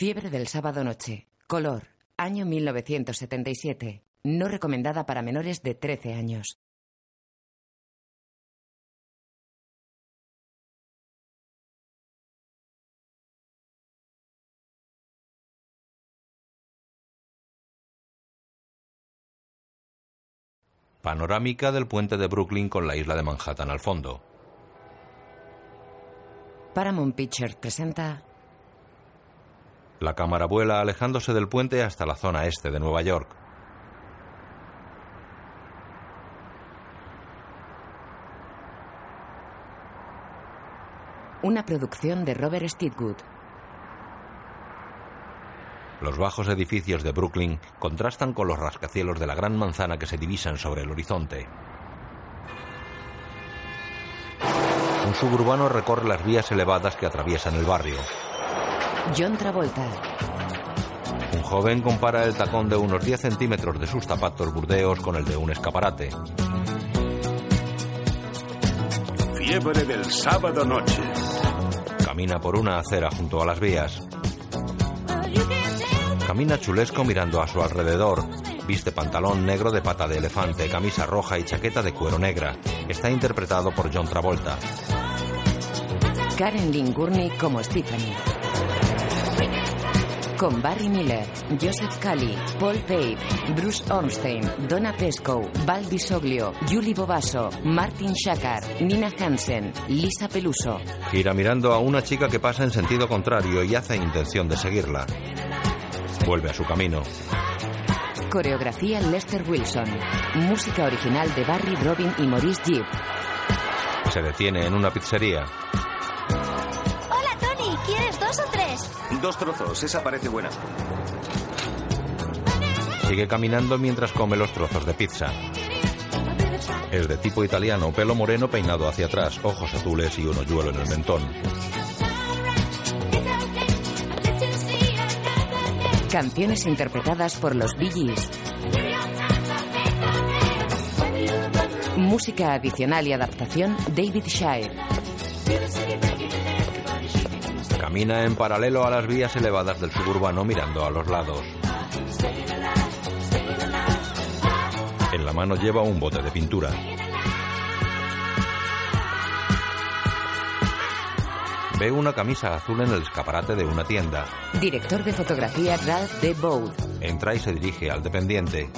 Fiebre del sábado noche. Color. Año 1977. No recomendada para menores de 13 años. Panorámica del puente de Brooklyn con la isla de Manhattan al fondo. Paramount Pictures presenta La cámara vuela alejándose del puente hasta la zona este de Nueva York. una producción de Robert Steadwood. Los bajos edificios de Brooklyn contrastan con los rascacielos de la gran manzana que se divisan sobre el horizonte. Un suburbano recorre las vías elevadas que atraviesan el barrio. John Travolta. Un joven compara el tacón de unos 10 centímetros de sus zapatos burdeos con el de un escaparate. Fiebre del sábado noche. Camina por una acera junto a las vías. Camina chulesco mirando a su alrededor. Viste pantalón negro de pata de elefante, camisa roja y chaqueta de cuero negra. Está interpretado por John Travolta. Karen Lynn Gurney como Stephanie. Con Barry Miller, Joseph Cali, Paul Pape, Bruce Ornstein, Donna Pescow, Val Bisoglio, Julie Bovaso, Martin Shakar, Nina Hansen, Lisa Peluso. Gira mirando a una chica que pasa en sentido contrario y hace intención de seguirla. Vuelve a su camino. Coreografía Lester Wilson. Música original de Barry Robin y Maurice Gibb. Se detiene en una pizzería. Hola, Tony, ¿quieres dos o tres? Dos trozos, esa parece buena. Sigue caminando mientras come los trozos de pizza. Es de tipo italiano, pelo moreno peinado hacia atrás, ojos azules y un hoyuelo en el mentón. Canciones interpretadas por los Bee Gees. Música adicional y adaptación David Shire. Camina en paralelo a las vías elevadas del suburbano mirando a los lados. En la mano lleva un bote de pintura. Ve una camisa azul en el escaparate de una tienda. Director de fotografía Ralph D. Bode. Entra y se dirige al dependiente.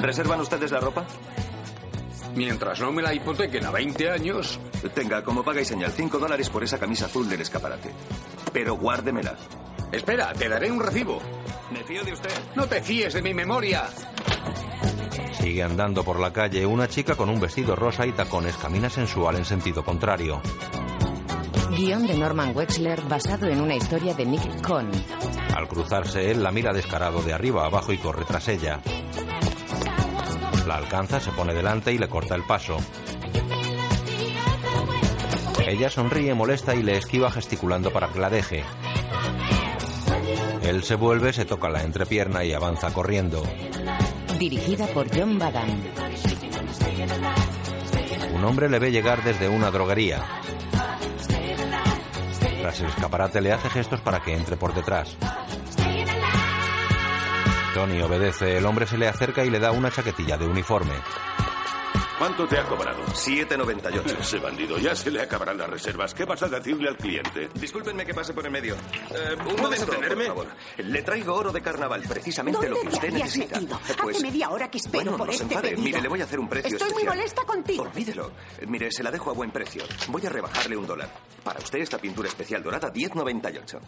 ¿Reservan ustedes la ropa? Mientras no me la hipotequen a 20 años, Tenga, como paga y señal, 5 dólares por esa camisa azul del escaparate. Pero guárdemela. espera, te daré un recibo. Me fío de usted. No te fíes de mi memoria. Sigue andando por la calle. Una chica con un vestido rosa y tacones camina sensual en sentido contrario. Guión de Norman Wexler basado en una historia de Nick Cohn. Al cruzarse, él la mira descarado de arriba a abajo y corre tras ella. La alcanza, se pone delante y le corta el paso. Ella sonríe molesta y le esquiva gesticulando para que la deje. Él se vuelve, se toca la entrepierna y avanza corriendo. Dirigida por John Badham. Un hombre le ve llegar desde una droguería. Tras el escaparate le hace gestos para que entre por detrás. Tony obedece, el hombre se le acerca y le da una chaquetilla de uniforme. ¿Cuánto te ha cobrado? 7,98. Ese bandido, ya se le acabarán las reservas. ¿Qué vas a decirle al cliente? Discúlpenme que pase por el medio. Eh, un momento, por favor. Le traigo oro de carnaval, precisamente ¿Dónde lo que te usted habías necesita. metido? Eh, Hace media hora que espero bueno, por no se este enfade. pedido. Mire, le voy a hacer un precio Estoy muy especial. molesta contigo. Olvídelo. Eh, Mire, se la dejo a buen precio. Voy a rebajarle un dólar. Para usted esta pintura especial dorada 10,98.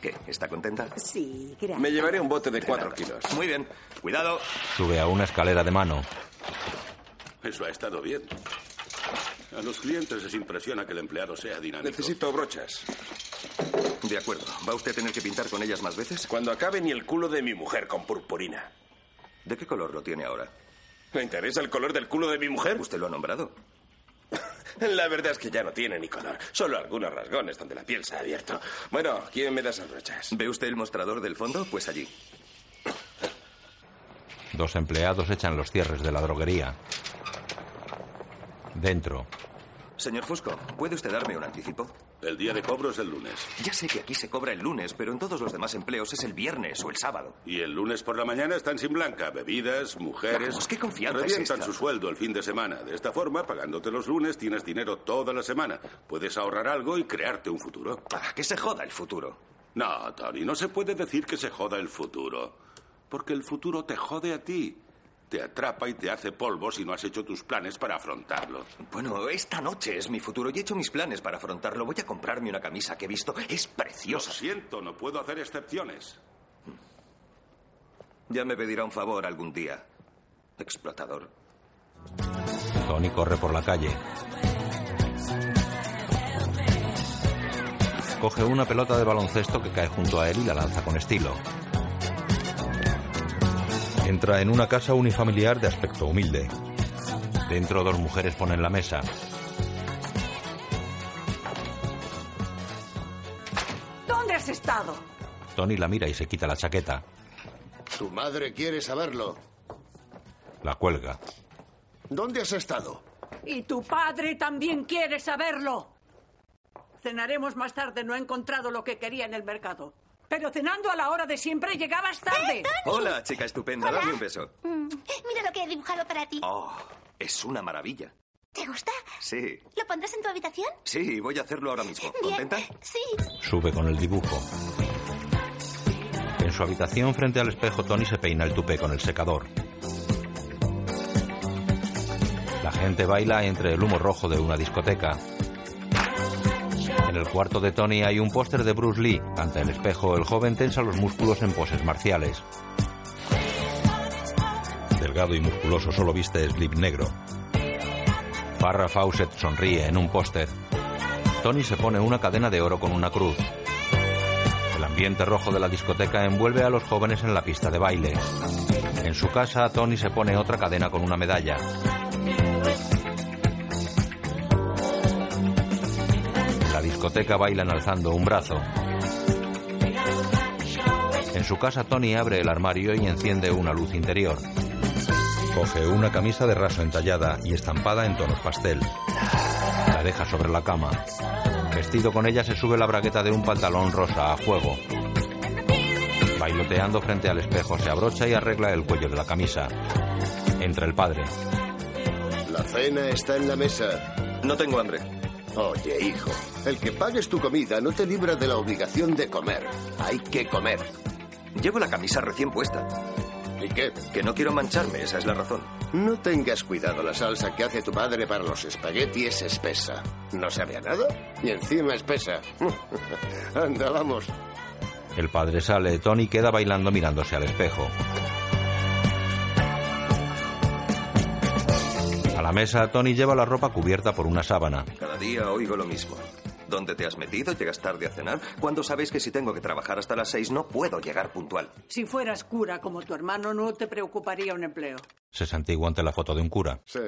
¿Qué? ¿Está contenta? Sí, gracias. Me llevaré un bote de cuatro nada. kilos. Muy bien. Cuidado. Sube a una escalera de mano. Eso ha estado bien. A los clientes les impresiona que el empleado sea dinámico. Necesito brochas. De acuerdo. ¿Va usted a tener que pintar con ellas más veces? Cuando acabe ni el culo de mi mujer con purpurina. ¿De qué color lo tiene ahora? ¿Me interesa el color del culo de mi mujer? ¿Usted lo ha nombrado? La verdad es que ya no tiene ni color. Solo algunos rasgones donde la piel se ha abierto. Bueno, ¿quién me da esas brochas? ¿Ve usted el mostrador del fondo? Pues allí. Dos empleados echan los cierres de la droguería. Dentro, Señor Fusco, ¿puede usted darme un anticipo? El día de cobro es el lunes. Ya sé que aquí se cobra el lunes, pero en todos los demás empleos es el viernes o el sábado. Y el lunes por la mañana están sin blanca. Bebidas, mujeres. Vamos, qué confianza es Revientan esta. su sueldo el fin de semana. De esta forma, pagándote los lunes, tienes dinero toda la semana. Puedes ahorrar algo y crearte un futuro. Ah, que se joda el futuro. No, Tony, no se puede decir que se joda el futuro. Porque el futuro te jode a ti. Te atrapa y te hace polvo si no has hecho tus planes para afrontarlo. Bueno, esta noche es mi futuro y he hecho mis planes para afrontarlo. Voy a comprarme una camisa que he visto. Es Lo preciosa. siento, no puedo hacer excepciones. Ya me pedirá un favor algún día. Explotador. Tony corre por la calle. Coge una pelota de baloncesto que cae junto a él y la lanza con estilo. Entra en una casa unifamiliar de aspecto humilde. Dentro dos mujeres ponen la mesa. ¿Dónde has estado? Tony la mira y se quita la chaqueta. Tu madre quiere saberlo. La cuelga. ¿Dónde has estado? Y tu padre también quiere saberlo. Cenaremos más tarde. No he encontrado lo que quería en el mercado. Pero cenando a la hora de siempre llegabas tarde. Hola, chica estupenda. Dame un beso. Mm, Eh, Mira lo que he dibujado para ti. Oh, es una maravilla. ¿Te gusta? Sí, ¿Lo pondrás en tu habitación? sí, voy a hacerlo ahora mismo. Bien. Eh, ¿Contenta? Sí. Sube con el dibujo. En su habitación frente al espejo Tony se peina el tupé con el secador. La gente baila entre el humo rojo de una discoteca. En el cuarto de Tony hay un póster de Bruce Lee. Ante el espejo el joven tensa los músculos en poses marciales. Delgado y musculoso solo viste slip negro. Farrah Fawcett sonríe en un póster. Tony se pone una cadena de oro con una cruz. El ambiente rojo de la discoteca envuelve a los jóvenes en la pista de baile. En su casa, Tony se pone otra cadena con una medalla. En la discoteca bailan alzando un brazo. En su casa, Tony abre el armario y enciende una luz interior. Coge una camisa de raso entallada y estampada en tonos pastel. La deja sobre la cama. Vestido con ella se sube la bragueta de un pantalón rosa a juego. Bailoteando frente al espejo se abrocha y arregla el cuello de la camisa. Entra el padre. La cena está en la mesa. No tengo hambre. Oye, hijo, el que pagues tu comida no te libra de la obligación de comer. Hay que comer. Llevo la camisa recién puesta. ¿Y qué? Que no quiero mancharme, esa es la razón. No tengas cuidado, la salsa que hace tu madre para los espaguetis es espesa. No sabe a nada y encima espesa. Anda, vamos. El padre sale, Tony queda bailando mirándose al espejo. A la mesa, Tony lleva la ropa cubierta por una sábana. Cada día oigo lo mismo. ¿Dónde te has metido? ¿Llegas tarde a cenar? ¿Cuándo sabéis que si tengo que trabajar hasta las seis no puedo llegar puntual? Si fueras cura como tu hermano, no te preocuparía un empleo. Se santigua ante la foto de un cura. Sí.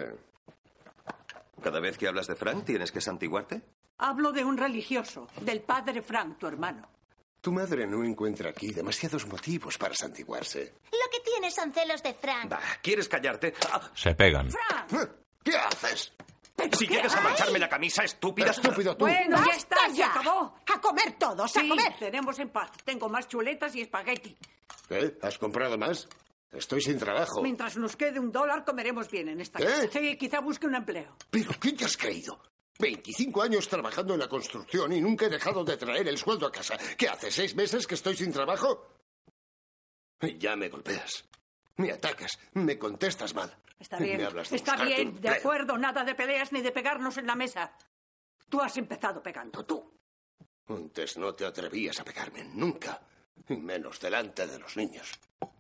¿Cada vez que hablas de Frank tienes que santiguarte? Hablo de un religioso, del padre Frank, tu hermano. Tu madre no encuentra aquí demasiados motivos para santiguarse. Lo que tienes son celos de Frank. Bah, ¿quieres callarte? Ah, Se pegan. ¡Frank! Eh, ¿Qué haces? si llegas a mancharme la camisa, estúpida. Estúpido tú. Bueno, ya está, ¡Basta ya acabó. ¡A comer todos, a Sí, comer! cenemos en paz. Tengo más chuletas y espagueti. ¿Qué? ¿Has ¿Eh? comprado más? Estoy sin trabajo. Mientras nos quede un dólar, comeremos bien en esta ¿Qué? casa. Sí, quizá busque un empleo. ¿Pero qué te has creído? 25 años trabajando en la construcción y nunca he dejado de traer el sueldo a casa. ¿Qué hace seis meses que estoy sin trabajo? Y Ya me golpeas. Me atacas. Me contestas mal. Está Me bien, hablas de está buscarte bien, un de empleo. acuerdo, nada de peleas ni de pegarnos en la mesa. Tú has empezado pegando, tú. Antes no te atrevías a pegarme, nunca. Y menos delante de los niños.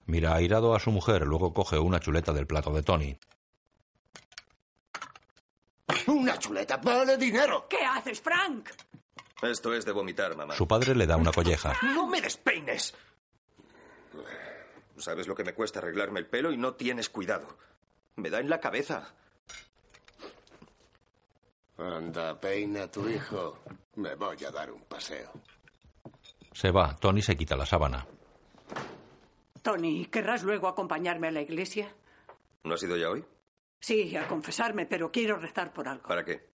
Mira airado a su mujer, luego coge una chuleta del plato de Tony. Una chuleta vale dinero. ¿Qué haces, Frank? Esto es de vomitar, mamá. Su padre le da una colleja. ¡No me despeines! ¿Sabes lo que me cuesta arreglarme el pelo y no tienes cuidado? Me da en la cabeza. Anda, peina a tu hijo. Me voy a dar un paseo. Se va, Tony se quita la sábana. Tony, ¿querrás luego acompañarme a la iglesia? ¿No has ido ya hoy? Sí, a confesarme, pero quiero rezar por algo. ¿Para qué?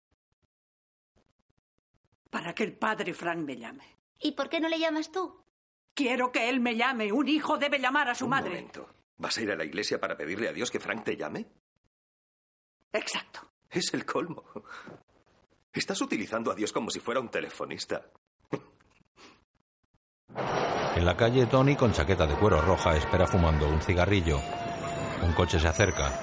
Para que el padre Frank me llame. ¿Y por qué no le llamas tú? Quiero que él me llame. Un hijo debe llamar a su Un madre. momento. ¿Vas a ir a la iglesia para pedirle a Dios que Frank te llame? Exacto. Es el colmo. Estás utilizando a Dios como si fuera un telefonista. En la calle, Tony, con chaqueta de cuero roja, espera fumando un cigarrillo. Un coche se acerca.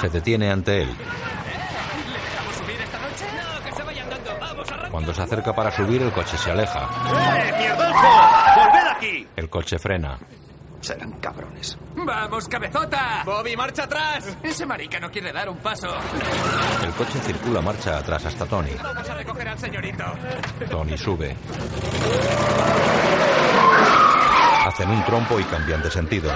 Se detiene ante él. Eh, Cuando se acerca para subir, el coche se aleja. ¡Eh, mierdoso! ¡Volved aquí! El coche frena. Serán cabrones. ¡Vamos, cabezota! ¡Bobby, marcha atrás! Ese marica no quiere dar un paso. El coche circula marcha atrás hasta Tony. Vamos a recoger al señorito. Tony sube. Hacen un trompo y cambian de sentido.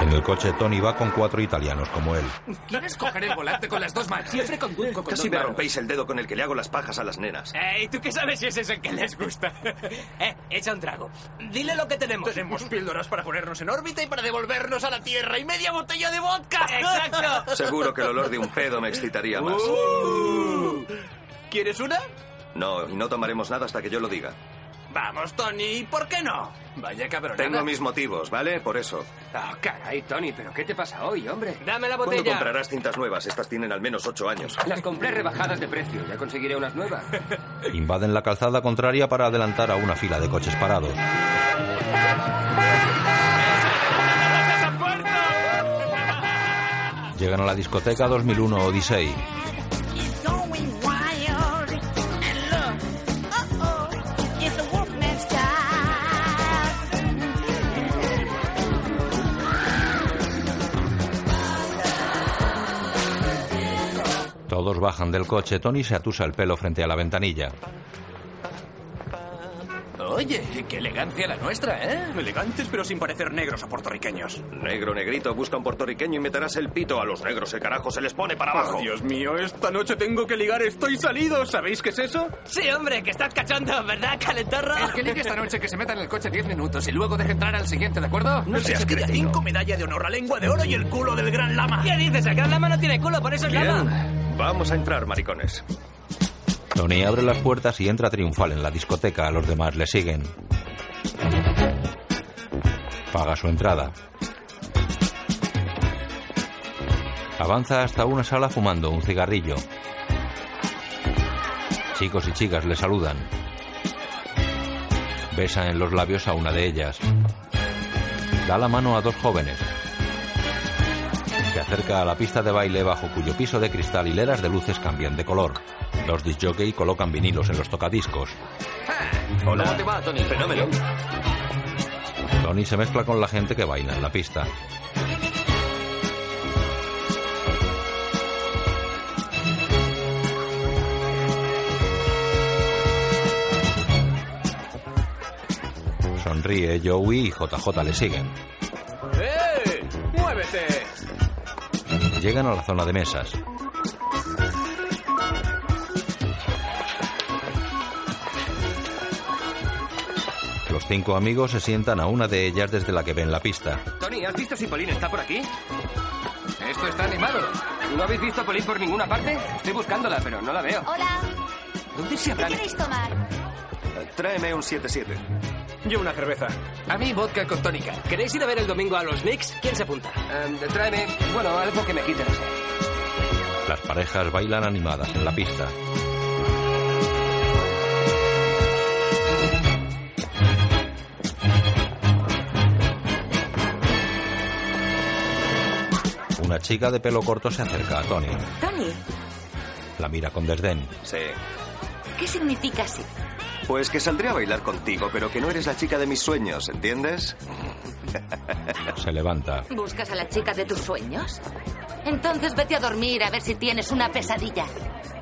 En el coche Tony va con cuatro italianos como él. ¿Quieres coger el volante con las dos manos? Siempre conduzco con Casi dos me manos. rompéis el dedo con el que le hago las pajas a las nenas. Ey, Eh, ¿tú qué sabes si ese es el que les gusta? eh, echa un trago. Dile lo que tenemos. Tenemos píldoras para ponernos en órbita y para devolvernos a la Tierra y media botella de vodka. ¡Exacto! Seguro que el olor de un pedo me excitaría más. ¿Quieres una? No, y no tomaremos nada hasta que yo lo diga. Vamos, Tony, ¿por qué no? Vaya cabrón. Tengo mis motivos, ¿vale? Por eso. Ah, caray, Tony, ¿pero qué te pasa hoy, hombre? Dame la ¿Cuándo comprarás cintas nuevas? Estas tienen al menos ocho años. Mm. Las compré rebajadas de precio, ya conseguiré unas nuevas. Invaden la calzada contraria para adelantar a una fila de coches parados. Llegan a la discoteca 2001 Odyssey. Todos bajan del coche. Tony se atusa el pelo frente a la ventanilla. Oye, qué elegancia la nuestra, ¿eh? Elegantes, pero sin parecer negros o puertorriqueños. Negro, negrito, busca un puertorriqueño y meterás el pito a los negros. El carajo se les pone para abajo. Oh, Dios mío, esta noche tengo que ligar. Estoy salido. ¿Sabéis qué es eso? Sí, hombre, que estás cachondo, ¿verdad, calentorro? El que ligue esta noche que se meta en el coche 10 minutos y luego deje entrar al siguiente, ¿de acuerdo? No seas se pilla cretino. cinco medalla de honor, la lengua de oro y el culo del gran lama. ¿Qué dices? El gran lama no tiene culo, por eso es Bien, vamos a entrar, maricones. Tony abre las puertas y entra triunfal en la discoteca. Los demás le siguen. Paga su entrada. Avanza hasta una sala fumando un cigarrillo. Chicos y chicas le saludan. Besa en los labios a una de ellas. Da la mano a dos jóvenes. Se acerca a la pista de baile bajo cuyo piso de cristal hileras de luces cambian de color. Los disjockey colocan vinilos en los tocadiscos. Hola. ¿Cómo te va, Tony? Fenómeno. Tony se mezcla con la gente que baila en la pista. Sonríe Joey y JJ le siguen. ¡Eh! ¡Muévete! Llegan a la zona de mesas. Los cinco amigos se sientan a una de ellas desde la que ven la pista. Tony, ¿has visto si Polín está por aquí? Esto está animado. ¿No habéis visto a Polín por ninguna parte? Estoy buscándola, pero no la veo. Hola. ¿Dónde se habrán? ¿Queréis tomar? Tráeme un 7-7. Yo una cerveza. A mí vodka con tónica. ¿Queréis ir a ver el domingo a los Knicks? ¿Quién se apunta? Em, tráeme, bueno, algo que me quite Las parejas bailan animadas en la pista. Una chica de pelo corto se acerca a Tony. Tony, La mira con desdén. Sí. ¿qué significa así? Pues que saldré a bailar contigo, pero que no eres la chica de mis sueños, ¿entiendes? Se levanta. ¿Buscas a la chica de tus sueños? Entonces vete a dormir a ver si tienes una pesadilla.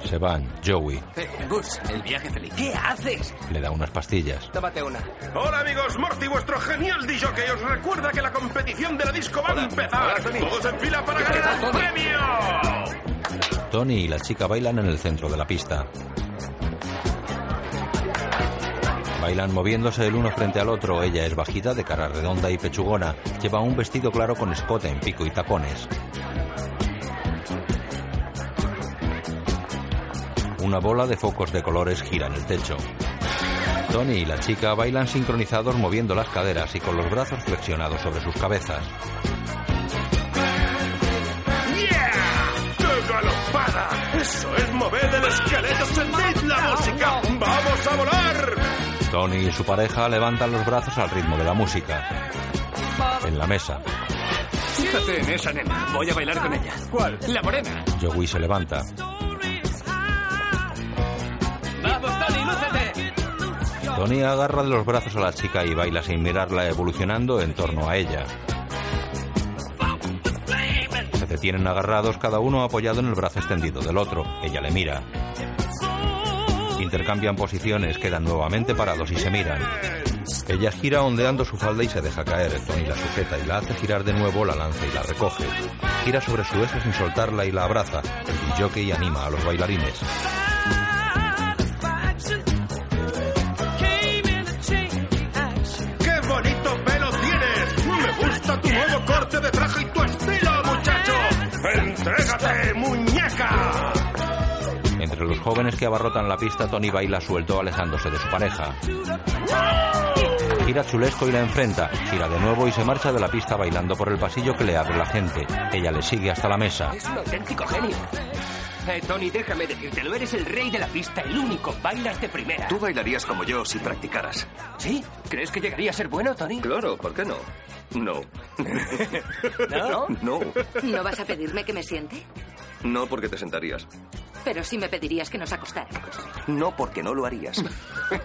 Se van. Joey Gus, el viaje feliz. ¿Qué haces? le da unas pastillas. Tómate una. Hola amigos, Morty, vuestro genial DJ que os recuerda que la competición de la disco va a empezar. Todos en fila para ganar el premio. Tony y la chica bailan en el centro de la pista. Bailan moviéndose el uno frente al otro. Ella es bajita, de cara redonda y pechugona. Lleva un vestido claro con escote en pico y tacones. Una bola de focos de colores gira en el techo. Tony y la chica bailan sincronizados moviendo las caderas y con los brazos flexionados sobre sus cabezas. ¡Qué galopada! Eso es mover el esqueleto, sentid la música. ¡Vamos a volar! Tony y su pareja levantan los brazos al ritmo de la música. En la mesa, Fíjate en esa nena. Voy a bailar con ella. ¿Cuál? La morena. Joey se levanta. ¡Vamos, Tony, lúcete! Tony agarra de los brazos a la chica y baila sin mirarla, evolucionando en torno a ella. Se detienen agarrados, cada uno apoyado en el brazo extendido del otro. Ella le mira. Intercambian posiciones, quedan nuevamente parados y se miran. Ella gira ondeando su falda y se deja caer. Tony la sujeta y la hace girar de nuevo, la lanza y la recoge. Gira sobre su eje sin soltarla y la abraza. El jockey anima a los bailarines. ¡Qué bonito pelo tienes! ¡Me gusta tu nuevo corte de traje y tu estilo, muchacho! ¡Entrégate, muñeca! Entre los jóvenes que abarrotan la pista, Tony baila suelto alejándose de su pareja. Gira chulesco y la enfrenta, gira de nuevo y se marcha de la pista bailando por el pasillo que le abre la gente. Ella le sigue hasta la mesa. Es un auténtico genio. Eh, Tony, déjame decírtelo. Eres el rey de la pista, el único. Bailas de primera. Tú bailarías como yo si practicaras. ¿Sí? ¿Crees que llegaría a ser bueno, Tony? Claro, ¿por qué no? No. ¿No? No. ¿No vas a pedirme que me siente? No porque te sentarías. Pero sí me pedirías que nos acostáramos. No porque no lo harías. JJ,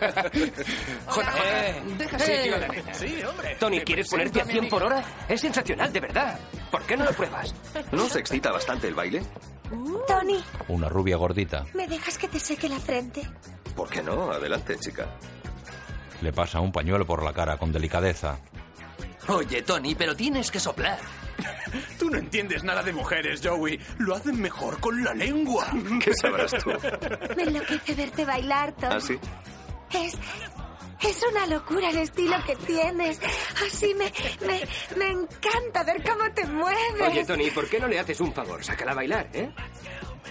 deja así, tío, la nena. Tony, ¿quieres ponerte a 100 por hora? Es sensacional, de verdad. ¿Por qué no lo pruebas? ¿No se excita bastante el baile? Uh. Tony, Una rubia gordita ¿me dejas que te seque la frente? ¿Por qué no? Adelante, chica. le pasa un pañuelo por la cara con delicadeza. Oye, Tony, pero tienes que soplar. Tú no entiendes nada de mujeres, Joey. Lo hacen mejor con la lengua. ¿Qué sabrás tú? Me enloquece verte bailar, Tony. ¿Ah, ¿Así? Es. Es una locura el estilo que tienes. Así me, me, me encanta ver cómo te mueves. Oye, Tony, ¿por qué no le haces un favor? Sácala a bailar, ¿eh?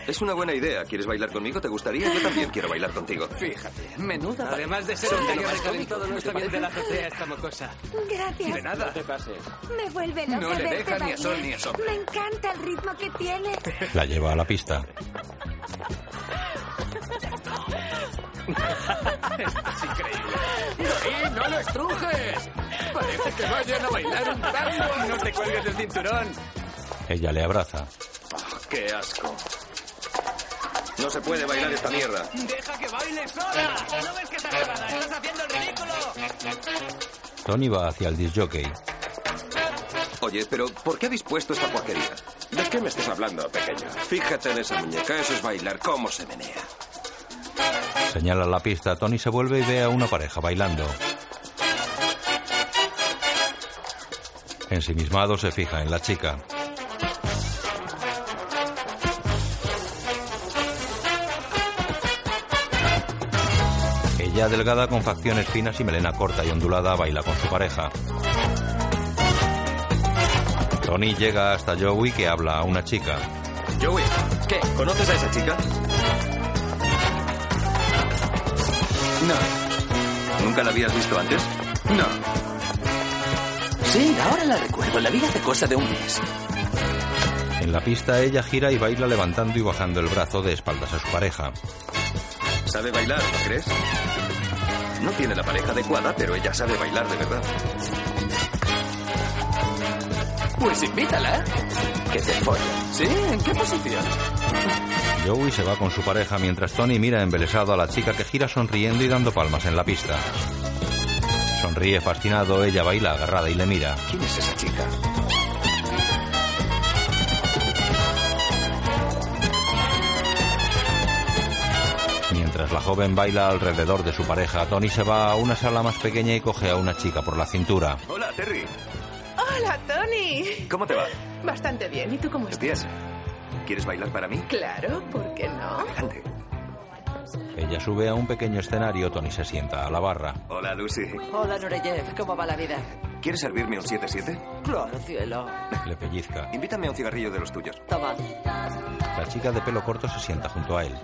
Es una buena idea. ¿Quieres bailar conmigo? ¿Te gustaría? Yo también quiero bailar contigo. Fíjate, menuda. Además de ser Sí, un lo gallo más recalentado, cómico. no está bien de la azotea esta mocosa. Gracias. De nada. te pases. Me vuelve loca No le verte deja ni a bailar. sol ni a sombra. Me encanta el ritmo que tienes. La lleva a la pista. ¡Sí, no lo estrujes! Parece que vayan a bailar un tango. No te cuelgues del cinturón. Ella le abraza. Ah, ¡Qué asco! No se puede bailar esta mierda. ¡Deja que baile sola! ¿No ves que está acabada? ¡Estás haciendo el ridículo! Tony va hacia el disjockey. Oye, pero ¿por qué habéis puesto esta porquería? ¿De qué me estás hablando, pequeño? Fíjate en esa muñeca, eso es bailar, cómo se menea. Señala la pista, Tony se vuelve y ve a una pareja bailando. Ensimismado se fija en la chica. Ella delgada con facciones finas y melena corta y ondulada baila con su pareja. Tony llega hasta Joey que habla a una chica. Joey, ¿qué? ¿Conoces a esa chica? No. ¿Nunca la habías visto antes? No. Sí, ahora la recuerdo. La vi hace cosa de un mes. En la pista ella gira y baila levantando y bajando el brazo de espaldas a su pareja. Sabe bailar, ¿no crees? No tiene la pareja adecuada, pero ella sabe bailar de verdad. Pues invítala. Que te folle. ¿Sí? ¿En qué posición? Joey se va con su pareja mientras Tony mira embelesado a la chica que gira sonriendo y dando palmas en la pista. Sonríe fascinado, ella baila agarrada y le mira. ¿Quién es esa chica? Mientras la joven baila alrededor de su pareja, Tony se va a una sala más pequeña y coge a una chica por la cintura. Hola, Terry. Hola, Tony. ¿Cómo te va? Bastante bien. ¿Y tú cómo estás? Bien. ¿Quieres bailar para mí? Claro, ¿por qué no? Adelante. Ella sube a un pequeño escenario, Tony se sienta a la barra. Hola, Lucy. Hola, Nureyev. ¿Cómo va la vida? ¿Quieres servirme un 7-7? Claro, cielo. Le pellizca. Invítame a un cigarrillo de los tuyos. Toma. La chica de pelo corto se sienta junto a él.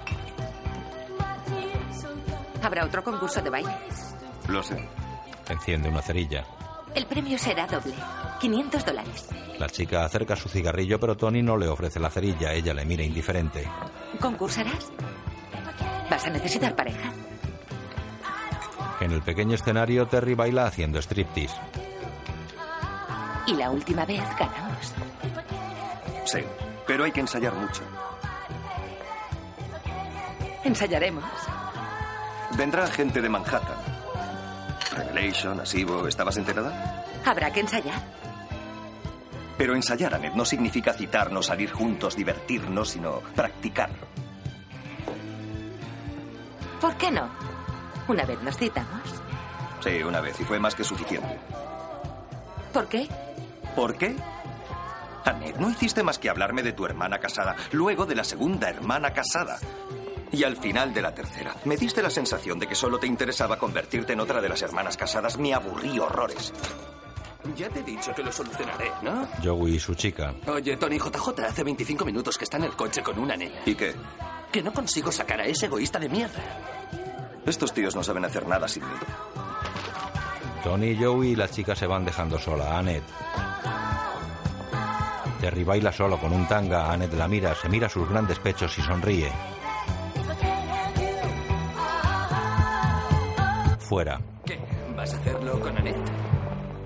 Habrá otro concurso de baile. Lo sé. Enciende una cerilla. El premio será doble. 500 dólares. La chica acerca su cigarrillo, pero Tony no le ofrece la cerilla. Ella le mira indiferente. ¿Concursarás? ¿Vas a necesitar pareja? En el pequeño escenario, Terry baila haciendo striptease. Y la última vez ganamos. Sí, pero hay que ensayar mucho. Ensayaremos. Vendrá gente de Manhattan. Revelation, Asivo, ¿estabas enterada? Habrá que ensayar. Pero ensayar, Annette, no significa citarnos, salir juntos, divertirnos, sino practicar. ¿Por qué no? Una vez nos citamos. Sí, una vez, y fue más que suficiente. ¿Por qué? ¿Por qué? Annette, no hiciste más que hablarme de tu hermana casada, luego de la segunda hermana casada. Y al final de la tercera, me diste la sensación de que solo te interesaba convertirte en otra de las hermanas casadas. Me aburrí horrores. Ya te he dicho que lo solucionaré, ¿no? Joey y su chica. Oye, Tony JJ, hace 25 minutos que está en el coche con una nena. ¿Y qué? Que no consigo sacar a ese egoísta de mierda. Estos tíos no saben hacer nada sin mí. Tony, Joey y la chica se van dejando sola a Annette. Terry baila solo con un tanga. Annette la mira, se mira sus grandes pechos y sonríe. Fuera. ¿Qué? ¿Vas a hacerlo con Annette?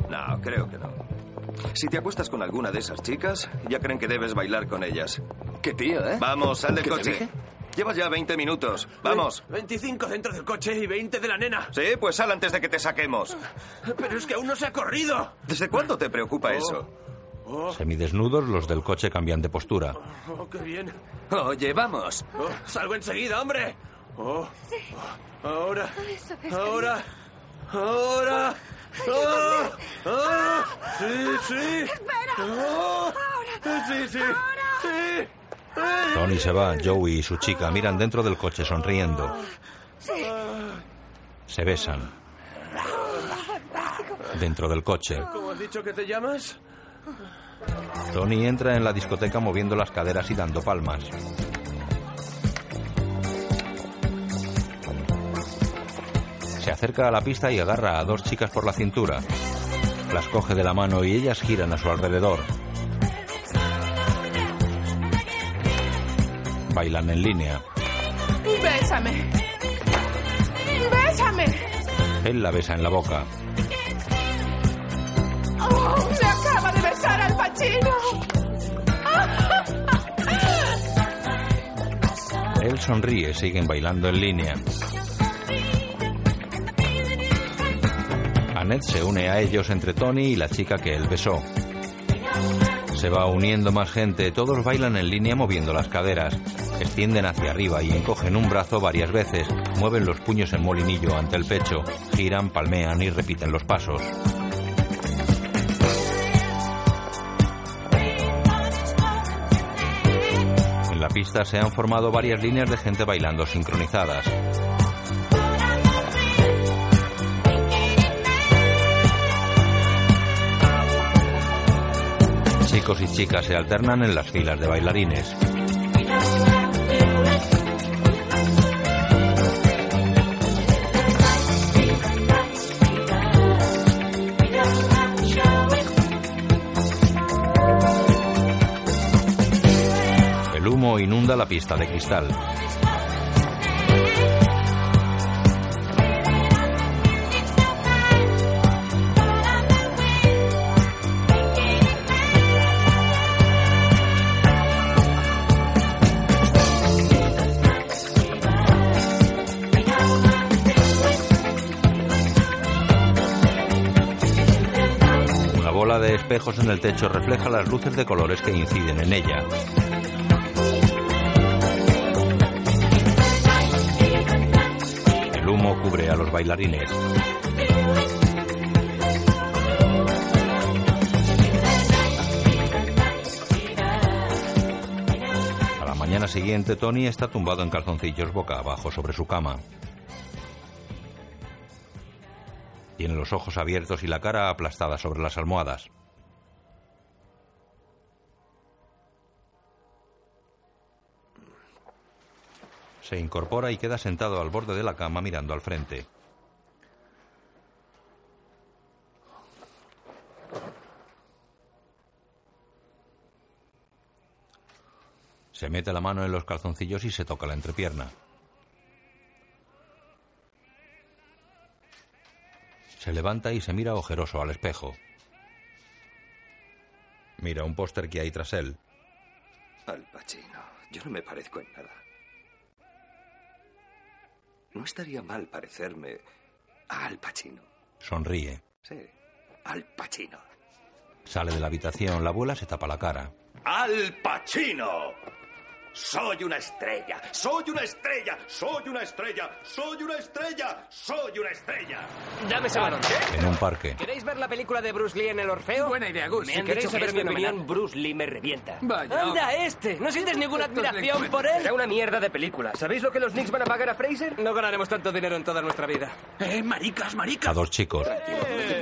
No, creo que no. Si te acuestas con alguna de esas chicas, ya creen que debes bailar con ellas. Qué tío, ¿eh? Vamos, sal del ¿Qué te coche. dije? Llevas ya 20 minutos. Vamos. 25 dentro del coche y 20 de la nena. Sí, pues sal antes de que te saquemos. Pero es que aún no se ha corrido. ¿Desde cuándo te preocupa Oh. eso? Semidesnudos, los del coche cambian de postura. Oh, qué bien. Oye, vamos. Oh, salgo enseguida, hombre. Oh, oh, ahora. Ahora. Ahora. Oh, oh, sí, sí. Espera. sí, sí. Sí. Tony se va, Joey y su chica miran dentro del coche sonriendo. Se besan. Ah. Dentro del coche, ¿Cómo has dicho que te llamas? Tony entra en la discoteca moviendo las caderas y dando palmas. Se acerca a la pista y agarra a dos chicas por la cintura. Las coge de la mano y ellas giran a su alrededor. Bailan en línea. Bésame. Bésame. Él la besa en la boca. Oh, me acaba de besar al Ah, Pachino. Él sonríe, siguen bailando en línea. Annette se une a ellos entre Tony y la chica que él besó. Se va uniendo más gente, todos bailan en línea moviendo las caderas. Extienden hacia arriba y encogen un brazo varias veces, mueven los puños en molinillo ante el pecho, giran, palmean y repiten los pasos. En la pista se han formado varias líneas de gente bailando sincronizadas. Chicos y chicas se alternan en las filas de bailarines. humo inunda la pista de cristal. Una bola de espejos en el techo refleja las luces de colores que inciden en ella. El humo cubre a los bailarines. A la mañana siguiente, Tony está tumbado en calzoncillos boca abajo sobre su cama. Tiene los ojos abiertos y la cara aplastada sobre las almohadas. Se incorpora y queda sentado al borde de la cama mirando al frente. Se mete la mano en los calzoncillos y se toca la entrepierna. Se levanta y se mira ojeroso al espejo. Mira un póster que hay tras él. Al Pacino, yo no me parezco en nada. No estaría mal parecerme a Al Pacino. Sonríe. Sí, Al Pacino. Sale de la habitación. La abuela se tapa la cara. ¡Al Pacino! Soy una estrella, soy una estrella, soy una estrella, soy una estrella, soy una estrella. Dame ese balón. En un parque. ¿Queréis ver la película de Bruce Lee en el Orfeo? Buena idea, Gus. Si Si queréis queréis saber saber mi mi opinión, Bruce Lee me revienta. Vaya. ¡Anda, este! ¿No sientes ninguna admiración por él? Era una mierda de película. ¿Sabéis lo que los Knicks van a pagar a Fraser? No ganaremos tanto dinero en toda nuestra vida. ¡Eh, maricas, maricas! A dos chicos.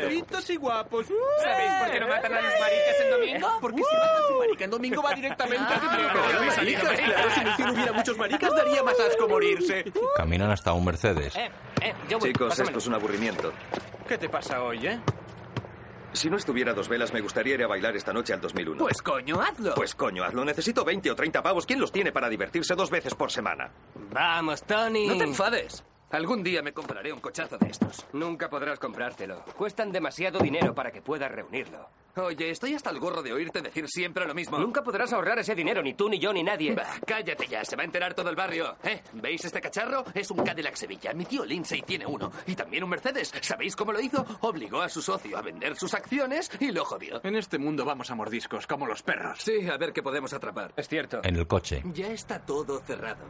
Bonitos y guapos. ¿Sabéis por qué no matan a los maricas en domingo? Porque Uh. si matan a su marica en domingo va directamente a pero no hay salida, ¿eh? si en el cielo hubiera muchos maricas daría más asco morirse. Caminan hasta un Mercedes. Eh, Chicos, esto es un aburrimiento. ¿Qué te pasa hoy, eh? Si no estuviera a dos velas, me gustaría ir a bailar esta noche al 2001. Pues coño, hazlo. Pues coño, hazlo. Necesito 20 o 30 pavos. ¿Quién los tiene para divertirse dos veces por semana? Vamos, Tony. No te enfades. Algún día me compraré un cochazo de estos. Nunca podrás comprártelo. Cuestan demasiado dinero para que puedas reunirlo. Oye, estoy hasta el gorro de oírte decir siempre lo mismo. Nunca podrás ahorrar ese dinero, ni tú, ni yo, ni nadie. Bah, cállate ya, se va a enterar todo el barrio. ¿Eh? ¿Veis este cacharro? Es un Cadillac Sevilla. Mi tío Lindsay tiene uno. Y también un Mercedes. ¿Sabéis cómo lo hizo? Obligó a su socio a vender sus acciones y lo jodió. En este mundo vamos a mordiscos, como los perros. Sí, a ver qué podemos atrapar. Es cierto. En el coche. Ya está todo cerrado.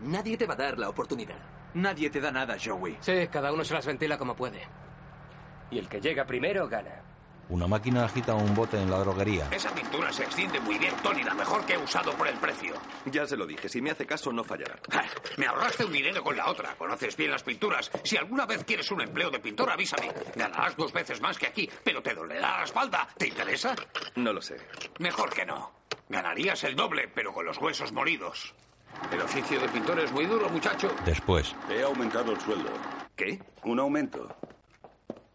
Nadie te va a dar la oportunidad. Nadie te da nada, Joey. Sí, cada uno se las ventila como puede. Y el que llega primero gana. Una máquina agita un bote en la droguería. Esa pintura se extiende muy bien, Tony, la mejor que he usado por el precio. Ya se lo dije, si me hace caso no fallará. Me ahorraste un dinero con la otra. Conoces bien las pinturas. Si alguna vez quieres un empleo de pintor, avísame. Ganarás dos veces más que aquí, pero te dolerá la espalda. ¿Te interesa? No lo sé. Mejor que no. Ganarías el doble, pero con los huesos molidos. El oficio de pintor es muy duro, muchacho. Después. He aumentado el sueldo. ¿Qué? Un aumento.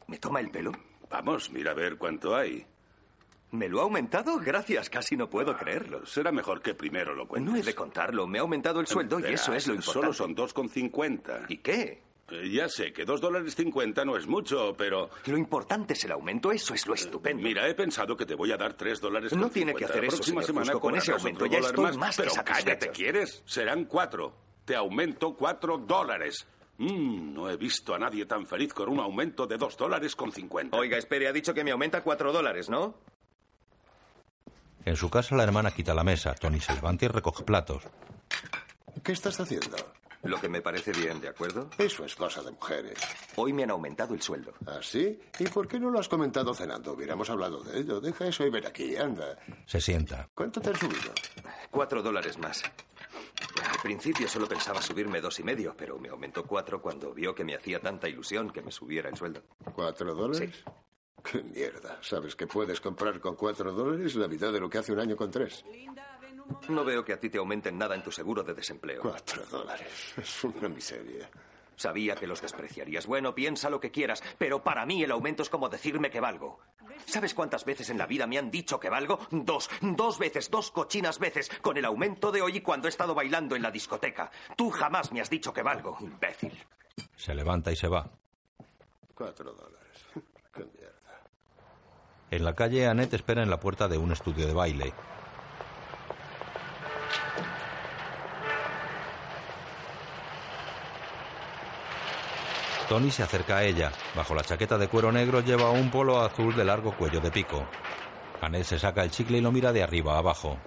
¿Me toma el pelo? Vamos, mira a ver cuánto hay. ¿Me lo ha aumentado? Gracias, casi no puedo creerlo. Será mejor que primero lo cuentes. No he de contarlo. Me ha aumentado el sueldo y Verás, eso es lo Solo importante. son 2,50. ¿Y qué? Eh, Ya sé que 2 dólares 50 no es mucho, pero... Lo importante es el aumento, eso es lo estupendo. Mira, he pensado que te voy a dar 3 dólares No tiene que hacer La eso, próxima señor semana Fusco, con ese cobrarás aumento otro ya dólar estoy más, más que Pero satisfecho. cállate, ¿quieres? Serán 4. Te aumento 4 dólares. Mm, no he visto a nadie tan feliz con un aumento de 2 dólares con 50. Oiga, espere, ha dicho que me aumenta cuatro dólares, ¿no? En su casa la hermana quita la mesa. Tony se levanta y recoge platos. ¿Qué estás haciendo? Lo que me parece bien, ¿de acuerdo? Eso es cosa de mujeres. Hoy me han aumentado el sueldo. ¿Ah, sí? ¿Y por qué no lo has comentado cenando? Hubiéramos hablado de ello. Deja eso y ven aquí, anda. Se sienta. ¿Cuánto te han subido? Cuatro dólares más. Al principio solo pensaba subirme dos y medio, pero me aumentó cuatro cuando vio que me hacía tanta ilusión que me subiera el sueldo. ¿Cuatro dólares? ¡Qué mierda! ¿Sabes que puedes comprar con cuatro dólares la mitad de lo que hace un año con tres? No veo que a ti te aumenten nada en tu seguro de desempleo. Cuatro dólares. Es una miseria. Sabía que los despreciarías. Bueno, piensa lo que quieras, pero para mí el aumento es como decirme que valgo. ¿Sabes cuántas veces en la vida me han dicho que valgo? Dos, dos veces, dos cochinas veces, con el aumento de hoy y cuando he estado bailando en la discoteca. Tú jamás me has dicho que valgo, imbécil. Se levanta y se va. Cuatro dólares. Qué mierda. En la calle, Annette espera en la puerta de un estudio de baile. Tony se acerca a ella. Bajo la chaqueta de cuero negro lleva un polo azul de largo cuello de pico. Annette se saca el chicle y lo mira de arriba a abajo.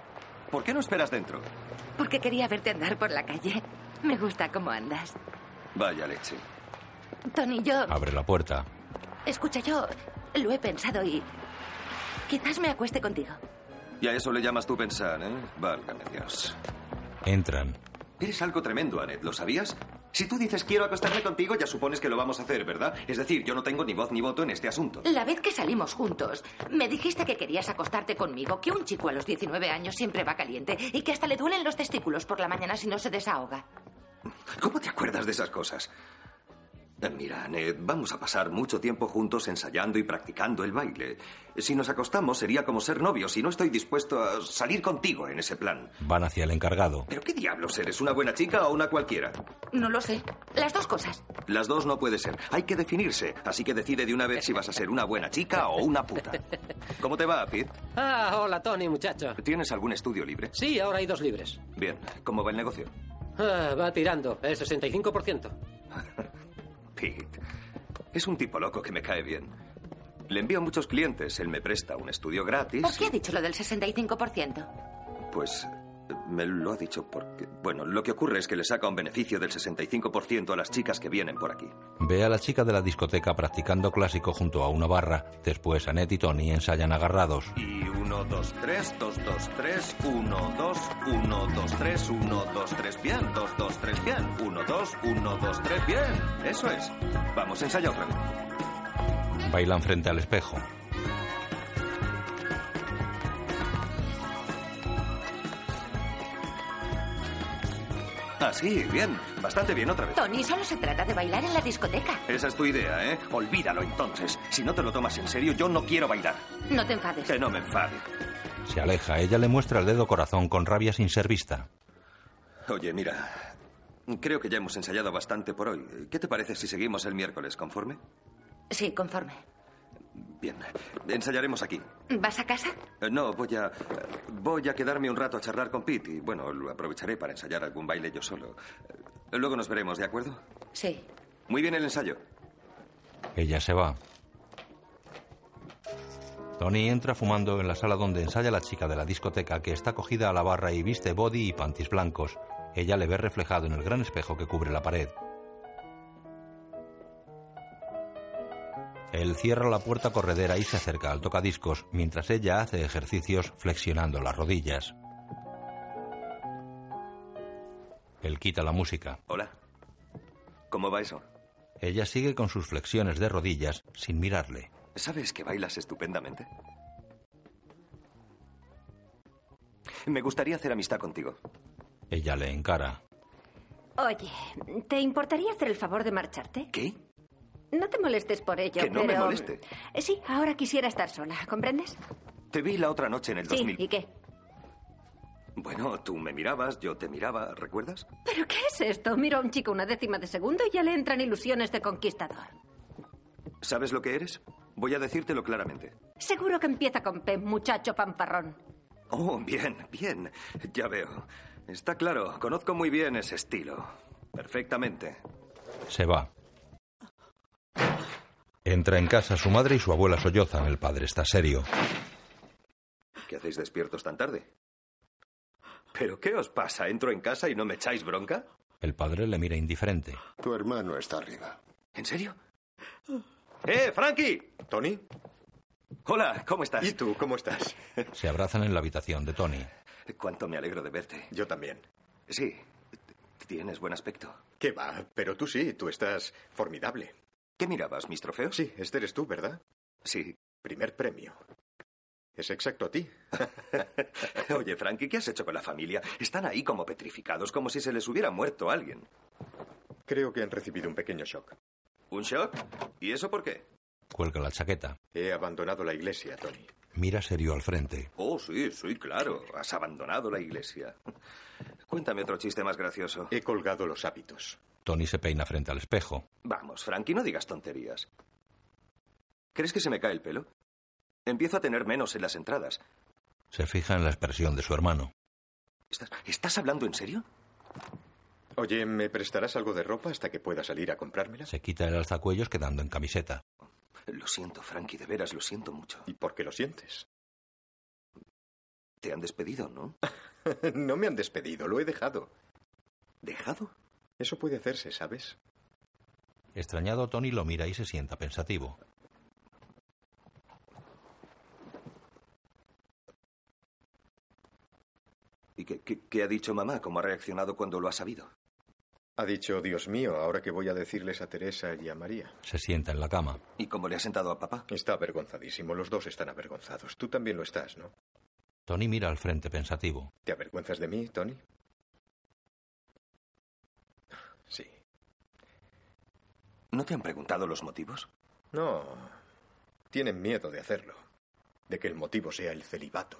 ¿Por qué no esperas dentro? Porque quería verte andar por la calle. Me gusta cómo andas. Vaya leche. Tony, yo... Abre la puerta. Escucha, yo lo he pensado y... Quizás me acueste contigo. Y a eso le llamas tú pensar, ¿eh? Válgame Dios. Entran. Eres algo tremendo, Annette, ¿lo sabías? Si tú dices quiero acostarme contigo, ya supones que lo vamos a hacer, ¿verdad? Es decir, yo no tengo ni voz ni voto en este asunto. La vez que salimos juntos, me dijiste que querías acostarte conmigo, que un chico a los 19 años siempre va caliente y que hasta le duelen los testículos por la mañana si no se desahoga. ¿Cómo te acuerdas de esas cosas? Eh, Mira, Annette, vamos a pasar mucho tiempo juntos ensayando y practicando el baile. Si nos acostamos sería como ser novios y no estoy dispuesto a salir contigo en ese plan. Van hacia el encargado. ¿Pero qué diablos eres? ¿Una buena chica o una cualquiera? No lo sé. Las dos cosas. Las dos no puede ser. Hay que definirse. Así que decide de una vez si vas a ser una buena chica o una puta. ¿Cómo te va, Pete? Ah, hola, Tony, muchacho. ¿Tienes algún estudio libre? Sí, ahora hay dos libres. Bien. ¿Cómo va el negocio? Ah, va tirando, el 65%. Pete. Es un tipo loco que me cae bien. Le envío muchos clientes. Él me presta un estudio gratis. ¿Por qué ha dicho lo del 65%? Pues eh, me lo ha dicho porque... Bueno, lo que ocurre es que le saca un beneficio del 65% a las chicas que vienen por aquí. Ve a la chica de la discoteca practicando clásico junto a una barra. Después, Annette y Tony ensayan agarrados. Y 1, 2, 3, 2, 2, 3, 1, 2, 1, 2, 3, 1, 2, 3, bien, 2, 2, 3, bien, 1, 2, 1, 2, 3, bien. Eso es. Vamos, ensaya otra vez. Bailan frente al espejo. Así, bien. Bastante bien otra vez. Tony, solo se trata de bailar en la discoteca. Esa es tu idea, ¿eh? Olvídalo entonces. Si no te lo tomas en serio, yo no quiero bailar. No te enfades. Que no me enfade. Se aleja. Ella le muestra el dedo corazón con rabia sin ser vista. Oye, mira. Creo que ya hemos ensayado bastante por hoy. ¿Qué te parece si seguimos el miércoles, conforme? Sí, conforme. Bien. Ensayaremos aquí. ¿Vas a casa? Eh, No, voy a. eh, Voy a quedarme un rato a charlar con Pete y, bueno, lo aprovecharé para ensayar algún baile yo solo. Eh, Luego nos veremos, ¿de acuerdo? Sí. Muy bien el ensayo. Ella se va. Tony entra fumando en la sala donde ensaya la chica de la discoteca que está cogida a la barra y viste body y panties blancos. Ella le ve reflejado en el gran espejo que cubre la pared. Él cierra la puerta corredera y se acerca al tocadiscos mientras ella hace ejercicios flexionando las rodillas. Él quita la música. Hola. ¿Cómo va eso? Ella sigue con sus flexiones de rodillas sin mirarle. ¿Sabes que bailas estupendamente? Me gustaría hacer amistad contigo. Ella le encara. Oye, ¿te importaría hacer el favor de marcharte? ¿Qué? No te molestes por ello, Que no me pero- eh, moleste. Sí, ahora quisiera estar sola, ¿comprendes? Te vi la otra noche en el sí, 2000. ¿y qué? Bueno, tú me mirabas, yo te miraba, ¿recuerdas? ¿Pero qué es esto? Miro a un chico una décima de segundo y ya le entran ilusiones de conquistador. ¿Sabes lo que eres? Voy a decírtelo claramente. Seguro que empieza con P, muchacho pamparrón. Oh, bien, bien. Ya veo. Está claro, conozco muy bien ese estilo. Perfectamente. Se va. Entra en casa su madre y su abuela sollozan. El padre está serio. ¿Qué hacéis despiertos tan tarde? ¿Pero qué os pasa? ¿Entro en casa y no me echáis bronca? El padre le mira indiferente. Tu hermano está arriba. ¿En serio? ¡Eh, Frankie! ¿Tony? Hola, ¿cómo estás? ¿Y tú, cómo estás? Se abrazan en la habitación de Tony. Cuánto me alegro de verte. Yo también. Sí, t- tienes buen aspecto. ¿Qué va? Pero tú sí, tú estás formidable. ¿Qué mirabas, mis trofeos? Sí, este eres tú, ¿verdad? Sí. Primer premio. Es exacto a ti. Oye, Frankie, ¿qué has hecho con la familia? Están ahí como petrificados, como si se les hubiera muerto alguien. Creo que han recibido un pequeño shock. ¿Un shock? ¿Y eso por qué? Cuelga la chaqueta. He abandonado la iglesia, Tony. Mira serio al frente. Oh, sí, sí, claro. Has abandonado la iglesia. Cuéntame otro chiste más gracioso. He colgado los hábitos. Tony se peina frente al espejo. Vamos, Frankie, no digas tonterías. ¿Crees que se me cae el pelo? Empiezo a tener menos en las entradas. Se fija en la expresión de su hermano. ¿Estás, estás hablando en serio? Oye, ¿me prestarás algo de ropa hasta que pueda salir a comprármela? Se quita el alzacuellos quedando en camiseta. Lo siento, Frankie, de veras lo siento mucho. ¿Y por qué lo sientes? Te han despedido, ¿no? no me han despedido, lo he dejado. ¿Dejado? Eso puede hacerse, ¿sabes? Extrañado, Tony lo mira y se sienta pensativo. ¿Y qué, qué- qué ha dicho mamá? ¿Cómo ha reaccionado cuando lo ha sabido? Ha dicho, Dios mío, ahora que voy a decirles a Teresa y a María. Se sienta en la cama. ¿Y cómo le ha sentado a papá? Está avergonzadísimo, los dos están avergonzados. Tú también lo estás, ¿no? Tony mira al frente pensativo. ¿Te avergüenzas de mí, Tony? Sí. ¿No te han preguntado los motivos? No. Tienen miedo de hacerlo. De que el motivo sea el celibato.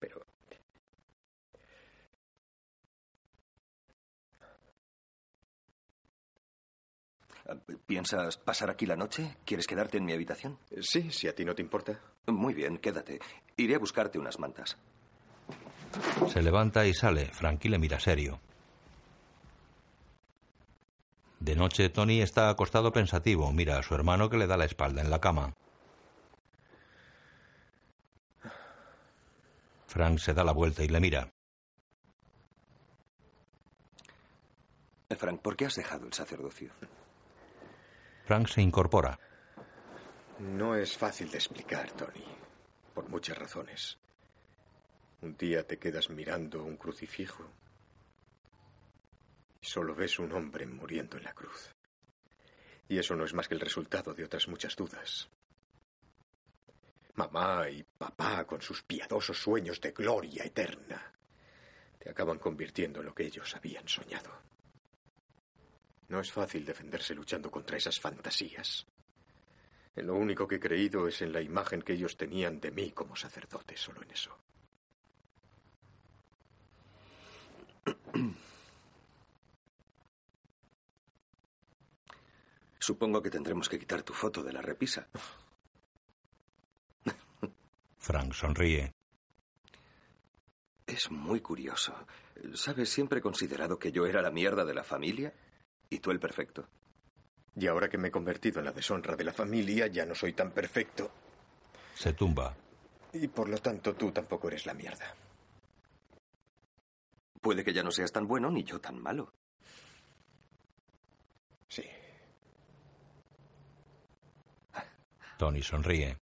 Pero... Ah, ¿Piensas pasar aquí la noche? ¿Quieres quedarte en mi habitación? Eh, Sí, si a ti no te importa. Muy bien, quédate. Iré a buscarte unas mantas. Se levanta y sale. Frankie le mira serio. De noche, Tony está acostado pensativo. Mira a su hermano que le da la espalda en la cama. Frank se da la vuelta y le mira. Eh, Frank, ¿por qué has dejado el sacerdocio? Frank se incorpora. No es fácil de explicar, Tony. Por muchas razones. Un día te quedas mirando un crucifijo y solo ves un hombre muriendo en la cruz. Y eso no es más que el resultado de otras muchas dudas. Mamá y papá, con sus piadosos sueños de gloria eterna, te acaban convirtiendo en lo que ellos habían soñado. No es fácil defenderse luchando contra esas fantasías. En Lo único que he creído es en la imagen que ellos tenían de mí como sacerdote, solo en eso. Supongo que tendremos que quitar tu foto de la repisa. Frank sonríe. Es muy curioso. ¿Sabes? Siempre he considerado que yo era la mierda de la familia y tú el perfecto. Y ahora que me he convertido en la deshonra de la familia, ya no soy tan perfecto. Se tumba. Y por lo tanto, tú tampoco eres la mierda. Puede que ya no seas tan bueno ni yo tan malo. Sí. Tony sonríe.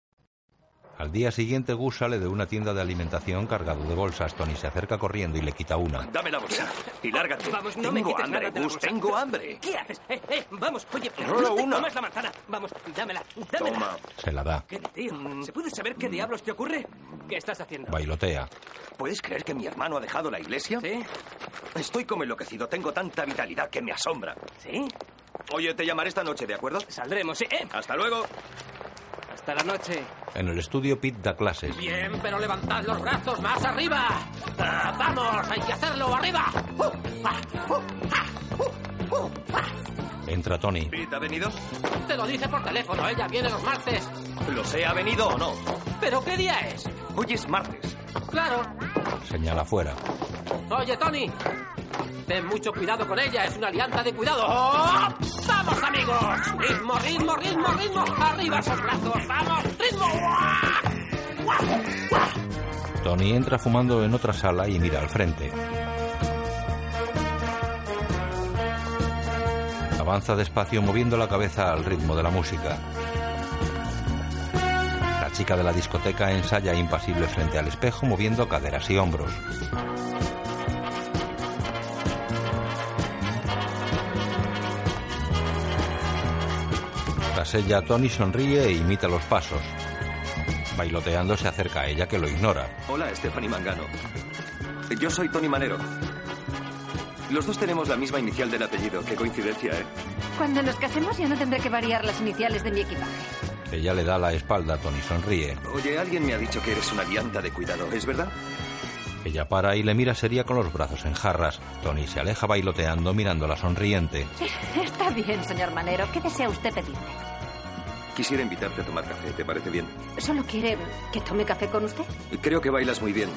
Al día siguiente, Gus sale de una tienda de alimentación cargado de bolsas. Tony se acerca corriendo y le quita una. Dame la bolsa y lárgate. Vamos, no tengo me quites hambre, nada de la Gus, bolsa. tengo hambre. ¿Qué haces? Eh, eh, vamos, oye, Solo no te una. comas la manzana. Vamos, dámela, dámela. Toma. Se la da. ¿Qué, tío? ¿Se puede saber qué diablos te ocurre? ¿Qué estás haciendo? Bailotea. ¿Puedes creer que mi hermano ha dejado la iglesia? Sí. Estoy como enloquecido, tengo tanta vitalidad que me asombra. ¿Sí? Oye, te llamaré esta noche, ¿de acuerdo? Saldremos, sí. Eh, Hasta luego. hasta la noche. En el estudio, Pete da clases. Bien, pero levantad los brazos más arriba. Ah, vamos, hay que hacerlo arriba. Uh, ah, uh, uh, uh, ah. Entra Tony. ¿Pete ha venido? Te lo dije por teléfono, ella viene los martes. Lo sé, ¿ha venido o no? ¿Pero qué día es? Hoy es martes. Claro. Señala afuera. Oye, Tony. Ten mucho cuidado con ella, es una alianza de cuidado. ¡Oh! ¡Vamos, amigos! Ritmo, ritmo, ritmo, ritmo. Arriba esos brazos, vamos, ritmo. ¡Guau! ¡Guau! ¡Guau! Tony entra fumando en otra sala y mira al frente. Avanza despacio moviendo la cabeza al ritmo de la música. La chica de la discoteca ensaya impasible frente al espejo moviendo caderas y hombros. Tras ella, Tony sonríe e imita los pasos. Bailoteando se acerca a ella que lo ignora. Hola, Stephanie Mangano. Yo soy Tony Manero. Los dos tenemos la misma inicial del apellido. Qué coincidencia, ¿eh? Cuando nos casemos ya no tendré que variar las iniciales de mi equipaje. Ella le da la espalda, Tony sonríe. Oye, alguien me ha dicho que eres una alianta de cuidado, ¿es verdad? Ella para y le mira seria con los brazos en jarras. Tony se aleja bailoteando mirándola sonriente. Está bien, señor Manero. ¿Qué desea usted pedir? Quisiera invitarte a tomar café, ¿te parece bien? ¿Solo quiere que tome café con usted? Creo que bailas muy bien.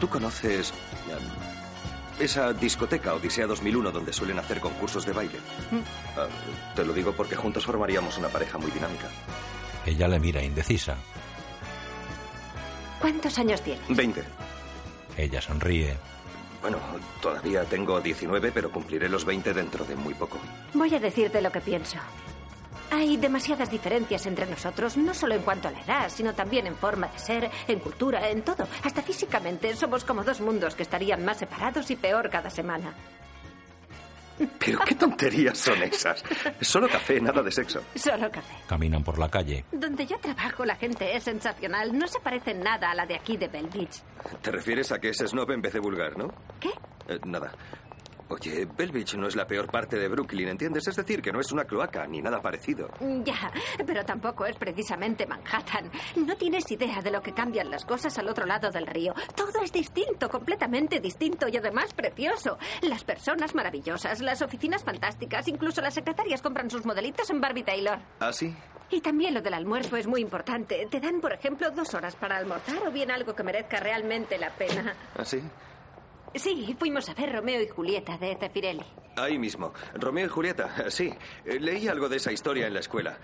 ¿Tú conoces um, esa discoteca Odisea 2001 donde suelen hacer concursos de baile? Ah, te lo digo porque juntos formaríamos una pareja muy dinámica. Ella le mira indecisa. ¿Cuántos años tiene? 20. Ella sonríe. Bueno, todavía tengo 19, pero cumpliré los 20 dentro de muy poco. Voy a decirte lo que pienso. Hay demasiadas diferencias entre nosotros, no solo en cuanto a la edad, sino también en forma de ser, en cultura, en todo. Hasta físicamente somos como dos mundos que estarían más separados y peor cada semana. Pero qué tonterías son esas. Solo café, nada de sexo. Solo café. Caminan por la calle. Donde yo trabajo la gente es sensacional. No se parece en nada a la de aquí de Bell Beach. ¿Te refieres a que es snob en vez de vulgar, no? ¿Qué? Eh, nada. Oye, Bell Beach no es la peor parte de Brooklyn, ¿entiendes? Es decir, que no es una cloaca ni nada parecido. Ya, pero tampoco es precisamente Manhattan. No tienes idea de lo que cambian las cosas al otro lado del río. Todo es distinto, completamente distinto y además precioso. Las personas maravillosas, las oficinas fantásticas, incluso las secretarias compran sus modelitos en Barbie Taylor. ¿Ah, sí? Y también lo del almuerzo es muy importante. Te dan, por ejemplo, dos horas para almorzar o bien algo que merezca realmente la pena. ¿Ah, sí? Sí, fuimos a ver Romeo y Julieta de Zeffirelli. Ahí mismo. Romeo y Julieta, sí. Eh, Leí algo de esa historia en la escuela.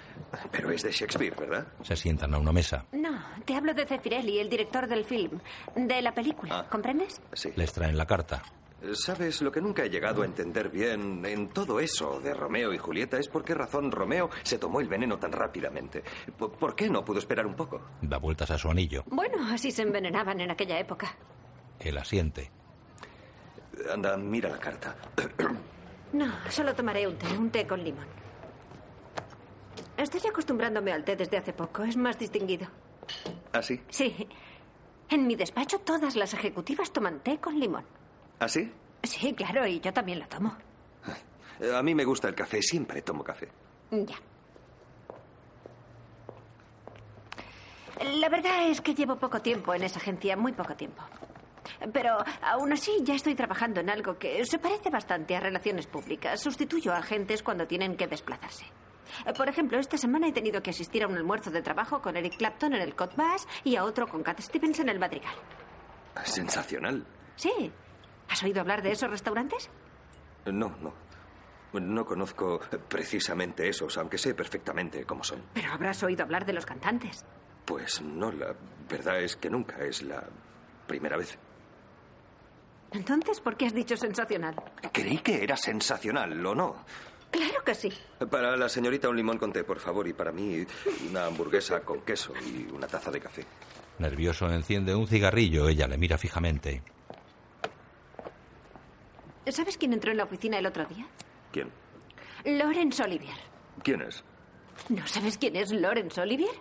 Pero es de Shakespeare, ¿verdad? Se sientan a una mesa. No, te hablo de Zeffirelli, el director del film, de la película, ¿comprendes? Sí. Les traen la carta. ¿Sabes? Lo que nunca he llegado a entender bien en todo eso de Romeo y Julieta es por qué razón Romeo se tomó el veneno tan rápidamente. ¿Por, por qué no pudo esperar un poco? Da vueltas a su anillo. Bueno, así se envenenaban en aquella época. Él asiente. Anda, mira la carta. No, solo tomaré un té, un té con limón. Estoy acostumbrándome al té desde hace poco, es más distinguido. ¿Así? Sí. En mi despacho todas las ejecutivas toman té con limón. ¿Así? Sí, claro, y yo también lo tomo. Eh, A mí me gusta el café, siempre tomo café. Ya. La verdad es que llevo poco tiempo en esa agencia, muy poco tiempo. Pero aún así ya estoy trabajando en algo que se parece bastante a relaciones públicas. Sustituyo a agentes cuando tienen que desplazarse. Eh, Por ejemplo, esta semana he tenido que asistir a un almuerzo de trabajo con Eric Clapton en el Cot Bass y a otro con Cat Stevens en el Madrigal. Sensacional. Sí. ¿Has oído hablar de esos restaurantes? No, no. No conozco precisamente esos, aunque sé perfectamente cómo son. Pero habrás oído hablar de los cantantes. Pues no, la verdad es que nunca es la primera vez. Entonces, ¿por qué has dicho sensacional? Creí que era sensacional, ¿o no? Claro que sí. Para la señorita un limón con té, por favor, y para mí una hamburguesa con queso y una taza de café. Nervioso enciende un cigarrillo. Ella le mira fijamente. ¿Sabes quién entró en la oficina el otro día? ¿Quién? Lawrence Olivier. ¿Quién es? ¿No sabes quién es Lawrence Olivier?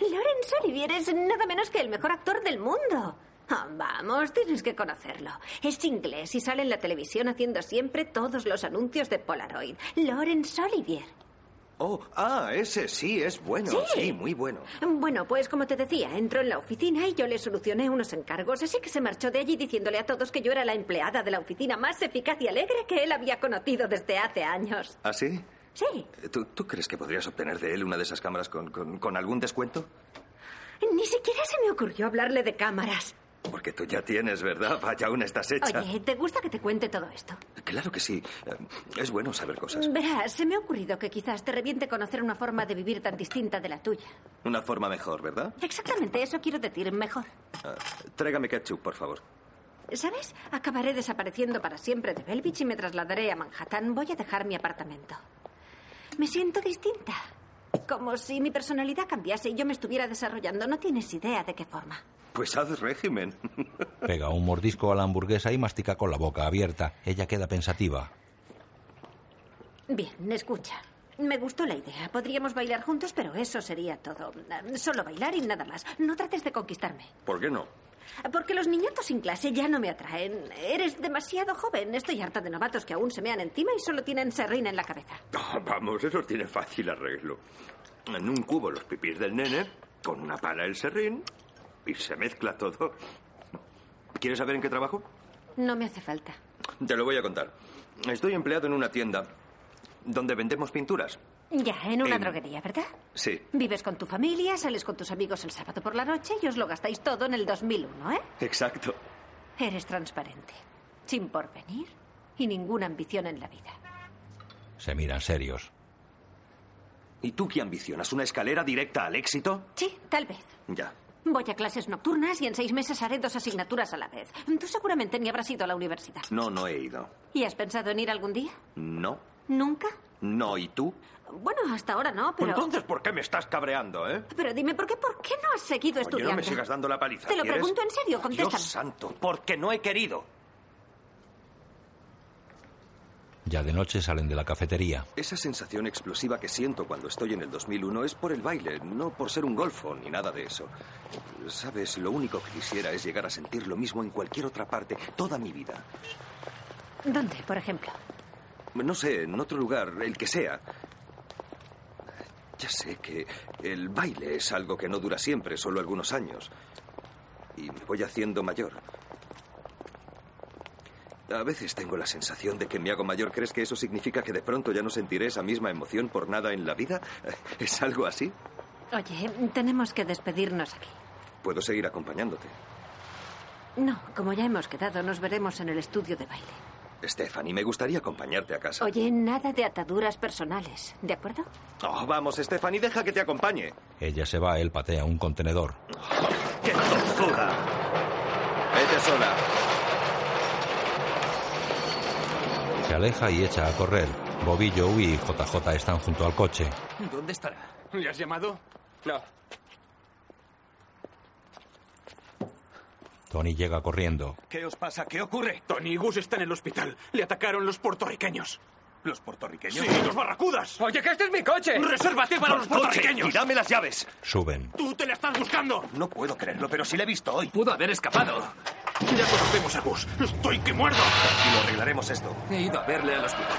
Lawrence Olivier es nada menos que el mejor actor del mundo. Ah, vamos, tienes que conocerlo. Es inglés y sale en la televisión haciendo siempre todos los anuncios de Polaroid. Lawrence Olivier. Oh, ah, ese sí, es bueno. Sí. Sí, muy bueno. Bueno, pues como te decía, entró en la oficina y yo le solucioné unos encargos, así que se marchó de allí diciéndole a todos que yo era la empleada de la oficina más eficaz y alegre que él había conocido desde hace años. ¿Ah, sí? Sí, ¿Tú, tú crees que podrías obtener de él una de esas cámaras con, con- con algún descuento? ni siquiera se me ocurrió hablarle de cámaras. Porque tú ya tienes, ¿verdad? Vaya, aún estás hecha. Oye, ¿te gusta que te cuente todo esto? Claro que sí. Eh, Es bueno saber cosas. Verás, se me ha ocurrido que quizás te reviente conocer una forma de vivir tan distinta de la tuya. Una forma mejor, ¿verdad? Exactamente, eso quiero decir mejor. Ah, tráigame ketchup, por favor. ¿Sabes? Acabaré desapareciendo para siempre de Belvich y me trasladaré a Manhattan. Voy a dejar mi apartamento. Me siento distinta. Como si mi personalidad cambiase y yo me estuviera desarrollando. No tienes idea de qué forma. Pues haz régimen. Pega un mordisco a la hamburguesa y mastica con la boca abierta. Ella queda pensativa. Bien, escucha. Me gustó la idea. Podríamos bailar juntos, pero eso sería todo. Eh, Solo bailar y nada más. No trates de conquistarme. ¿Por qué no? Porque los niñatos sin clase ya no me atraen. Eres demasiado joven. Estoy harta de novatos que aún se mean encima y solo tienen serrín en la cabeza. Ah, vamos, eso tiene fácil arreglo. En un cubo los pipís del nene, con una pala el serrín, y se mezcla todo. ¿Quieres saber en qué trabajo? No me hace falta. Te lo voy a contar. Estoy empleado en una tienda donde vendemos pinturas. Ya, en una Em. droguería, ¿verdad? Sí. Vives con tu familia, sales con tus amigos el sábado por la noche y os lo gastáis todo en el 2001, ¿eh? Exacto. Eres transparente, sin porvenir y ninguna ambición en la vida. Se miran serios. ¿Y tú qué ambicionas? ¿Una escalera directa al éxito? Sí, tal vez. Ya. Voy a clases nocturnas y en seis meses haré dos asignaturas a la vez. Tú seguramente ni habrás ido a la universidad. No, no he ido. ¿Y has pensado en ir algún día? No, ¿Nunca? no, ¿y tú? Bueno, hasta ahora no, pero... Entonces, ¿por qué me estás cabreando, eh? Pero dime, ¿por qué, por qué no has seguido Oye, estudiando? no me sigas dando la paliza. Te lo ¿quieres? pregunto en serio, contéstame. Dios santo, porque no he querido. Ya de noche salen de la cafetería. Esa sensación explosiva que siento cuando estoy en el 2001 es por el baile, no por ser un golfo ni nada de eso. Sabes, lo único que quisiera es llegar a sentir lo mismo en cualquier otra parte toda mi vida. ¿Dónde, por ejemplo? No sé, en otro lugar, el que sea. Ya sé que el baile es algo que no dura siempre, solo algunos años. Y me voy haciendo mayor. A veces tengo la sensación de que me hago mayor. ¿Crees que eso significa que de pronto ya no sentiré esa misma emoción por nada en la vida? ¿Es algo así? Oye, tenemos que despedirnos aquí. Puedo seguir acompañándote. No, como ya hemos quedado, nos veremos en el estudio de baile. Stephanie, me gustaría acompañarte a casa. Oye, nada de ataduras personales, ¿de acuerdo? Oh, vamos, Stephanie, deja que te acompañe. Ella se va, él patea un contenedor. ¡Qué tortuga! Vete sola. Se aleja y echa a correr. Bobby, Joey y JJ están junto al coche. ¿Dónde estará? ¿Le has llamado? No. Tony llega corriendo. ¿Qué os pasa? ¿Qué ocurre? Tony y Gus están en el hospital. Le atacaron los puertorriqueños. ¿Los puertorriqueños? ¡Sí, los barracudas! Oye, que este es mi coche. ¡Resérvate para los Coche, puertorriqueños! y dame las llaves! Suben. ¡Tú te la estás buscando! No puedo creerlo, pero sí le he visto hoy. Pudo haber escapado. Ya conocemos a Gus. Estoy que muerdo. Y lo arreglaremos esto. He ido a verle al hospital.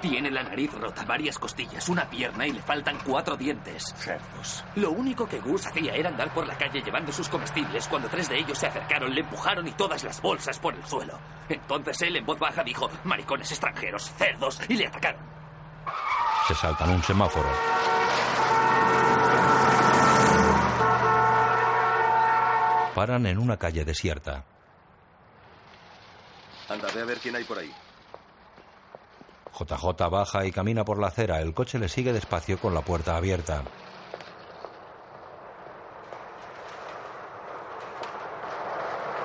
Tiene la nariz rota, varias costillas, una pierna y le faltan cuatro dientes. Cerdos. Lo único que Gus hacía era andar por la calle llevando sus comestibles cuando tres de ellos se acercaron, le empujaron y todas las bolsas por el suelo. Entonces él en voz baja dijo, maricones extranjeros, cerdos, y le atacaron. Se saltan un semáforo. Paran en una calle desierta. Anda, ve a ver quién hay por ahí. JJ baja y camina por la acera. El coche le sigue despacio con la puerta abierta.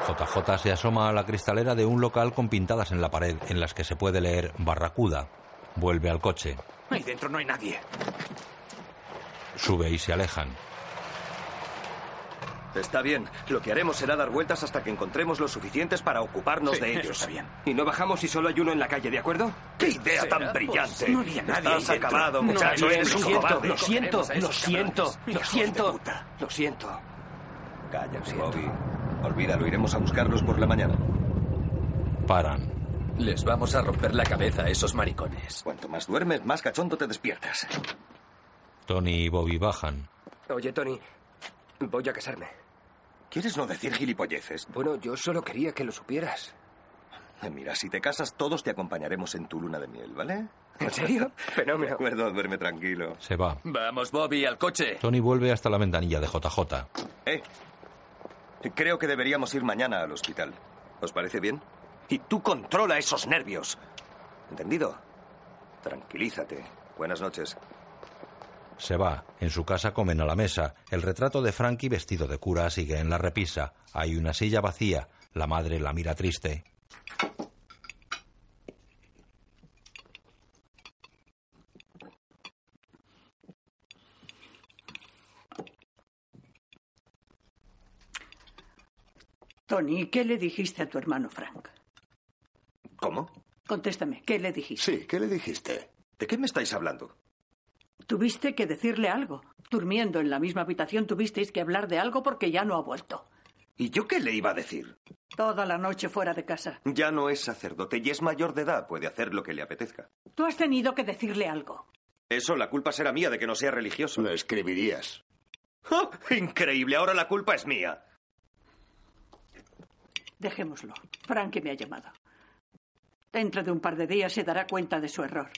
JJ se asoma a la cristalera de un local con pintadas en la pared en las que se puede leer Barracuda. Vuelve al coche. Ahí dentro no hay nadie. Sube y se alejan. Está bien. Lo que haremos será dar vueltas hasta que encontremos los suficientes para ocuparnos Sí, de eso ellos. está bien. Y no bajamos si solo hay uno en la calle, ¿de acuerdo? ¡Qué idea ¿Será? tan Pues, brillante! no había nadie Estás ahí dentro. acabado, No, muchacho. lo Eres un siento, cobarde. lo siento, Cogeremos a lo esos siento, cabrones. lo siento, lo siento. Cállate, Bobby. Olvídalo, iremos a buscarlos por la mañana. Paran. Les vamos a romper la cabeza a esos maricones. Cuanto más duermes, más cachondo te despiertas. Tony y Bobby bajan. Oye, Tony, voy a casarme. ¿Quieres no decir gilipolleces? Eh, Bueno, yo solo quería que lo supieras. Mira, si te casas, todos te acompañaremos en tu luna de miel, ¿vale? ¿En serio? De Fenómeno. acuerdo, duerme tranquilo. Se va. Vamos, Bobby, al coche. Tony vuelve hasta la ventanilla de JJ. Eh, creo que deberíamos ir mañana al hospital. ¿Os parece bien? Y tú controla esos nervios. ¿Entendido? Tranquilízate. Buenas noches. Se va. En su casa comen a la mesa. El retrato de Frankie vestido de cura sigue en la repisa. Hay una silla vacía. La madre la mira triste. Tony, ¿qué le dijiste a tu hermano Frank? ¿Cómo? Contéstame, ¿qué le dijiste? Sí, ¿qué le dijiste? ¿De qué me estáis hablando? Tuviste que decirle algo. Durmiendo en la misma habitación tuvisteis que hablar de algo porque ya no ha vuelto. ¿Y yo qué le iba a decir? Toda la noche fuera de casa. Ya no es sacerdote y es mayor de edad, puede hacer lo que le apetezca. Tú has tenido que decirle algo. Eso, la culpa será mía de que no sea religioso. Lo escribirías. Increíble, ahora la culpa es mía. Dejémoslo. Frankie me ha llamado. Dentro de un par de días se dará cuenta de su error.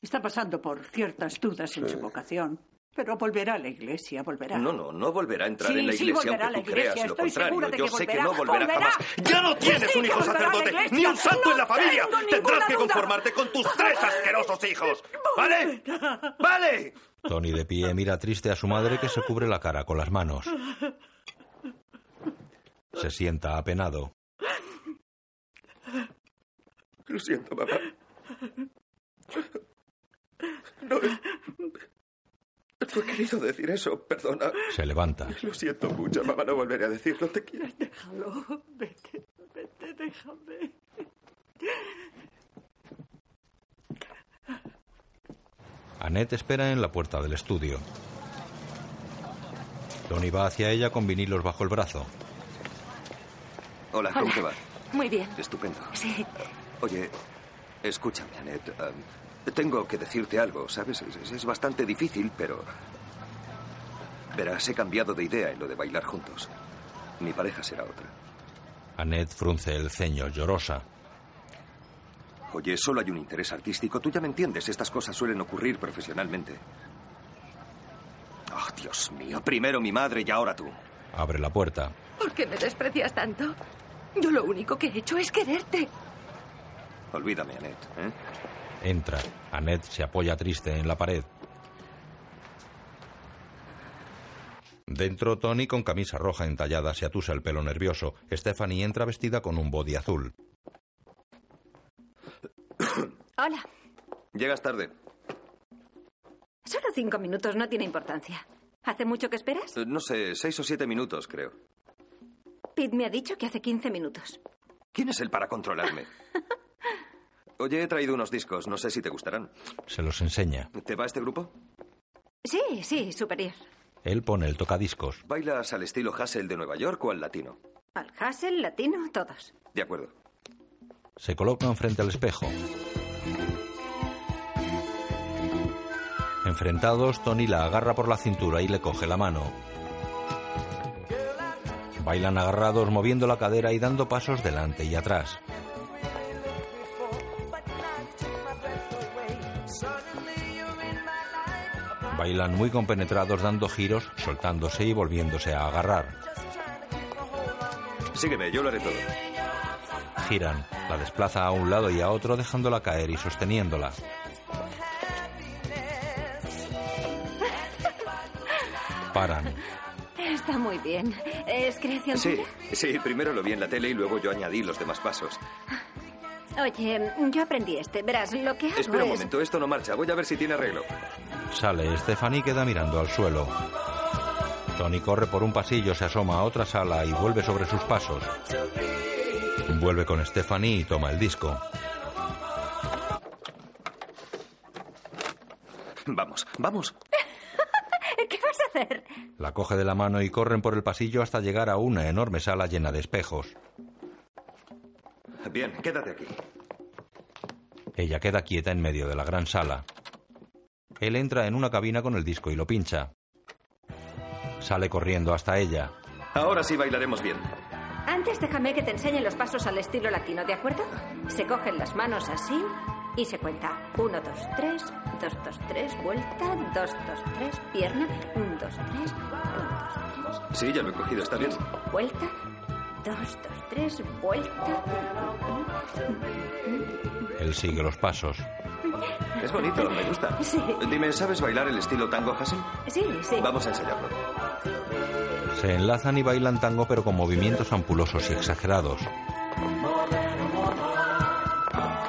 Está pasando por ciertas dudas en su vocación, pero volverá a la iglesia, volverá. No, no, no volverá a entrar Sí, en la sí iglesia volverá a aunque la tú iglesia, creas lo estoy segura contrario. de Yo que sé que volverá, no volverá, volverá. jamás. ¡Ya no Sí, tienes sí un que hijo volverá a la sacerdote! iglesia, ¡Ni un santo en la no familia! tengo ¡Tendrás ninguna que duda. conformarte con tus tres asquerosos hijos! ¿Vale? ¡Vale! Tony de pie mira triste a su madre que se cubre la cara con las manos. Se sienta apenado. Lo siento, papá. No, no he querido decir eso, perdona. Se levanta. Lo siento mucho, mamá, no volveré a decirlo, te quiero. Déjalo, vete, vete, déjame. Annette espera en la puerta del estudio. Tony va hacia ella con vinilos bajo el brazo. Hola, ¿cómo Hola. te va? Muy bien. Estupendo. Sí. Oye, escúchame, Annette. am, tengo que decirte algo, ¿sabes? Es, es- es bastante difícil, pero... Verás, he cambiado de idea en lo de bailar juntos. Mi pareja será otra. Annette frunce el ceño llorosa. Oye, solo hay un interés artístico. Tú ya me entiendes, estas cosas suelen ocurrir profesionalmente. Oh, Dios mío, primero mi madre y ahora tú. Abre la puerta. ¿Por qué me desprecias tanto? Yo lo único que he hecho es quererte. Olvídame, Annette. ¿eh? Entra. Annette se apoya triste en la pared. Dentro, Tony con camisa roja entallada se atusa el pelo nervioso. Stephanie entra vestida con un body azul. Hola. Llegas tarde. Solo cinco minutos, no tiene importancia. ¿Hace mucho que esperas? Eh, No sé, seis o siete minutos, creo. Pete me ha dicho que hace 15 minutos. ¿Quién es él para controlarme? Oye, he traído unos discos, no sé si te gustarán. Se los enseña. ¿Te va este grupo? Sí, sí, superior. Él pone el tocadiscos. ¿Bailas al estilo Hassel de Nueva York o al latino? Al Hassel, latino, todos. De acuerdo. Se colocan frente al espejo. Enfrentados, Tony la agarra por la cintura y le coge la mano. Bailan agarrados moviendo la cadera y dando pasos delante y atrás. Bailan muy compenetrados dando giros, soltándose y volviéndose a agarrar. Sígueme, yo lo haré todo. Giran, la desplaza a un lado y a otro dejándola caer y sosteniéndola. Paran. Está muy bien. ¿Es creación Sí, tuya? sí, primero lo vi en la tele y luego yo añadí los demás pasos. Oye, yo aprendí este. Verás, lo que hago Espera un es... momento, esto no marcha, voy a ver si tiene arreglo. Sale, Stephanie queda mirando al suelo. Tony corre por un pasillo, se asoma a otra sala y vuelve sobre sus pasos. Vuelve con Stephanie y toma el disco. Vamos, vamos. ¿Qué vas a hacer? La coge de la mano y corren por el pasillo hasta llegar a una enorme sala llena de espejos. Bien, quédate aquí. Ella queda quieta en medio de la gran sala. Él entra en una cabina con el disco y lo pincha. Sale corriendo hasta ella. Ahora sí bailaremos bien. Antes déjame que te enseñe los pasos al estilo latino, ¿de acuerdo? Se cogen las manos así y se cuenta. Uno, dos, tres, dos, dos, tres, vuelta, dos, dos, tres, pierna, un, dos, tres, Sí, ya lo he cogido, está bien. vuelta, dos, dos, tres, vuelta. Él sigue los pasos. Es bonito, me gusta. Sí. Dime, ¿sabes bailar el estilo tango, Hassel? Sí, sí. Vamos a ensayarlo. Se enlazan y bailan tango pero con movimientos ampulosos y exagerados.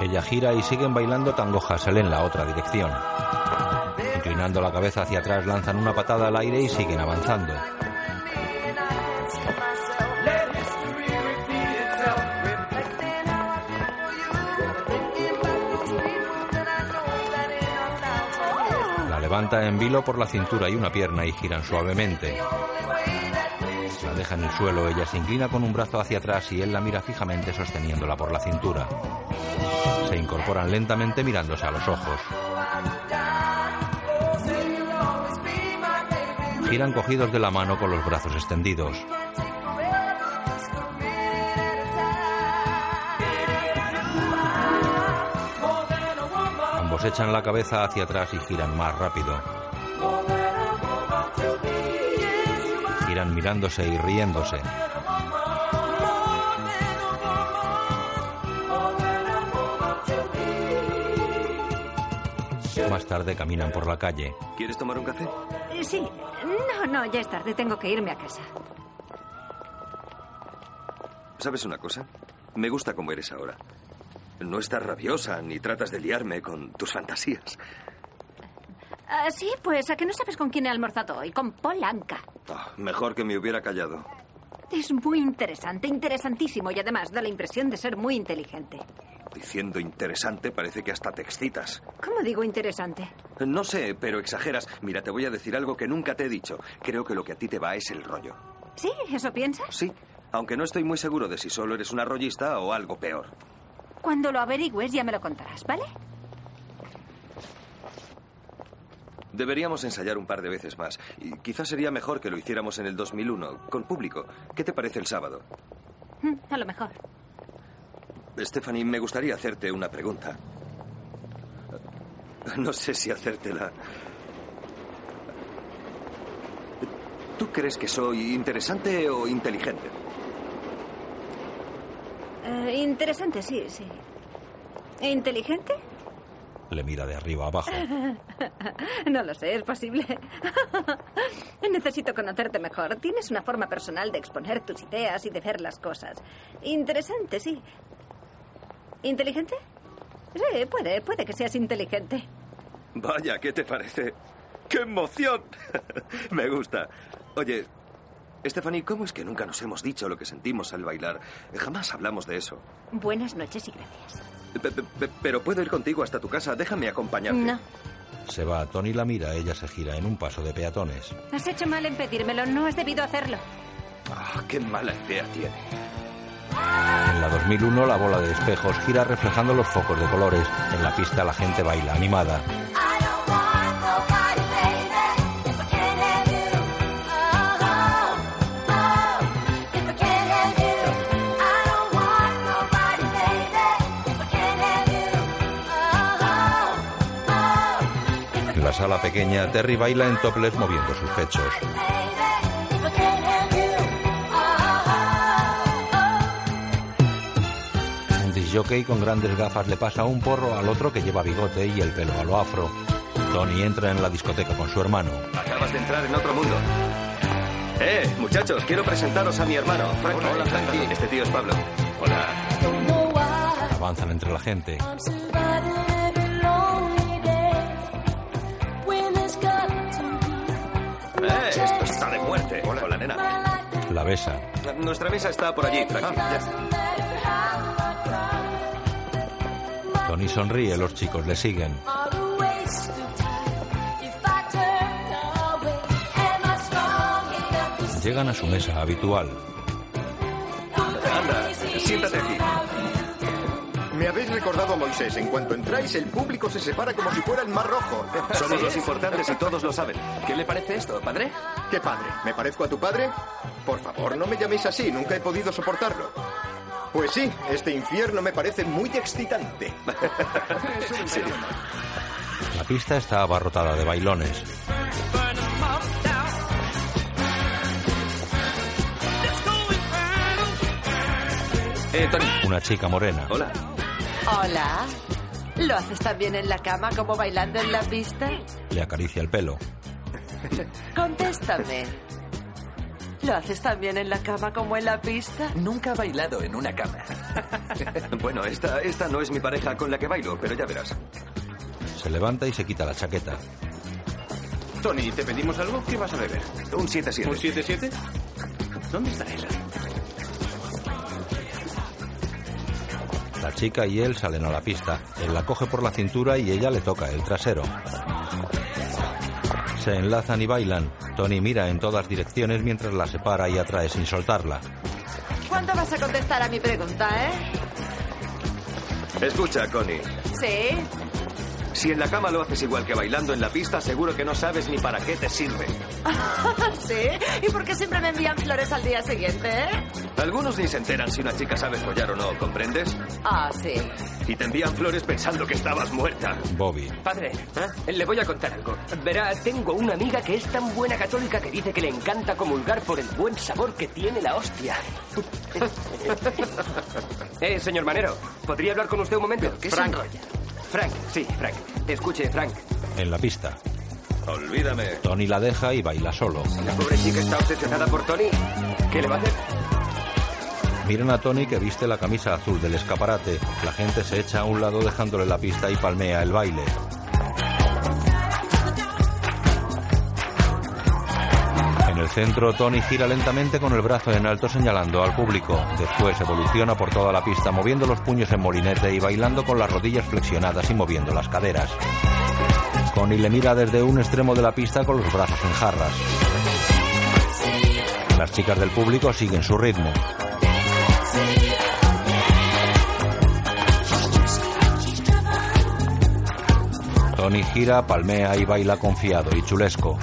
Ella gira y siguen bailando tango Hassel en la otra dirección. Inclinando la cabeza hacia atrás lanzan una patada al aire y siguen avanzando. La levanta en vilo por la cintura y una pierna y giran suavemente. La deja en el suelo, ella se inclina con un brazo hacia atrás y él la mira fijamente sosteniéndola por la cintura. Se incorporan lentamente mirándose a los ojos. Giran cogidos de la mano con los brazos extendidos. Ambos echan la cabeza hacia atrás y giran más rápido. Giran mirándose y riéndose. Más tarde caminan por la calle. ¿Quieres tomar un café? Sí. No, no, ya es tarde. Tengo que irme a casa. ¿Sabes una cosa? Me gusta como eres ahora. No estás rabiosa ni tratas de liarme con tus fantasías. Ah, sí, pues ¿a que no sabes con quién he almorzado hoy? Con Polanca. Ah, mejor que me hubiera callado. Es muy interesante, interesantísimo y además da la impresión de ser muy inteligente. Diciendo interesante parece que hasta te excitas. ¿Cómo digo interesante? No sé, pero exageras. Mira, te voy a decir algo que nunca te he dicho. Creo que lo que a ti te va es el rollo. ¿Sí? ¿Eso piensas? Sí, aunque no estoy muy seguro de si solo eres una rollista o algo peor. Cuando lo averigües ya me lo contarás, ¿vale? Deberíamos ensayar un par de veces más. Y quizás sería mejor que lo hiciéramos en el 2001, con público. ¿Qué te parece el sábado? Mm, A lo mejor. Stephanie, me gustaría hacerte una pregunta. No sé si hacértela. ¿Tú crees que soy interesante o inteligente? Eh, interesante, sí, sí. ¿Inteligente? Le mira de arriba abajo. Eh, No lo sé, es posible. Necesito conocerte mejor. Tienes una forma personal de exponer tus ideas y de ver las cosas. Interesante, sí. ¿Inteligente? Sí, puede, puede que seas inteligente. Vaya, ¿qué te parece? ¡Qué emoción! me gusta. Oye, Stephanie, ¿cómo es que nunca nos hemos dicho lo que sentimos al bailar? Jamás hablamos de eso. Buenas noches y gracias. Pe- pe- pe- Pero puedo ir contigo hasta tu casa. Déjame acompañarte. No, Se va, Tony la mira, ella se gira en un paso de peatones. has hecho mal en pedírmelo, no has debido hacerlo. Ah, qué mala idea tiene. En la 2001 la bola de espejos gira reflejando los focos de colores. En la pista la gente baila animada. uh-huh, uh-huh, En la sala pequeña, Terry baila en topless moviendo sus pechos. uh-huh, Un disjockey con grandes gafas le pasa un porro al otro que lleva bigote y el pelo a lo afro. Tony entra en la discoteca con su hermano. Acabas de entrar en otro mundo. Eh, muchachos, quiero presentaros a mi hermano, Frankie. Hola, Frankie. Este tío es Pablo. Hola. Avanzan entre la gente. Eh, esto está de muerte. Hola, nena. La besa. Nuestra mesa está por allí, Frankie. Tony sonríe, los chicos le siguen. Llegan a su mesa habitual. Anda, siéntate aquí. Me habéis recordado a Moisés. En cuanto entráis, el público se separa como si fuera el mar rojo. Somos los importantes y todos lo saben. ¿Qué le parece esto, padre? ¿Qué padre? ¿Me parezco a tu padre? Por favor, no me llaméis así. Nunca he podido soportarlo. Pues sí, este infierno me parece muy excitante. Sí. La pista está abarrotada de bailones. Eh, Tony. Una chica morena. Hola. Hola. ¿Lo haces tan bien en la cama como bailando en la pista? Le acaricia el pelo. Contéstame. ¿Lo haces tan bien en la cama como en la pista? Nunca he bailado en una cama. bueno, esta, esta no es mi pareja con la que bailo, pero ya verás. Se levanta y se quita la chaqueta. Tony, ¿te pedimos algo? ¿Qué vas a beber? Un 7-7. ¿Un 7-7? ¿Dónde está ella? La chica y él salen a la pista. Él la coge por la cintura y ella le toca el trasero. Se enlazan y bailan. Tony mira en todas direcciones mientras la separa y atrae sin soltarla. ¿Cuándo vas a contestar a mi pregunta, eh? Escucha, Connie. Sí. Si en la cama lo haces igual que bailando en la pista, seguro que no sabes ni para qué te sirve. ¿Sí? ¿Y por qué siempre me envían flores al día siguiente, eh? Algunos ni se enteran si una chica sabe follar o no, ¿comprendes? Ah, sí. Y te envían flores pensando que estabas muerta. Bobby. Padre, ¿eh? le voy a contar algo. Verá, tengo una amiga que es tan buena católica que dice que le encanta comulgar por el buen sabor que tiene la hostia. eh, señor Manero, ¿podría hablar con usted un momento? ¿Qué Frank. Frank, sí, Frank. Escuche, Frank. En la pista. Olvídame. Tony la deja y baila solo. La pobre chica está obsesionada por Tony. ¿Qué le va a hacer? Miran a Tony que viste la camisa azul del escaparate. La gente se echa a un lado dejándole la pista y palmea el baile. En el centro, Tony gira lentamente con el brazo en alto señalando al público. Después evoluciona por toda la pista moviendo los puños en molinete y bailando con las rodillas flexionadas y moviendo las caderas. Connie le mira desde un extremo de la pista con los brazos en jarras. Las chicas del público siguen su ritmo. Tony gira, palmea y baila confiado y chulesco.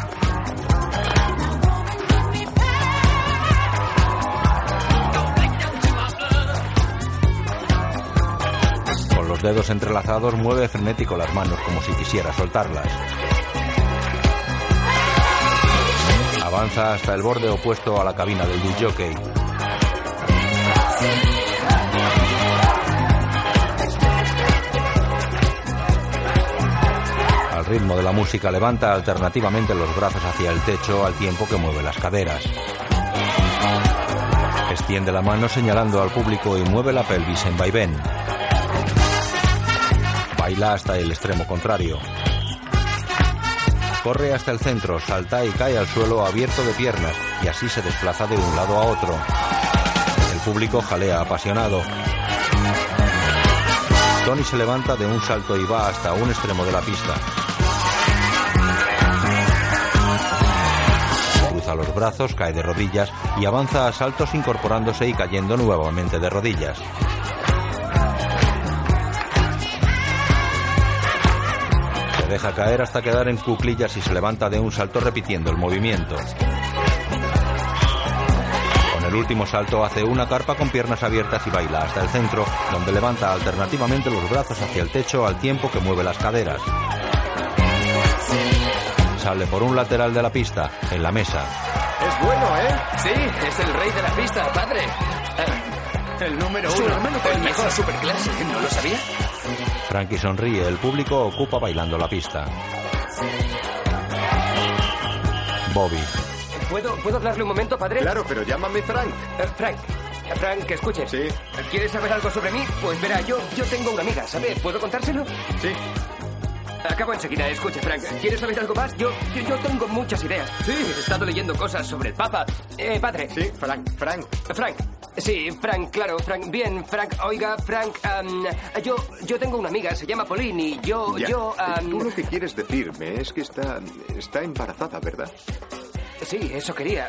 Con los dedos entrelazados mueve frenético las manos como si quisiera soltarlas. Avanza hasta el borde opuesto a la cabina del disc jockey. Al ritmo de la música levanta alternativamente los brazos hacia el techo al tiempo que mueve las caderas. Extiende la mano señalando al público y mueve la pelvis en vaivén. Baila hasta el extremo contrario. Corre hasta el centro, salta y cae al suelo abierto de piernas y así se desplaza de un lado a otro. El público jalea apasionado. Tony se levanta de un salto y va hasta un extremo de la pista. Cruza los brazos, cae de rodillas y avanza a saltos incorporándose y cayendo nuevamente de rodillas. Se deja caer hasta quedar en cuclillas y se levanta de un salto repitiendo el movimiento. Con el último salto hace una carpa con piernas abiertas y baila hasta el centro, donde levanta alternativamente los brazos hacia el techo al tiempo que mueve las caderas. Sale por un lateral de la pista, en la mesa. Es bueno, ¿eh? Sí, es el rey de la pista, padre. el número uno. el mejor superclase, ¿no lo sabía? Frankie sonríe, el público ocupa bailando la pista. Bobby. ¿Puedo, ¿Puedo hablarle un momento, padre? Claro, pero llámame Frank. Frank, eh, Frank, que escuche. Sí. ¿Quieres saber algo sobre mí? Pues verá, yo, yo tengo una amiga, ¿sabe? ¿Puedo contárselo? Sí. Acabo enseguida, escuche, Frank. ¿Quieres saber algo más? Yo, yo, yo tengo muchas ideas. Sí. He estado leyendo cosas sobre el Papa. Eh, padre. Sí, Frank, Frank. Frank. Sí, Frank, claro, Frank. Bien, Frank. Oiga, Frank, am, yo, yo tengo una amiga, se llama Pauline, y yo, Ya. Oh, yo, um, am, Tú lo que quieres decirme es que está, está embarazada, ¿verdad? Sí, eso quería.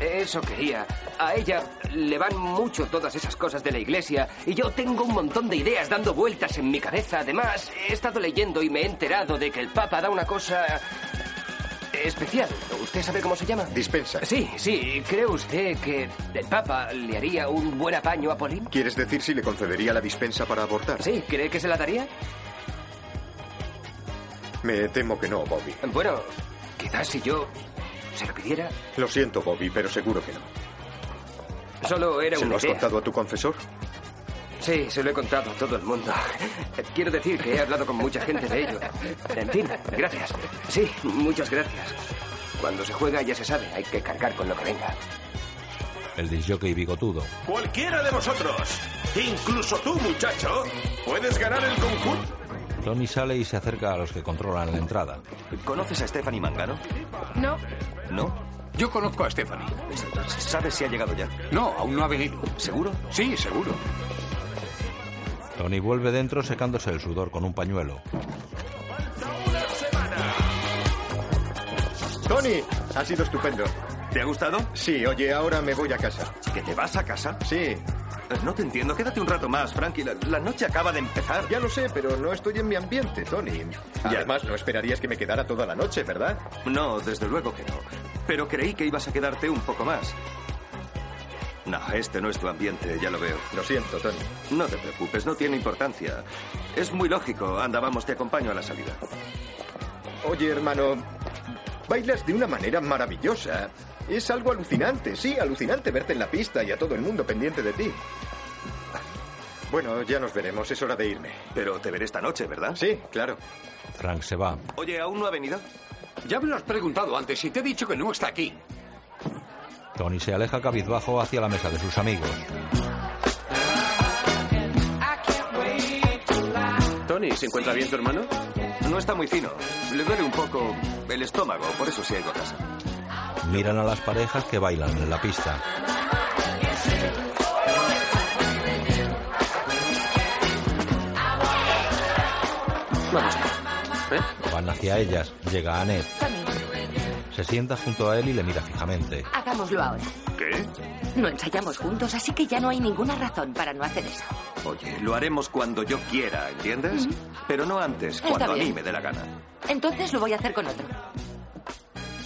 Eso quería. A ella le van mucho todas esas cosas de la iglesia y yo tengo un montón de ideas dando vueltas en mi cabeza. Además, he estado leyendo y me he enterado de que el Papa da una cosa especial. ¿Usted sabe cómo se llama? Dispensa. Sí, sí. ¿Cree usted que el Papa le haría un buen apaño a Pauline? ¿Quieres decir si le concedería la dispensa para abortar? Sí, ¿cree que se la daría? Me temo que no, Bobby. Bueno, quizás si yo se lo pidiera. Lo siento, Bobby, pero seguro que no. Solo era ¿Se una lo has idea. contado a tu confesor? Sí, se lo he contado a todo el mundo. Quiero decir que he hablado con mucha gente de ello. En fin, gracias. Sí, muchas gracias. Cuando se juega ya se sabe, hay que cargar con lo que venga. El disjockey bigotudo. Cualquiera de vosotros, incluso tú, muchacho, puedes ganar el concurso. Tony sale y se acerca a los que controlan la entrada. ¿Conoces a Stephanie Mangano? No. ¿No? Yo conozco a Stephanie. ¿Sabes si ha llegado ya? No, aún no ha venido. ¿Seguro? Sí, seguro. Tony vuelve dentro secándose el sudor con un pañuelo. Tony, ha sido estupendo. ¿Te ha gustado? Sí, oye, ahora me voy a casa. ¿Que te vas a casa? Pues Sí. No te entiendo. Quédate un rato más, Frankie. La, la noche acaba de empezar. Ya lo sé, pero no estoy en mi ambiente, Tony. Además, no esperarías que me quedara toda la noche, ¿verdad? No, desde luego que no. Pero creí que ibas a quedarte un poco más. No, este no es tu ambiente, ya lo veo. Lo siento, Tony. No te preocupes, no tiene importancia. Es muy lógico. Anda, vamos, te acompaño a la salida. Oye, hermano, bailas de una manera maravillosa. Es algo alucinante, sí, alucinante verte en la pista y a todo el mundo pendiente de ti. Bueno, ya nos veremos, es hora de irme. Pero te veré esta noche, ¿verdad? Sí, claro. Frank se va. Oye, ¿aún no ha venido? Ya me lo has preguntado antes y te he dicho que no está aquí. Tony se aleja cabizbajo hacia la mesa de sus amigos. Tony, ¿se encuentra bien tu hermano? No está muy fino. Le duele un poco el estómago, por eso se ha ido a casa. Miran a las parejas que bailan en la pista. Vamos. Van hacia ellas. Llega Annette. Tony, Se sienta junto a él y le mira fijamente. hagámoslo ahora. ¿Qué? No ensayamos juntos, así que ya no hay ninguna razón para no hacer eso. Oye, lo haremos cuando yo quiera, ¿entiendes? Pero no antes, Está cuando a mí bien. me dé la gana. Entonces lo voy a hacer con otro.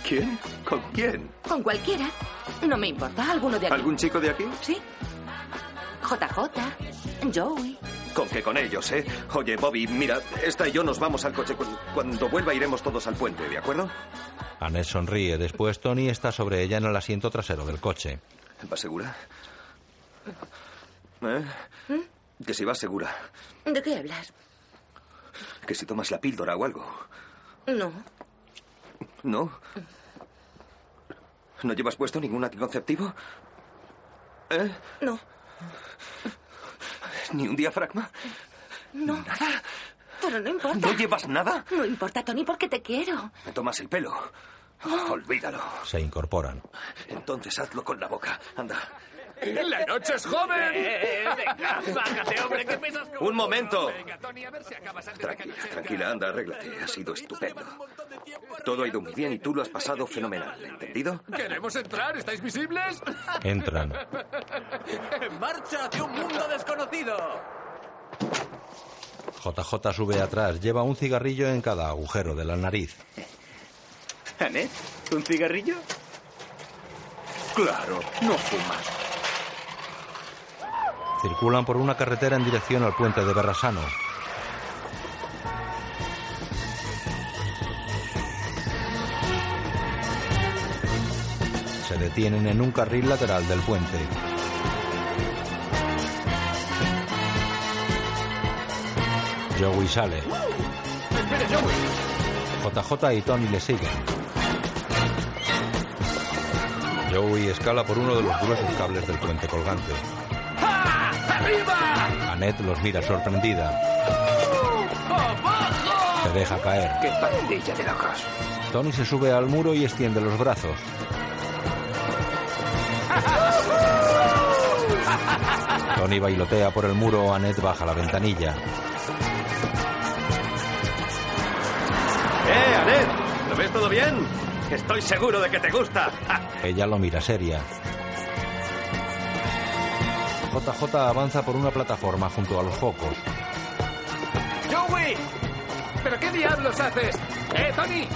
¿Quién? ¿Con quién? Con cualquiera. No me importa, alguno de aquí. ¿Algún chico de aquí? Sí. JJ, Joey. Con que con ellos, ¿eh? Oye, Bobby, mira, esta y yo nos vamos al coche. Cu- Cuando vuelva iremos todos al puente, ¿de acuerdo? Annette sonríe. Después Tony está sobre ella en el asiento trasero del coche. ¿Vas segura? ¿Eh? ¿Mm? Que si vas segura, ¿De qué hablas? que si tomas la píldora o algo, No. ¿no? Mm. ¿No llevas puesto ningún anticonceptivo? ¿Eh? No. ¿Ni un diafragma? No. Nada. Pero no importa. ¿No llevas nada? No importa, Tony, porque te quiero. Me tomas el pelo. Olvídalo. Se incorporan. Entonces hazlo con la boca. Anda. Eh, ¡La noche es joven! venga, bájate, hombre, ¿qué pesas como Un momento. Venga, Tony, a ver si acabas antes de que Tranquila, tranquila, anda, arréglate. Ha sido estupendo. Todo ha ido muy bien y tú lo has pasado fenomenal, ¿entendido? ¿Queremos entrar? ¿Estáis visibles? Entran. ¡En marcha hacia un mundo desconocido! JJ sube atrás. Lleva un cigarrillo en cada agujero de la nariz. Anet, ¿un cigarrillo? Claro, no fumas. Circulan por una carretera en dirección al puente de Berrasano. Se detienen en un carril lateral del puente. Joey sale. ¡Espera, Joey! JJ y Tony le siguen. Joey escala por uno de los gruesos cables del puente colgante. ¡Arriba! Annette los mira sorprendida. ¡Uh! ¡Abajo! Se deja caer. ¡Qué pandilla de locos! Tony se sube al muro y extiende los brazos. Tony bailotea por el muro, Annette baja la ventanilla. ¡Eh, Anet! ¿Lo ves todo bien? Estoy seguro de que te gusta. Ah. Ella lo mira seria. JJ avanza por una plataforma junto a los focos. ¡Joey! ¿Pero qué diablos haces? ¡Eh, Tony!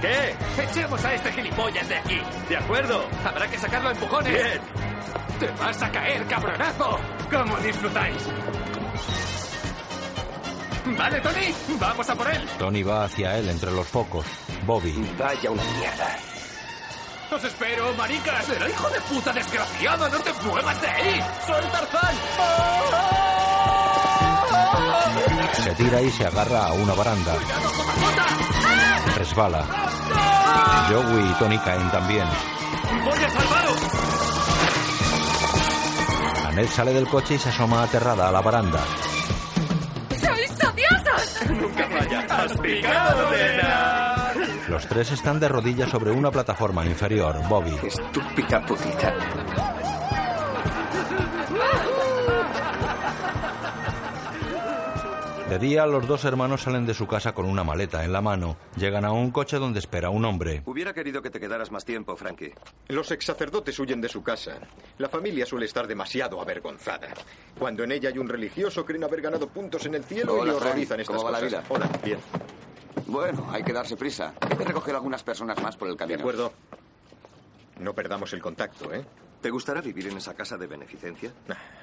¿Qué? Echemos a este gilipollas de aquí. De acuerdo. Habrá que sacarlo a empujones. Bien. ¡Te vas a caer, cabronazo! ¿Cómo disfrutáis? Vale, Tony, vamos a por él. Tony va hacia él entre los focos. Bobby. Vaya una mierda. Os espero, maricas. Pero hijo de puta desgraciado, no te muevas de ahí. Soy Tarzán. Se tira y se agarra a una baranda. Resbala. Joey y Tony caen también. Voy a salvaros. Annette sale del coche y se asoma aterrada a la baranda. ¡Sois odiosos! Nunca vaya. Has picado, nena. Los tres están de rodillas sobre una plataforma inferior. Bobby. Estúpida putita. De día, los dos hermanos salen de su casa con una maleta en la mano. Llegan a un coche donde espera un hombre. Hubiera querido que te quedaras más tiempo, Frankie. Los ex sacerdotes huyen de su casa. La familia suele estar demasiado avergonzada. Cuando en ella hay un religioso, creen haber ganado puntos en el cielo y Hola, le Frank. horrorizan estas ¿Cómo va la cosas. vida? Hola, bien. Bueno, hay que darse prisa. Hay que recoger algunas personas más por el camino. De acuerdo. No perdamos el contacto, ¿eh? ¿Te gustará vivir en esa casa de beneficencia?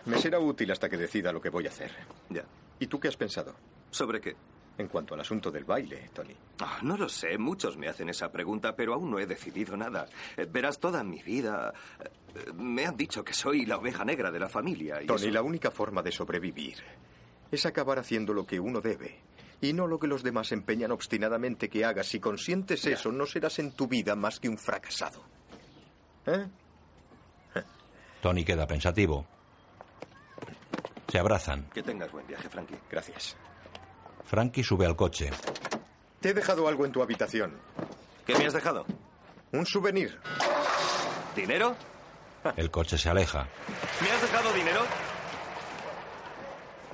Me será útil hasta que decida lo que voy a hacer. Ya. ¿Y tú qué has pensado? ¿Sobre qué? En cuanto al asunto del baile, Tony. Ah, no lo sé, muchos me hacen esa pregunta, pero aún no he decidido nada. Eh, Verás, toda mi vida eh, me han dicho que soy la oveja negra de la familia. Y Tony, eso- la única forma de sobrevivir es acabar haciendo lo que uno debe y no lo que los demás empeñan obstinadamente que hagas. Si consientes eso, no serás en tu vida más que un fracasado. ¿Eh? Tony queda pensativo. Se abrazan. Que tengas buen viaje, Frankie. Gracias. Frankie sube al coche. Te he dejado algo en tu habitación. ¿Qué me has dejado? Un souvenir. ¿Dinero? El coche se aleja. ¿Me has dejado dinero?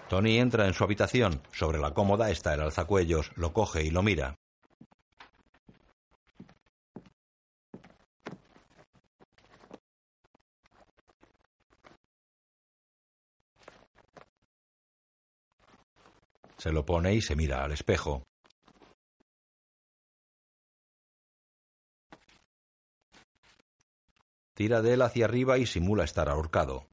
Tony entra en su habitación. Sobre la cómoda está el alzacuellos. Lo coge y lo mira. Se lo pone y se mira al espejo. Tira de él hacia arriba y simula estar ahorcado.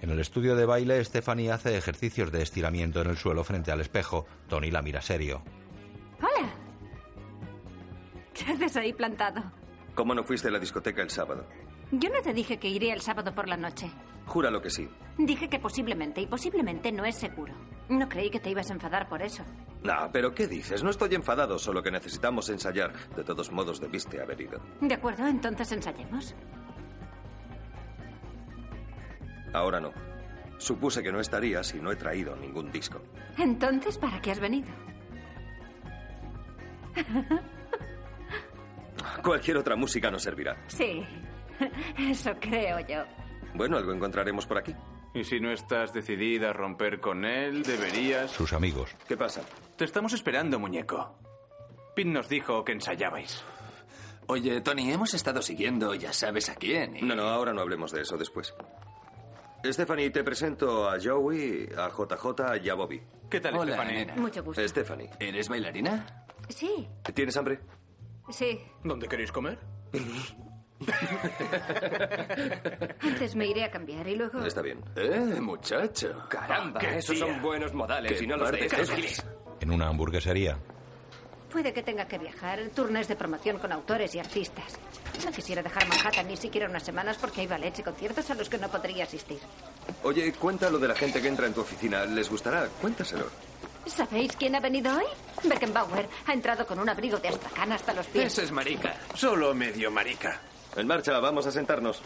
En el estudio de baile, Stephanie hace ejercicios de estiramiento en el suelo frente al espejo. Tony la mira serio. Hola. ¿Qué haces ahí plantado? ¿Cómo no fuiste a la discoteca el sábado? Yo no te dije que iría el sábado por la noche. Júralo que sí. Dije que posiblemente, y posiblemente no es seguro. No creí que te ibas a enfadar por eso. No, pero ¿qué dices? No estoy enfadado, solo que necesitamos ensayar. De todos modos, debiste haber ido. De acuerdo, entonces ensayemos. Ahora no. Supuse que no estaría si no he traído ningún disco. Entonces, ¿para qué has venido? Cualquier otra música nos servirá. Sí, eso creo yo. Bueno, algo encontraremos por aquí. Y si no estás decidida a romper con él, deberías... Sus amigos. ¿Qué pasa? Te estamos esperando, muñeco. Pin nos dijo que ensayabais. Oye, Tony, hemos estado siguiendo, ya sabes a quién. No, no, ahora no hablemos de eso después. Stephanie, te presento a Joey, a JJ y a Bobby. ¿Qué tal, Hola, Stephanie? nena. Mucho gusto. Stephanie. ¿Eres bailarina? Sí, ¿Tienes hambre? sí. ¿Dónde queréis comer? Antes me iré a cambiar y luego... Está bien. Eh, muchacho. Caramba, Qué esos tía. son buenos modales. Qué y no los par de dejas. cosas. En una hamburguesería. Puede que tenga que viajar. Turnes de promoción con autores y artistas. No quisiera dejar Manhattan ni siquiera unas semanas porque hay ballets y conciertos a los que no podría asistir. Oye, cuenta lo de la gente que entra en tu oficina. ¿Les gustará? Cuéntaselo. ¿Sabéis quién ha venido hoy? Beckenbauer ha entrado con un abrigo de astracán hasta los pies. Ese es marica. Solo medio marica. En marcha, vamos a sentarnos.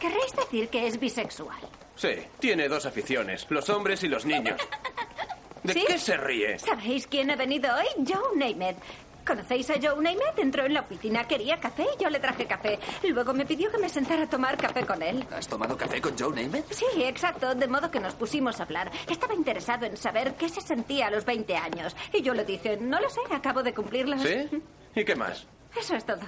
¿Querréis decir que es bisexual? Sí, tiene dos aficiones, los hombres y los niños. ¿De ¿Sí? qué se ríe? ¿Sabéis quién ha venido hoy? Joe Namath. ¿Conocéis a Joe Namath? Entró en la oficina, quería café y yo le traje café. Luego me pidió que me sentara a tomar café con él. ¿Has tomado café con Joe Namath? Sí, exacto, de modo que nos pusimos a hablar. Estaba interesado en saber qué se sentía a los 20 años. Y yo le dije, no lo sé, acabo de cumplirlas. ¿Sí? ¿Y qué más? Eso es todo.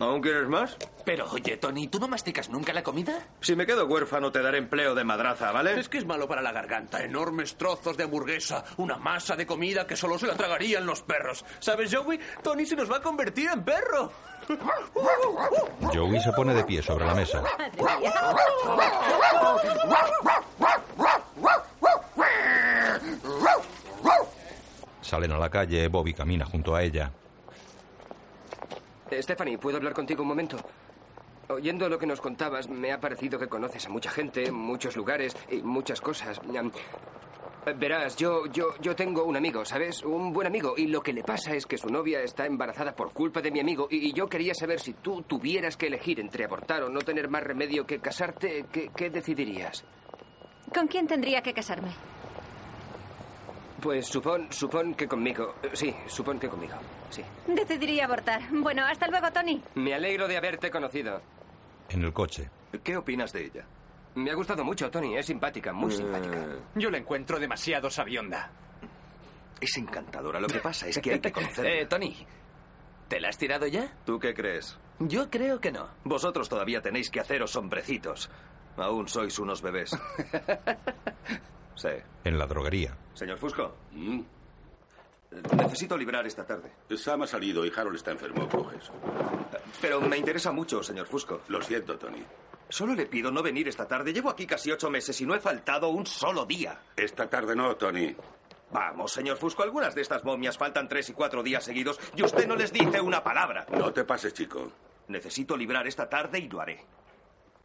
¿Aún quieres más? Pero oye, Tony, ¿tú no masticas nunca la comida? Si me quedo huérfano, te daré empleo de madraza, ¿vale? Es que es malo para la garganta. Enormes trozos de hamburguesa, una masa de comida que solo se la tragarían los perros. ¿Sabes, Joey? Tony se nos va a convertir en perro. Joey se pone de pie sobre la mesa. Salen a la calle. Bobby camina junto a ella. Eh, Stephanie, ¿puedo hablar contigo un momento? Oyendo lo que nos contabas, me ha parecido que conoces a mucha gente, muchos lugares y muchas cosas. Am, eh, Verás, yo, yo, yo tengo un amigo, ¿sabes? Un buen amigo. Y lo que le pasa es que su novia está embarazada por culpa de mi amigo. Y, y yo quería saber si tú tuvieras que elegir entre abortar o no tener más remedio que casarte, ¿qué, qué decidirías? ¿Con quién tendría que casarme? Pues supón, supón que conmigo. Eh, Sí, supón que conmigo. Sí. Decidiría abortar. Bueno, hasta luego, Tony. Me alegro de haberte conocido. En el coche. ¿Qué opinas de ella? Mm. Me ha gustado mucho, Tony. Es simpática, muy simpática. Eh, Yo la encuentro demasiado sabionda. Es encantadora. Lo que pasa es que hay que conocerla. Eh, Tony, ¿te la has tirado ya? ¿Tú qué crees? Yo creo que no. Vosotros todavía tenéis que haceros hombrecitos. Aún sois unos bebés. sí. En la droguería. Señor Fusco. Mm. Necesito librar esta tarde. Sam ha salido y Harold está enfermo. Coges. Pero me interesa mucho, señor Fusco. Lo siento, Tony. Solo le pido no venir esta tarde. Llevo aquí casi ocho meses y no he faltado un solo día. Esta tarde no, Tony. Vamos, señor Fusco, algunas de estas momias faltan tres y cuatro días seguidos y usted no les dice una palabra. No te pases, chico. Necesito librar esta tarde y lo haré.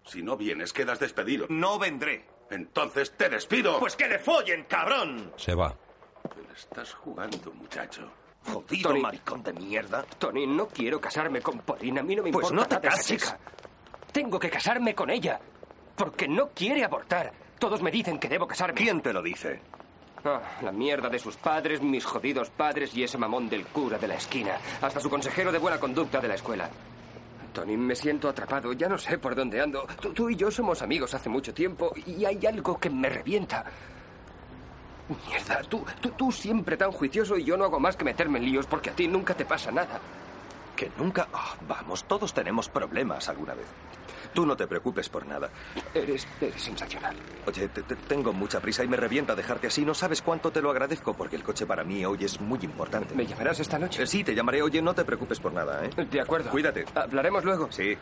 Si no vienes, quedas despedido. No vendré. Entonces te despido. Pues que le follen, cabrón. Se va. Te la estás jugando, muchacho. Jodido Tony. maricón de mierda. Tony, no quiero casarme con Paulina. A mí no me Pues importa no te nada esa cases. chica. Tengo que casarme con ella. Porque no quiere abortar. Todos me dicen que debo casarme. ¿Quién te lo dice? Ah, la mierda de sus padres, mis jodidos padres y ese mamón del cura de la esquina. Hasta su consejero de buena conducta de la escuela. Tony, me siento atrapado. Ya no sé por dónde ando. Tú, tú y yo somos amigos hace mucho tiempo y hay algo que me revienta. Mierda, tú, tú, tú siempre tan juicioso y yo no hago más que meterme en líos porque a ti nunca te pasa nada. Que nunca... Ah, vamos, todos tenemos problemas alguna vez. Tú no te preocupes por nada. Eres, eres sensacional. Oye, te- te- tengo mucha prisa y me revienta dejarte así. No sabes cuánto te lo agradezco porque el coche para mí hoy es muy importante. ¿Me llamarás esta noche? Eh, Sí, te llamaré. Oye, no te preocupes por nada, ¿eh? De acuerdo. Cuídate. Hablaremos luego. Sí,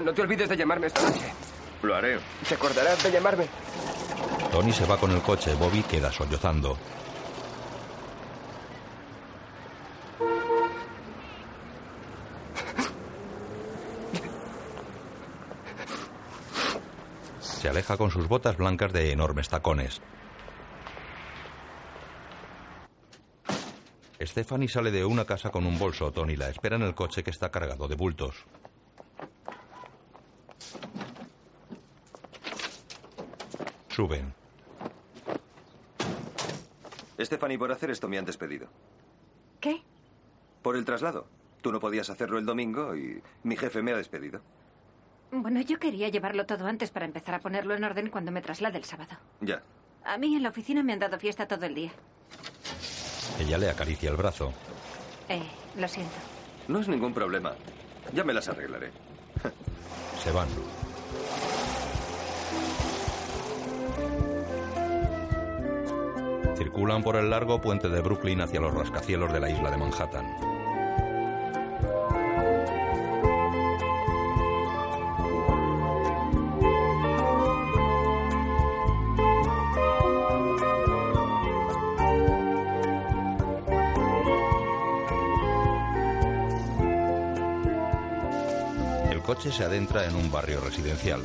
No te olvides de llamarme esta noche. lo haré. ¿Te acordarás de llamarme? Tony se va con el coche. Bobby queda sollozando. Se aleja con sus botas blancas de enormes tacones. Stephanie sale de una casa con un bolso. Tony la espera en el coche que está cargado de bultos. Suben. Stephanie, por hacer esto me han despedido. ¿Qué? Por el traslado. Tú no podías hacerlo el domingo y mi jefe me ha despedido. Bueno, yo quería llevarlo todo antes para empezar a ponerlo en orden cuando me traslade el sábado. Ya. A mí en la oficina me han dado fiesta todo el día. Ella le acaricia el brazo. Eh, lo siento. No es ningún problema. Ya me las arreglaré. Se van. Circulan por el largo puente de Brooklyn hacia los rascacielos de la isla de Manhattan. El coche se adentra en un barrio residencial.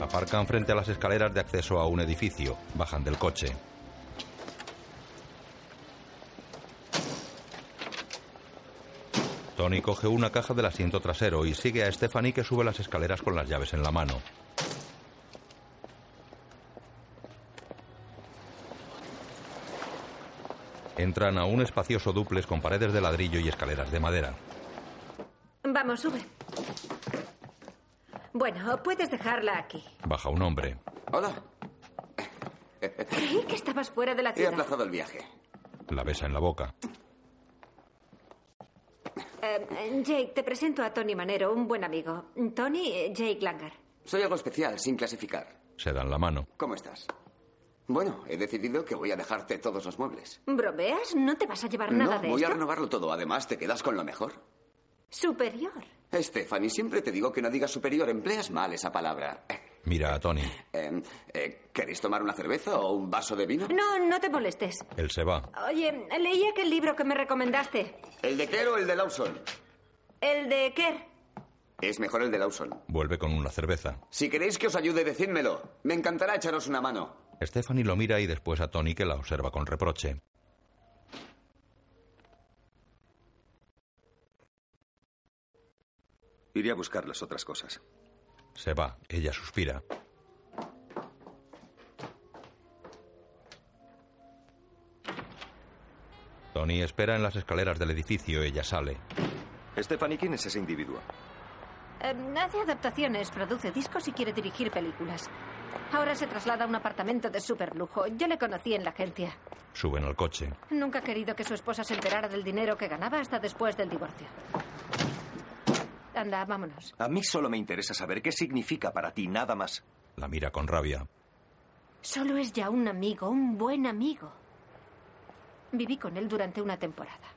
Aparcan frente a las escaleras de acceso a un edificio. Bajan del coche. Tony coge una caja del asiento trasero y sigue a Stephanie que sube las escaleras con las llaves en la mano. Entran a un espacioso duples con paredes de ladrillo y escaleras de madera. Vamos, sube. Bueno, puedes dejarla aquí. Baja un hombre. Hola. Creí que estabas fuera de la He ciudad. aplazado el viaje. La besa en la boca. Eh, eh, Jake, te presento a Tony Manero, un buen amigo. Tony, eh, Jake Langar. Soy algo especial, sin clasificar. Se dan la mano. ¿Cómo estás? Bueno, he decidido que voy a dejarte todos los muebles. ¿Bromeas? ¿No te vas a llevar nada no, de voy a esto? renovarlo todo. Además, te quedas con lo mejor. Superior. Stephanie, siempre te digo que no digas superior. Empleas mal esa palabra. Mira a Tony. Eh, eh, ¿Queréis tomar una cerveza o un vaso de vino? No, no te molestes. Él se va. Oye, leí aquel libro que me recomendaste. ¿El de Kerr o el de Lawson? El de Kerr. Es mejor el de Lawson. Vuelve con una cerveza. Si queréis que os ayude, decídmelo. Me encantará echaros una mano. Stephanie lo mira y después a Tony que la observa con reproche. Iré a buscar las otras cosas. Se va. Ella suspira. Tony espera en las escaleras del edificio. Ella sale. Este Stephanie, ¿quién es ese individuo? Em, hace adaptaciones, produce discos y quiere dirigir películas. Ahora se traslada a un apartamento de superlujo. Yo le conocí en la agencia. Suben al coche. Nunca ha querido que su esposa se enterara del dinero que ganaba hasta después del divorcio. Anda, vámonos. A mí solo me interesa saber qué significa para ti, nada más. La mira con rabia. Solo es ya un amigo, un buen amigo. Viví con él durante una temporada.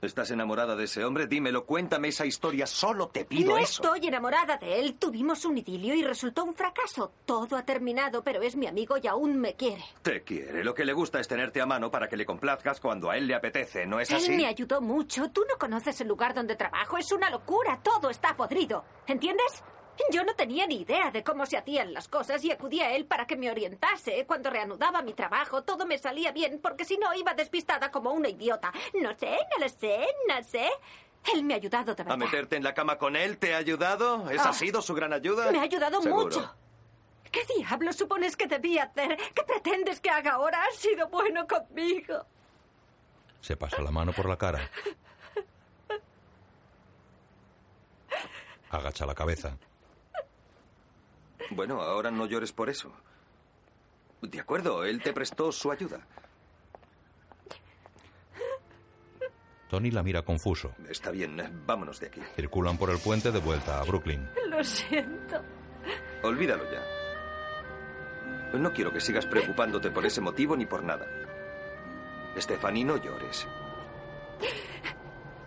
¿Estás enamorada de ese hombre? Dímelo, cuéntame esa historia. Solo te pido No eso. estoy enamorada de él. Tuvimos un idilio y resultó un fracaso. Todo ha terminado, pero es mi amigo y aún me quiere. Te quiere. Lo que le gusta es tenerte a mano para que le complazcas cuando a él le apetece, ¿no es así? Él me ayudó mucho. Tú no conoces el lugar donde trabajo. Es una locura. Todo está podrido. ¿Entiendes? Yo no tenía ni idea de cómo se hacían las cosas y acudí a él para que me orientase. Cuando reanudaba mi trabajo, todo me salía bien, porque si no iba despistada como una idiota. No sé, no lo sé, no sé. Él me ha ayudado de ¿A verdad. meterte en la cama con él te ha ayudado? ¿Esa Ah. ha sido su gran ayuda? Me ha ayudado Seguro. mucho. ¿Qué diablos supones que debía hacer? ¿Qué pretendes que haga ahora? Has sido bueno conmigo. Se pasa la mano por la cara. Agacha la cabeza. Bueno, ahora no llores por eso. De acuerdo, él te prestó su ayuda. Tony la mira confuso. Está bien, eh, vámonos de aquí. Circulan por el puente de vuelta a Brooklyn. Lo siento. Olvídalo ya. No quiero que sigas preocupándote por ese motivo ni por nada. Stephanie, no llores.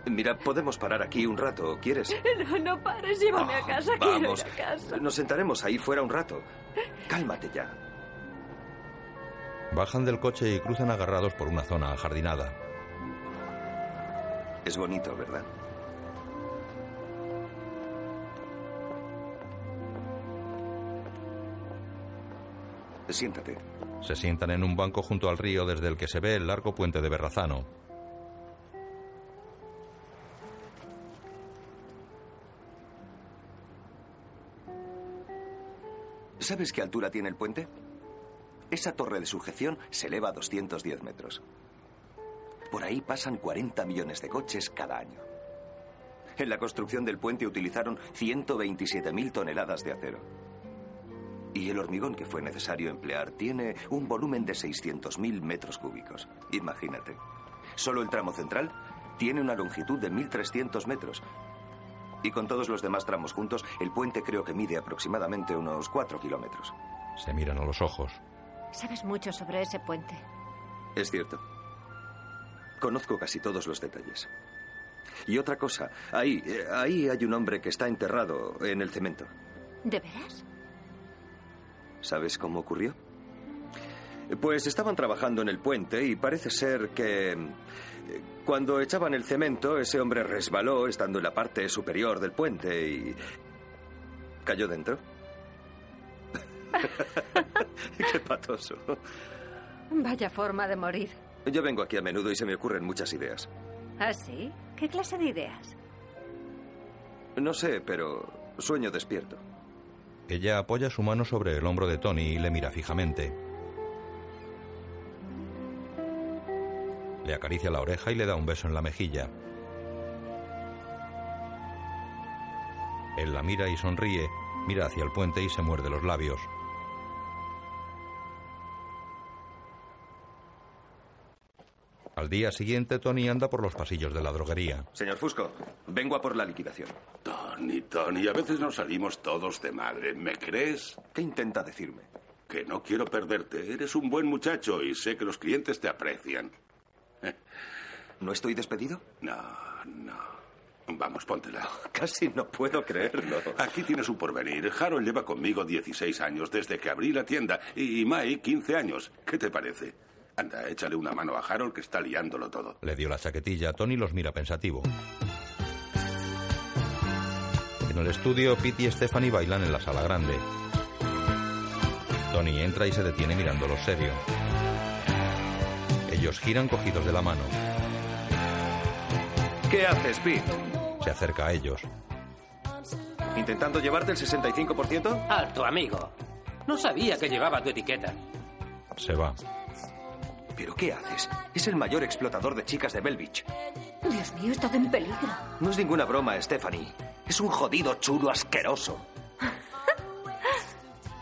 Mira, podemos parar aquí un rato, ¿quieres? Ah, No, no pares, llévame a casa, quiero ir Vamos. a casa. Nos sentaremos ahí fuera un rato. Cálmate ya. Bajan del coche y cruzan agarrados por una zona ajardinada. Es bonito, ¿verdad? Siéntate. Se sientan en un banco junto al río desde el que se ve el largo puente de Berrazano. ¿Sabes qué altura tiene el puente? Esa torre de sujeción se eleva a 210 metros. Por ahí pasan 40 millones de coches cada año. En la construcción del puente utilizaron 127.000 toneladas de acero. Y el hormigón que fue necesario emplear tiene un volumen de 600.000 metros cúbicos. Imagínate. Solo el tramo central tiene una longitud de 1.300 metros. Y con todos los demás tramos juntos, el puente creo que mide aproximadamente unos 4 kilómetros. Se miran a los ojos. Sabes mucho sobre ese puente. Es cierto. Conozco casi todos los detalles. Y otra cosa, ahí, eh, ahí hay un hombre que está enterrado en el cemento. ¿De veras? ¿Sabes cómo ocurrió? Pues estaban trabajando en el puente y parece ser que eh, cuando echaban el cemento ese hombre resbaló estando en la parte superior del puente y cayó dentro. Qué patoso. Vaya forma de morir. Yo vengo aquí a menudo y se me ocurren muchas ideas. ¿Ah, sí? ¿Qué clase de ideas? No sé, pero sueño despierto. Ella apoya su mano sobre el hombro de Tony y le mira fijamente. Le acaricia la oreja y le da un beso en la mejilla. Él la mira y sonríe, mira hacia el puente y se muerde los labios. Al día siguiente, Tony anda por los pasillos de la droguería. Señor Fusco, vengo a por la liquidación. Tony, Tony, a veces nos salimos todos de madre. ¿Me crees? ¿Qué intenta decirme? Que no quiero perderte. Eres un buen muchacho y sé que los clientes te aprecian. ¿No estoy despedido? No, no. Vamos, póntela. Casi no puedo creerlo. Aquí tienes un porvenir. Harold lleva conmigo 16 años desde que abrí la tienda y Mai 15 años. ¿Qué te parece? Anda, échale una mano a Harold que está liándolo todo. Le dio la chaquetilla. Tony los mira pensativo. En el estudio, Pete y Stephanie bailan en la sala grande. Tony entra y se detiene mirándolos serio. Ellos giran cogidos de la mano. ¿Qué haces, Pete? Se acerca a ellos. ¿Intentando llevarte el 65%? Alto, amigo. No sabía que llevaba tu etiqueta. Se va. ¿Pero qué haces? Es el mayor explotador de chicas de Bell Beach. Dios mío, he estado en peligro. No es ninguna broma, Stephanie. Es un jodido chulo asqueroso.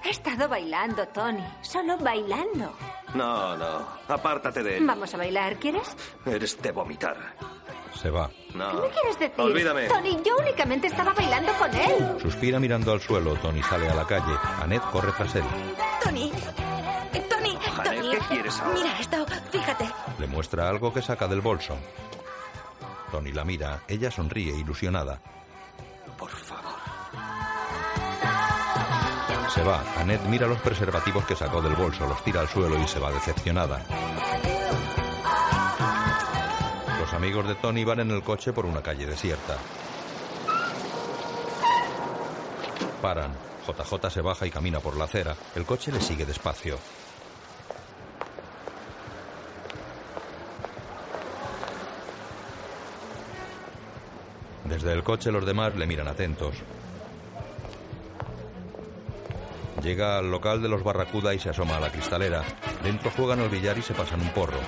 He estado bailando, Tony. Solo bailando. No, no. Apártate de él. Vamos a bailar, ¿quieres? Eres de vomitar. Se va. No. ¿Qué me quieres decir? Olvídame. Tony, yo únicamente estaba bailando con él. Suspira mirando al suelo. Tony sale a la calle. Annette corre tras él. Tony. Eh, Tony, Janet, Tony. ¿qué quieres ahora? Mira esto, fíjate. Le muestra algo que saca del bolso. Tony la mira. Ella sonríe, ilusionada. Por favor. Se va. Annette mira los preservativos que sacó del bolso, los tira al suelo y se va decepcionada. Los amigos de Tony van en el coche por una calle desierta. Paran. JJ se baja y camina por la acera. El coche le sigue despacio. Desde el coche los demás le miran atentos. Llega al local de los Barracuda y se asoma a la cristalera. Dentro juegan al billar y se pasan un porro.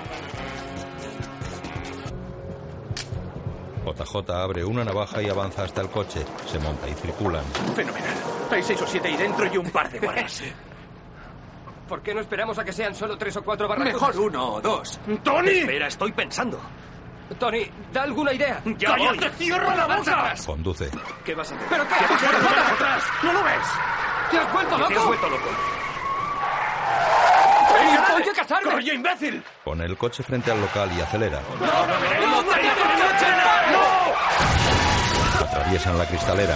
JJ abre una navaja y avanza hasta el coche. Se monta y circulan. Fenomenal. Hay seis o siete ahí dentro y un par de guardas. ¿Por qué no esperamos a que sean solo tres o cuatro barracudas? Mejor uno o dos. ¡Tony! Espera, estoy pensando. Tony, da alguna idea. ¡Ya ¡Cállate, voy! cierra la boca! Marcha atrás. Conduce. ¿Qué vas a hacer? ¿Pero qué? ¿Qué vas a hacer? ¡Para! atrás! ¿No lo ves? ¿Te has vuelto ¿Que loco? ¿Te has vuelto loco? ¡Voy a casarme! ¡Coño, imbécil! Pone el coche frente al local y acelera. Atraviesan la cristalera.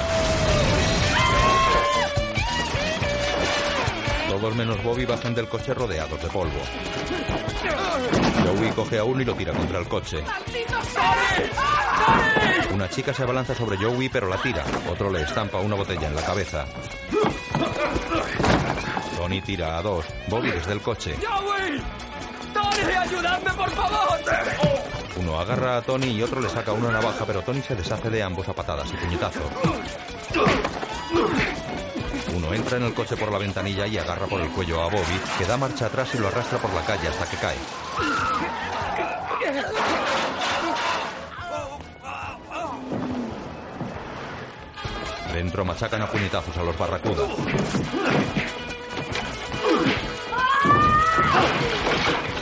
Todos menos Bobby bajan del coche rodeados de polvo. Joey coge a uno y lo tira contra el coche. Una chica se abalanza sobre Joey pero la tira. Otro le estampa una botella en la cabeza. Tony tira a dos. Bobby desde el coche. ¡Joey! ¡Tony, ayudadme, por favor! Uno agarra a Tony y otro le saca una navaja, pero Tony se deshace de ambos a patadas y puñetazo. Uno entra en el coche por la ventanilla y agarra por el cuello a Bobby, que da marcha atrás y lo arrastra por la calle hasta que cae. Dentro machacan a puñetazos a los barracudas.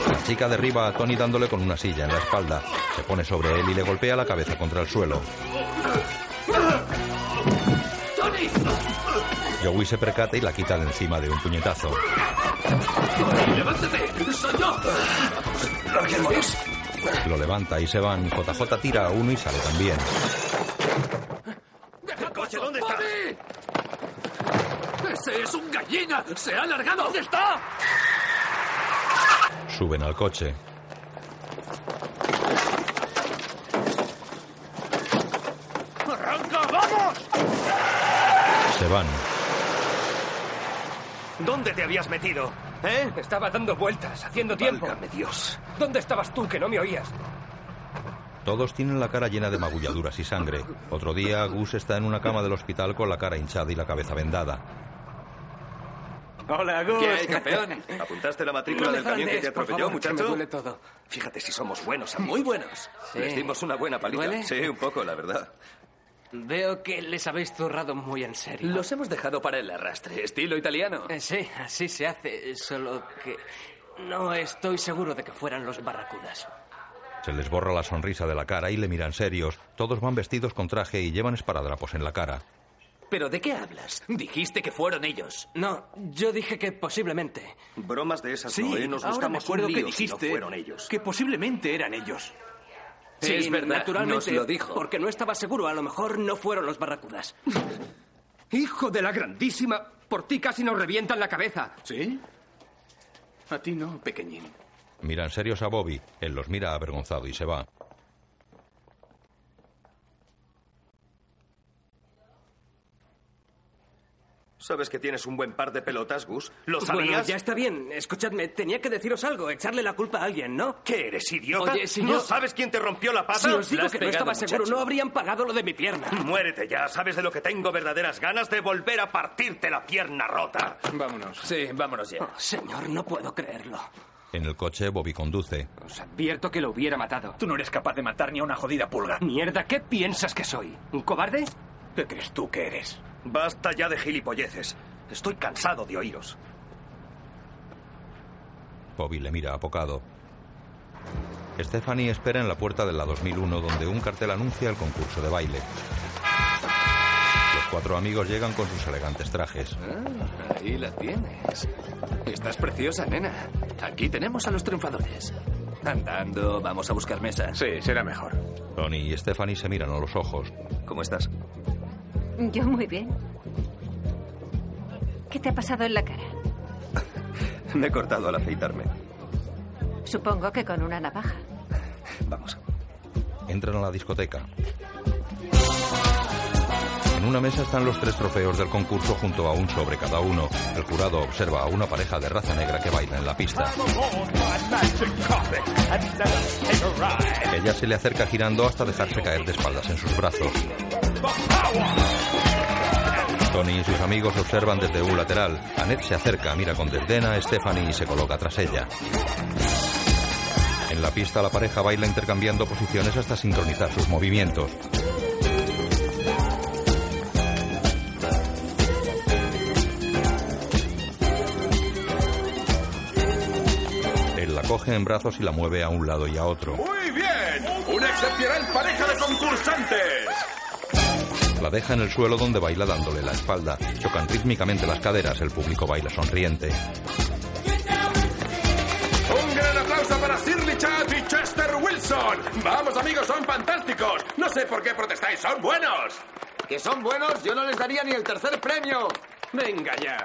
La chica derriba a Tony dándole con una silla en la espalda. Se pone sobre él y le golpea la cabeza contra el suelo. ¡Tony! Joey se percata y la quita de encima de un puñetazo. ¡Levántate! ¡Soy yo! Lo levanta y se van. JJ tira a uno y sale también. ¡Deja el coche! ¿Dónde está? ¡Ese es un gallina! ¡Se ha alargado! ¿Dónde está? Suben al coche. ¡Arranca! ¡Vamos! Se van. ¿Dónde te habías metido? ¿Eh? Estaba dando vueltas, haciendo tiempo. Dios. ¿Dónde estabas tú que no me oías? Todos tienen la cara llena de magulladuras y sangre. Otro día, Gus está en una cama del hospital con la cara hinchada y la cabeza vendada. Hola, Gus. ¿Qué hay, campeón? ¿Apuntaste la matrícula No me del camión que zandes, te por atropelló, favor, que muchacho? me duele todo. Fíjate si somos buenos, muy buenos. Sí. Les dimos una buena ¿Te paliza. duele? Sí, un poco, la verdad. Veo que les habéis zurrado muy en serio. Los hemos dejado para el arrastre, estilo italiano. Eh, Sí, así se hace, solo que no estoy seguro de que fueran los barracudas. Se les borra la sonrisa de la cara y le miran serios. Todos van vestidos con traje y llevan esparadrapos en la cara. ¿Pero de qué hablas? Dijiste que fueron ellos. No, yo dije que posiblemente. Bromas de esas Sí, no, ¿eh? Nos ahora buscamos me acuerdo un que lío si no dijiste- fueron ellos. Que posiblemente eran ellos. Sí, es verdad, Naturalmente, nos lo dijo. Porque no estaba seguro, a lo mejor no fueron los barracudas. ¡Hijo de la grandísima! Por ti casi nos revientan la cabeza. ¿Sí? A ti no, pequeñín. Miran serios a Bobby. Él los mira avergonzado y se va. ¿Sabes que tienes un buen par de pelotas, Gus? ¿Lo sabías? Bueno, ya está bien. Escuchadme, tenía que deciros algo, echarle la culpa a alguien, ¿no? ¿Qué eres, idiota? Oye, si ¿No yo- sabes quién te rompió la pata? Si os digo La has que no pegado, estaba seguro, muchacho. no habrían pagado lo de mi pierna. Muérete ya, sabes de lo que tengo verdaderas ganas de volver a partirte la pierna rota. Vámonos. Sí, vámonos Oh, ya. señor, no puedo creerlo. En el coche, Bobby conduce. Advierto que lo hubiera matado. Tú no eres capaz de matar ni a una jodida pulga. Mierda, ¿qué piensas que soy? ¿Un cobarde? ¿Qué crees tú que eres? Basta ya de gilipolleces. Estoy cansado de oíros. Bobby le mira apocado. Stephanie espera en la puerta de la 2001 donde un cartel anuncia el concurso de baile. Los cuatro amigos llegan con sus elegantes trajes. Ah, Ahí la tienes. Pues, Estás preciosa, nena. Aquí tenemos a los triunfadores. Andando, vamos a buscar mesa. Sí, será mejor. Tony y Stephanie se miran a los ojos. ¿Cómo estás? Yo muy bien. ¿Qué te ha pasado en la cara? Me he cortado al afeitarme. Supongo que con una navaja. Vamos. Entran a la discoteca. En una mesa están los tres trofeos del concurso junto a un sobre cada uno. El jurado observa a una pareja de raza negra que baila en la pista. Ella se le acerca girando hasta dejarse caer de espaldas en sus brazos. Tony y sus amigos observan desde un lateral. Annette se acerca, mira con desdén a Stephanie y se coloca tras ella. En la pista la pareja baila intercambiando posiciones hasta sincronizar sus movimientos. Él la coge en brazos y la mueve a un lado y a otro. Muy bien. Una excepcional pareja de concursantes. La deja en el suelo donde baila dándole la espalda. Chocan rítmicamente las caderas, el público baila sonriente. Un gran aplauso para Shirley Chat y Chester Wilson. Vamos, amigos, son fantásticos. No sé por qué protestáis, son buenos. Que son buenos, yo no les daría ni el tercer premio. Venga ya.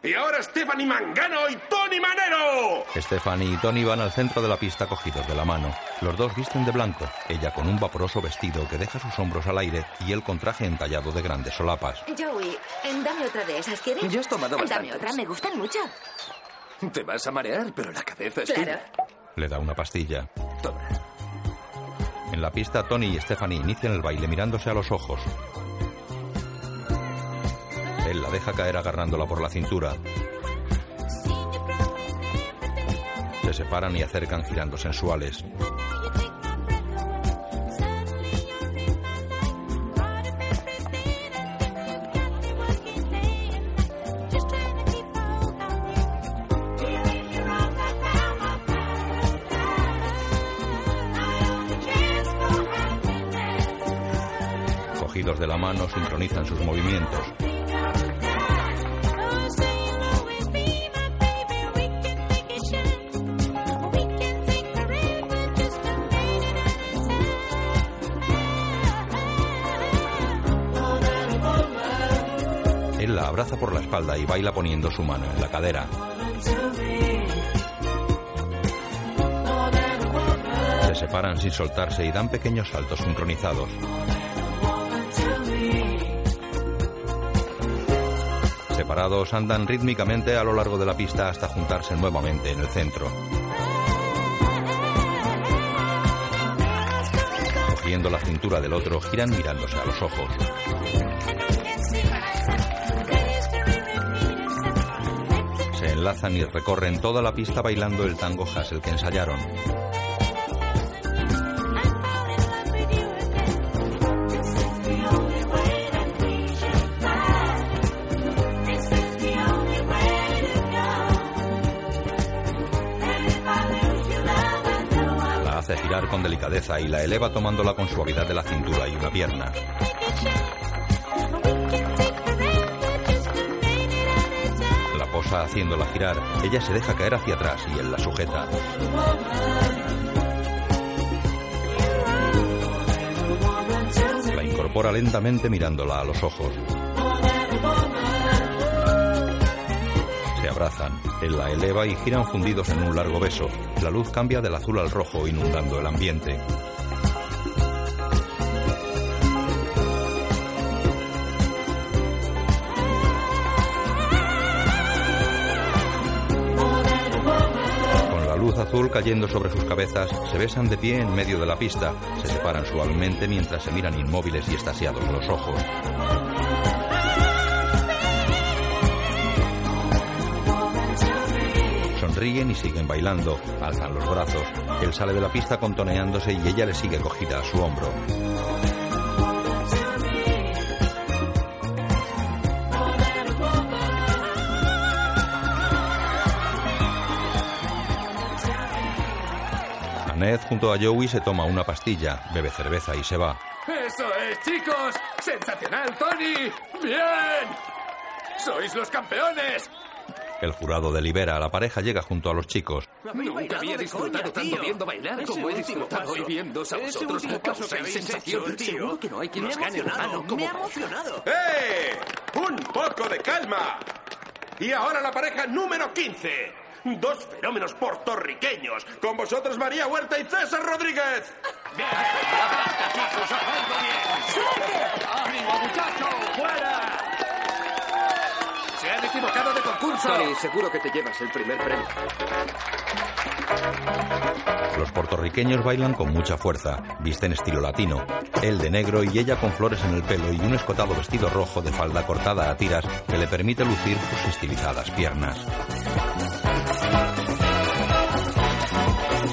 Y ahora Stephanie Mangano y Tony Manero. Stephanie y Tony van al centro de la pista cogidos de la mano. Los dos visten de blanco, ella con un vaporoso vestido que deja sus hombros al aire y él con traje entallado de grandes solapas. Joey, eh, dame otra de esas, ¿quieres? Em, Yo he tomado Dame bastantes. otra, me gustan mucho. Te vas a marear, pero la cabeza es Claro. Le da una pastilla. En la pista, Tony y Stephanie inician el baile mirándose a los ojos. Él la deja caer agarrándola por la cintura. Se separan y acercan girando sensuales. Cogidos de la mano, sincronizan sus movimientos. Él la abraza por la espalda y baila poniendo su mano en la cadera. Se separan sin soltarse y dan pequeños saltos sincronizados. Separados andan rítmicamente a lo largo de la pista hasta juntarse nuevamente en el centro. Cogiendo la cintura del otro, giran mirándose a los ojos. Se enlazan y recorren toda la pista bailando el tango Hassel que ensayaron. La hace girar con delicadeza y la eleva tomándola con suavidad de la cintura y una pierna. La posa haciéndola girar, ella se deja caer hacia atrás y él la sujeta. La incorpora lentamente mirándola a los ojos. Se abrazan, él la eleva y giran fundidos en un largo beso. La luz cambia del azul al rojo inundando el ambiente. Con la luz azul cayendo sobre sus cabezas, se besan de pie en medio de la pista, se separan suavemente mientras se miran inmóviles y estasiados los ojos. Sonríen y siguen bailando, alzan los brazos. Él sale de la pista contoneándose y ella le sigue cogida a su hombro. Ned junto a Joey se toma una pastilla, bebe cerveza y se va. ¡Eso es, chicos! ¡Sensacional, Tony! ¡Bien! ¡Sois los campeones! El jurado delibera, la pareja llega junto a los chicos. Nunca había disfrutado tanto viendo bailar Ese como he último disfrutado paso. hoy viendo a Ese vosotros. último paso que Causáis habéis sensación. hecho, tío. Seguro que no hay quien Me os ha gane la emocionado, mano. me como ha vosotros. emocionado. ¡Eh! ¡Un poco de calma! Y ahora la pareja número 15. Dos fenómenos puertorriqueños. Con vosotros María Huerta y César Rodríguez. ¡Ánimo, muchachos! ¡Fuera! ¡Se han equivocado de concurso! Tony, seguro que te llevas el primer premio. Los puertorriqueños bailan con mucha fuerza, visten estilo latino, él de negro y ella con flores en el pelo y un escotado vestido rojo de falda cortada a tiras que le permite lucir sus estilizadas piernas.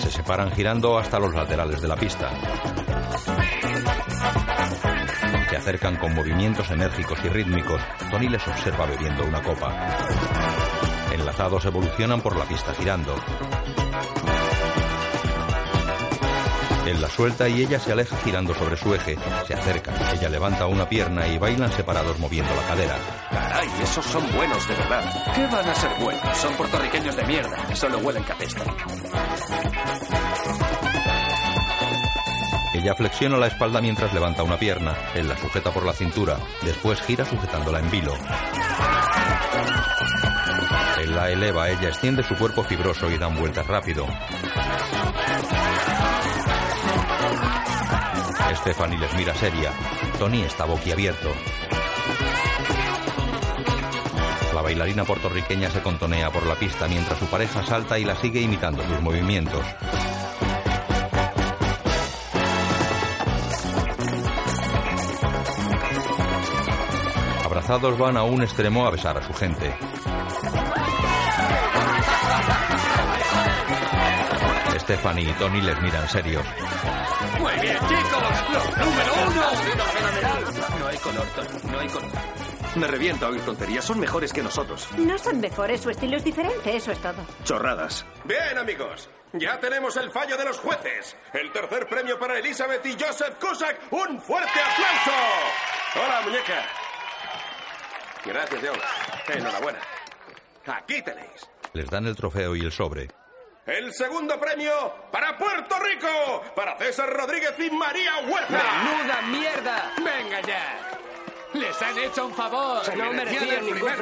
Se separan girando hasta los laterales de la pista. Se acercan con movimientos enérgicos y rítmicos. Tony les observa bebiendo una copa. Enlazados evolucionan por la pista girando. Él la suelta y ella se aleja girando sobre su eje. Se acerca, ella levanta una pierna y bailan separados moviendo la cadera. Caray, esos son buenos de verdad. ¿Qué van a ser buenos? Son puertorriqueños de mierda. Solo huelen capesta. Ella flexiona la espalda mientras levanta una pierna. Él la sujeta por la cintura. Después gira sujetándola en vilo. Él la eleva, ella extiende su cuerpo fibroso y dan vueltas rápido. Stephanie les mira seria. Tony está boquiabierto. La bailarina puertorriqueña se contonea por la pista mientras su pareja salta y la sigue imitando sus movimientos. Abrazados van a un extremo a besar a su gente. Stephanie y Tony les miran serios. Muy bien, chicos, los número uno. No hay color, Tony. No hay color. Me revienta oír tonterías. Son mejores que nosotros. No son mejores, su estilo es diferente, eso es todo. Chorradas. Bien, amigos. Ya tenemos el fallo de los jueces. El tercer premio para Elizabeth y Joseph Cusack. ¡Un fuerte aplauso! Hola, muñeca. Gracias, Joe. Enhorabuena. Aquí tenéis. Les dan el trofeo y el sobre. El segundo premio para Puerto Rico, para César Rodríguez y María Huerta. ¡Menuda mierda! ¡Venga ya! ¡Les han hecho un favor! Se ¡No merecían merecían el ningún primer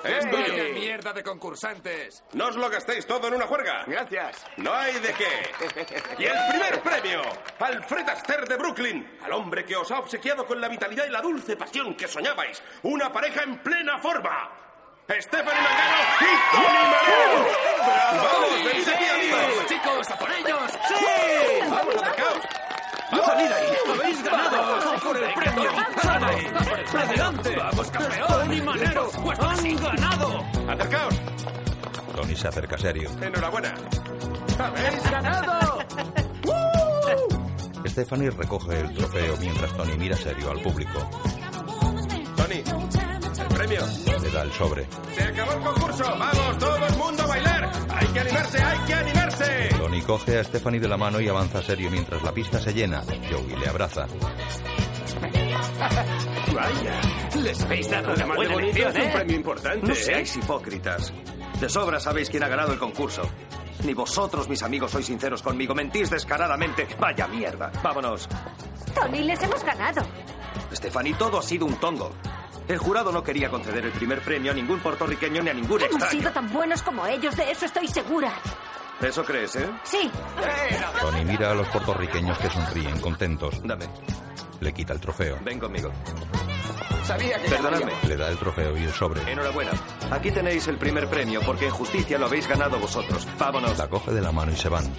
premio. Esto ¡Vaya sí. mierda de concursantes! No os lo gastéis todo en una juerga. Gracias. No hay de qué. Y el primer premio, Alfred Aster de Brooklyn, al hombre que os ha obsequiado con la vitalidad y la dulce pasión que soñabais. Una pareja en plena forma. Stephanie Mangano y Tony Marón. ¡Vamos, ¡Sí! venced, amigos! ¡Chicos, a por ellos! ¡Sí! ¡Vamos, atacaos! ¡Vamos a salir ahí! ¡Habéis ganado! ¡Por el premio! ¡Sale! ¡Adelante! ¡Vamos, campeón! ¡Ni manero! ¡Pues han ganado! ¡Acercaos! Tony se acerca serio. Enhorabuena. ¡Habéis ganado! Stephanie recoge el trofeo mientras Tony mira serio al público. Tony, el premio. Le da el sobre. Se acabó el concurso. Vamos, todo el mundo a bailar. Hay que animarse, hay que Eh. animarse. Tony coge a Stephanie de la mano y avanza serio mientras la pista se llena. Joey le abraza. Vaya. Les habéis dado una Además de buena bonito, lección, es un ¿eh? premio importante. No seáis hipócritas. De sobra sabéis quién ha ganado el concurso. Ni vosotros, mis amigos, sois sinceros conmigo. Mentís descaradamente. Vaya mierda. Vámonos. Tony, les hemos ganado. Stephanie, todo ha sido un tongo. El jurado no quería conceder el primer premio a ningún puertorriqueño ni a ningún Hemos extraño. sido tan buenos como ellos, de eso estoy segura. ¿Eso crees, eh? Sí. Tony mira a los puertorriqueños que sonríen contentos. Dame. Le quita el trofeo. Ven conmigo. Sabía que Perdonadme. Le da el trofeo y el sobre. Enhorabuena. Aquí tenéis el primer premio porque en justicia lo habéis ganado vosotros. Vámonos. La coge de la mano y se van.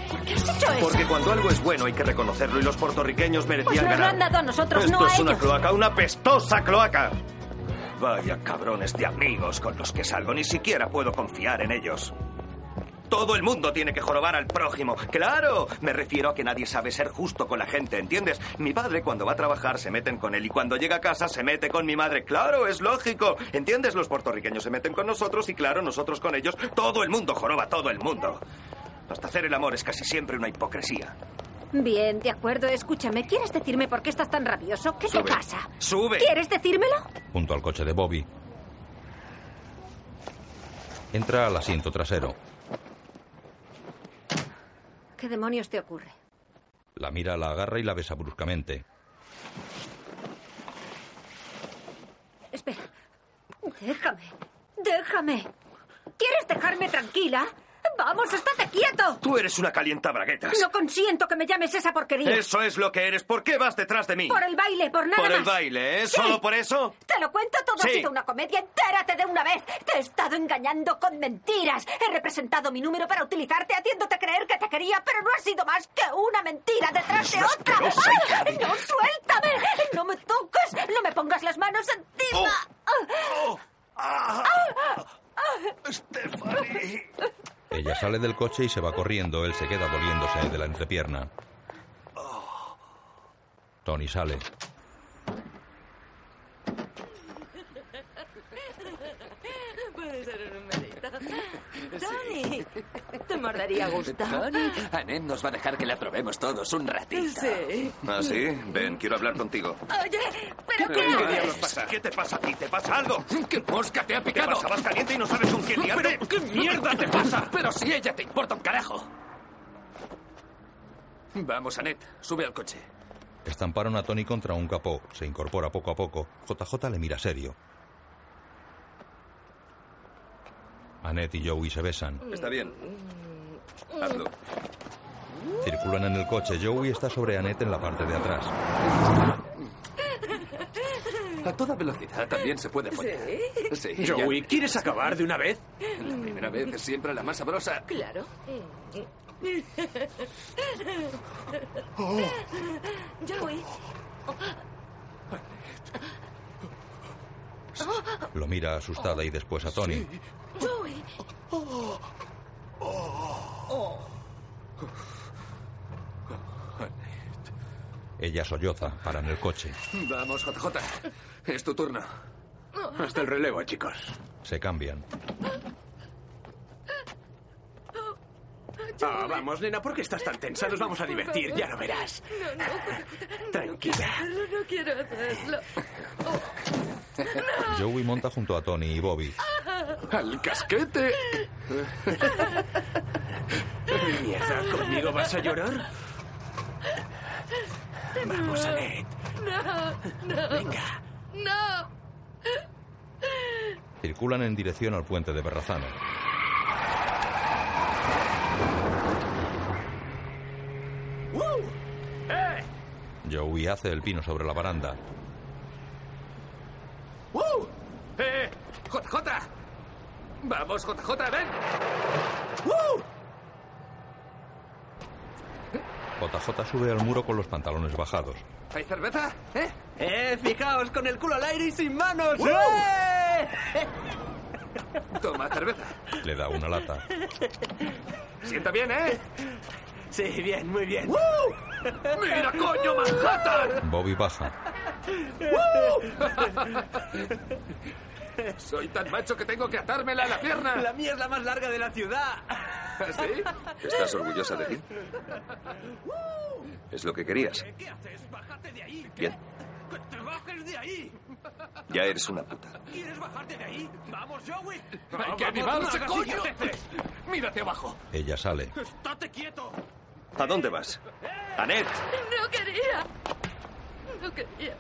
Porque cuando algo es bueno hay que reconocerlo y los puertorriqueños Pues merecían nos lo ganar. han dado a nosotros, Esto no a es una ellos. cloaca, una pestosa cloaca. Vaya cabrones de amigos con los que salgo, ni siquiera puedo confiar en ellos. Todo el mundo tiene que jorobar al prójimo. Claro, me refiero a que nadie sabe ser justo con la gente, ¿entiendes? Mi padre cuando va a trabajar se meten con él y cuando llega a casa se mete con mi madre. Claro, es lógico. ¿Entiendes? Los puertorriqueños se meten con nosotros y claro, nosotros con ellos. Todo el mundo joroba, todo el mundo. Hasta hacer el amor es casi siempre una hipocresía. Bien, de acuerdo, escúchame. ¿Quieres decirme por qué estás tan rabioso? ¿Qué Sube. te pasa? ¡Sube! ¿Quieres decírmelo? junto al coche de Bobby. Entra al asiento trasero. ¿Qué demonios te ocurre? La mira, la agarra y la besa bruscamente. Espera. Déjame. Déjame. ¿Quieres dejarme tranquila? Vamos, estate quieto. Tú eres una calienta braguetas. No consiento que me llames esa porquería. Eso es lo que eres. ¿Por qué vas detrás de mí? Por el baile, por nada ¿Por el más. baile, ¿eh? Sí. ¿Solo por eso? Te lo cuento todo Sí. ha sido una comedia. Entérate de una vez. Te he estado engañando con mentiras. He representado mi número para utilizarte, haciéndote creer que te quería, pero no ha sido más que una mentira detrás de otra. asquerosa, ¡Ah! ¡No, suéltame! ¡No me toques! ¡No me pongas las manos encima! ¡Uh! Oh. Stephanie. Ella sale del coche y se va corriendo. Él se queda doliéndose de la entrepierna. Oh. Tony sale. Puede ser un numerito. Tony, te mordería a gusto. Tony, Annette nos va a dejar que la probemos todos un ratito. Sí. ¿Ah, sí? Ven, quiero hablar contigo. Oye, ¿pero ¿Qué, qué diablos haces? pasa? ¿Qué te pasa a ti? ¿Te pasa algo? ¿Qué mosca te ha picado? Te pasabas caliente y no sabes con quién liarte. ¿Pero qué mierda te pasa? Pero si ella te importa un carajo. Vamos, Annette, sube al coche. Estamparon a Tony contra un capó. Se incorpora poco a poco. JJ le mira serio. Annette y Joey se besan. Está bien. Mm. Hazlo. Circulan en el coche. Joey está sobre Annette en la parte de atrás. A toda velocidad también se puede follar. Sí. Joey, ¿quieres acabar de una vez? La primera vez es siempre la más sabrosa. Claro. Joey. Lo mira asustada y después a Tony. Joey. Ella solloza. Paran el coche. Vamos, JJ. Es tu turno. Hasta el relevo, chicos. Se cambian. Ah, vamos, nena, ¿por qué estás tan tensa? Nos vamos a divertir, ya lo verás. No, no, Tranquila. Oh. no, no quiero hacerlo. Joey monta junto a Tony y Bobby. Al casquete. Mierda, ¿conmigo vas a llorar? Vamos, Annette. No, no. Venga. No. Circulan en dirección al puente de Berrazano. Uh. ¡Eh! Joey hace el pino sobre la baranda. ¡Uh! ¡Eh! ¡JJ! ¡Vamos, JJ, ven! ¡Uh! JJ sube al muro con los pantalones bajados. ¿Hay cerveza? ¿Eh? ¡Eh, fijaos, con el culo al aire y sin manos! ¡Wow! ¡Eh! Toma cerveza. Le da una lata. Sienta bien, ¿eh? Sí, bien, muy bien. ¡Mira, coño, Manhattan! Bobby baja. Soy tan macho que tengo que atármela a la pierna. La mía es la más larga de la ciudad. ¿Sí? ¿Estás orgullosa de ti? Es lo que querías. ¿Qué haces? Bájate de ahí. Bien, ¡Que te bajes de ahí! ya eres una puta. ¿Quieres bajarte de ahí? ¡Vamos, Joey! ¡Hay que animarse, coño! ¡Mírate abajo! Ella sale. ¡Estate quieto! ¿A dónde vas? Anet, No quería. No quería.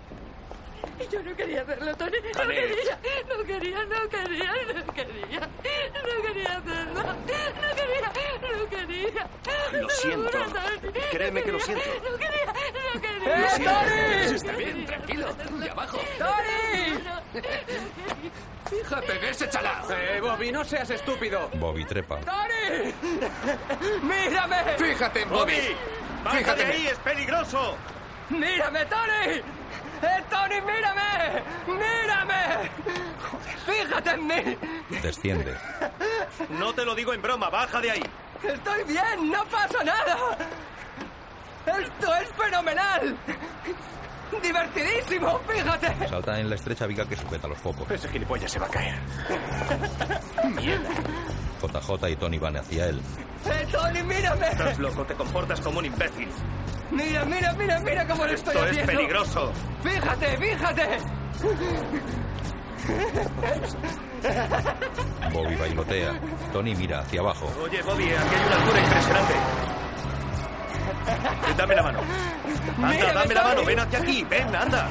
Yo no quería verlo, Tony. No Tony. quería. No quería, no quería, no quería. No quería hacerlo. No quería, no quería. Lo Te siento. juro, Tony. Créeme que lo quería, siento. No quería, no quería. lo siento. Está bien, tranquilo. Y abajo. ¡Fíjate en ese chalao! ¡Eh, Bobby, no seas estúpido! Bobby trepa. ¡Tony! ¡Mírame! ¡Fíjate en Bobby! ¡Fíjate de ahí, es peligroso! ¡Mírame, Tony! ¡Eh, Tony, mírame! ¡Mírame! ¡Fíjate en mí! Desciende. No te lo digo en broma, baja de ahí. ¡Estoy bien! ¡No pasa nada! ¡Esto es fenomenal! ¡Divertidísimo! ¡Fíjate! Salta en la estrecha viga que sujeta los focos. Ese gilipollas se va a caer. JJ y Tony van hacia él. ¡Eh, Tony, mírame! Estás loco, te comportas como un imbécil. Mira, mira, mira, mira cómo lo Esto estoy es haciendo. peligroso. Fíjate, fíjate. Bobby bailotea. Tony mira hacia abajo. Oye, Bobby, aquí hay una altura impresionante. Dame la mano. Anda, Mírame, dame la mano, Tony. ven hacia aquí, ven, anda.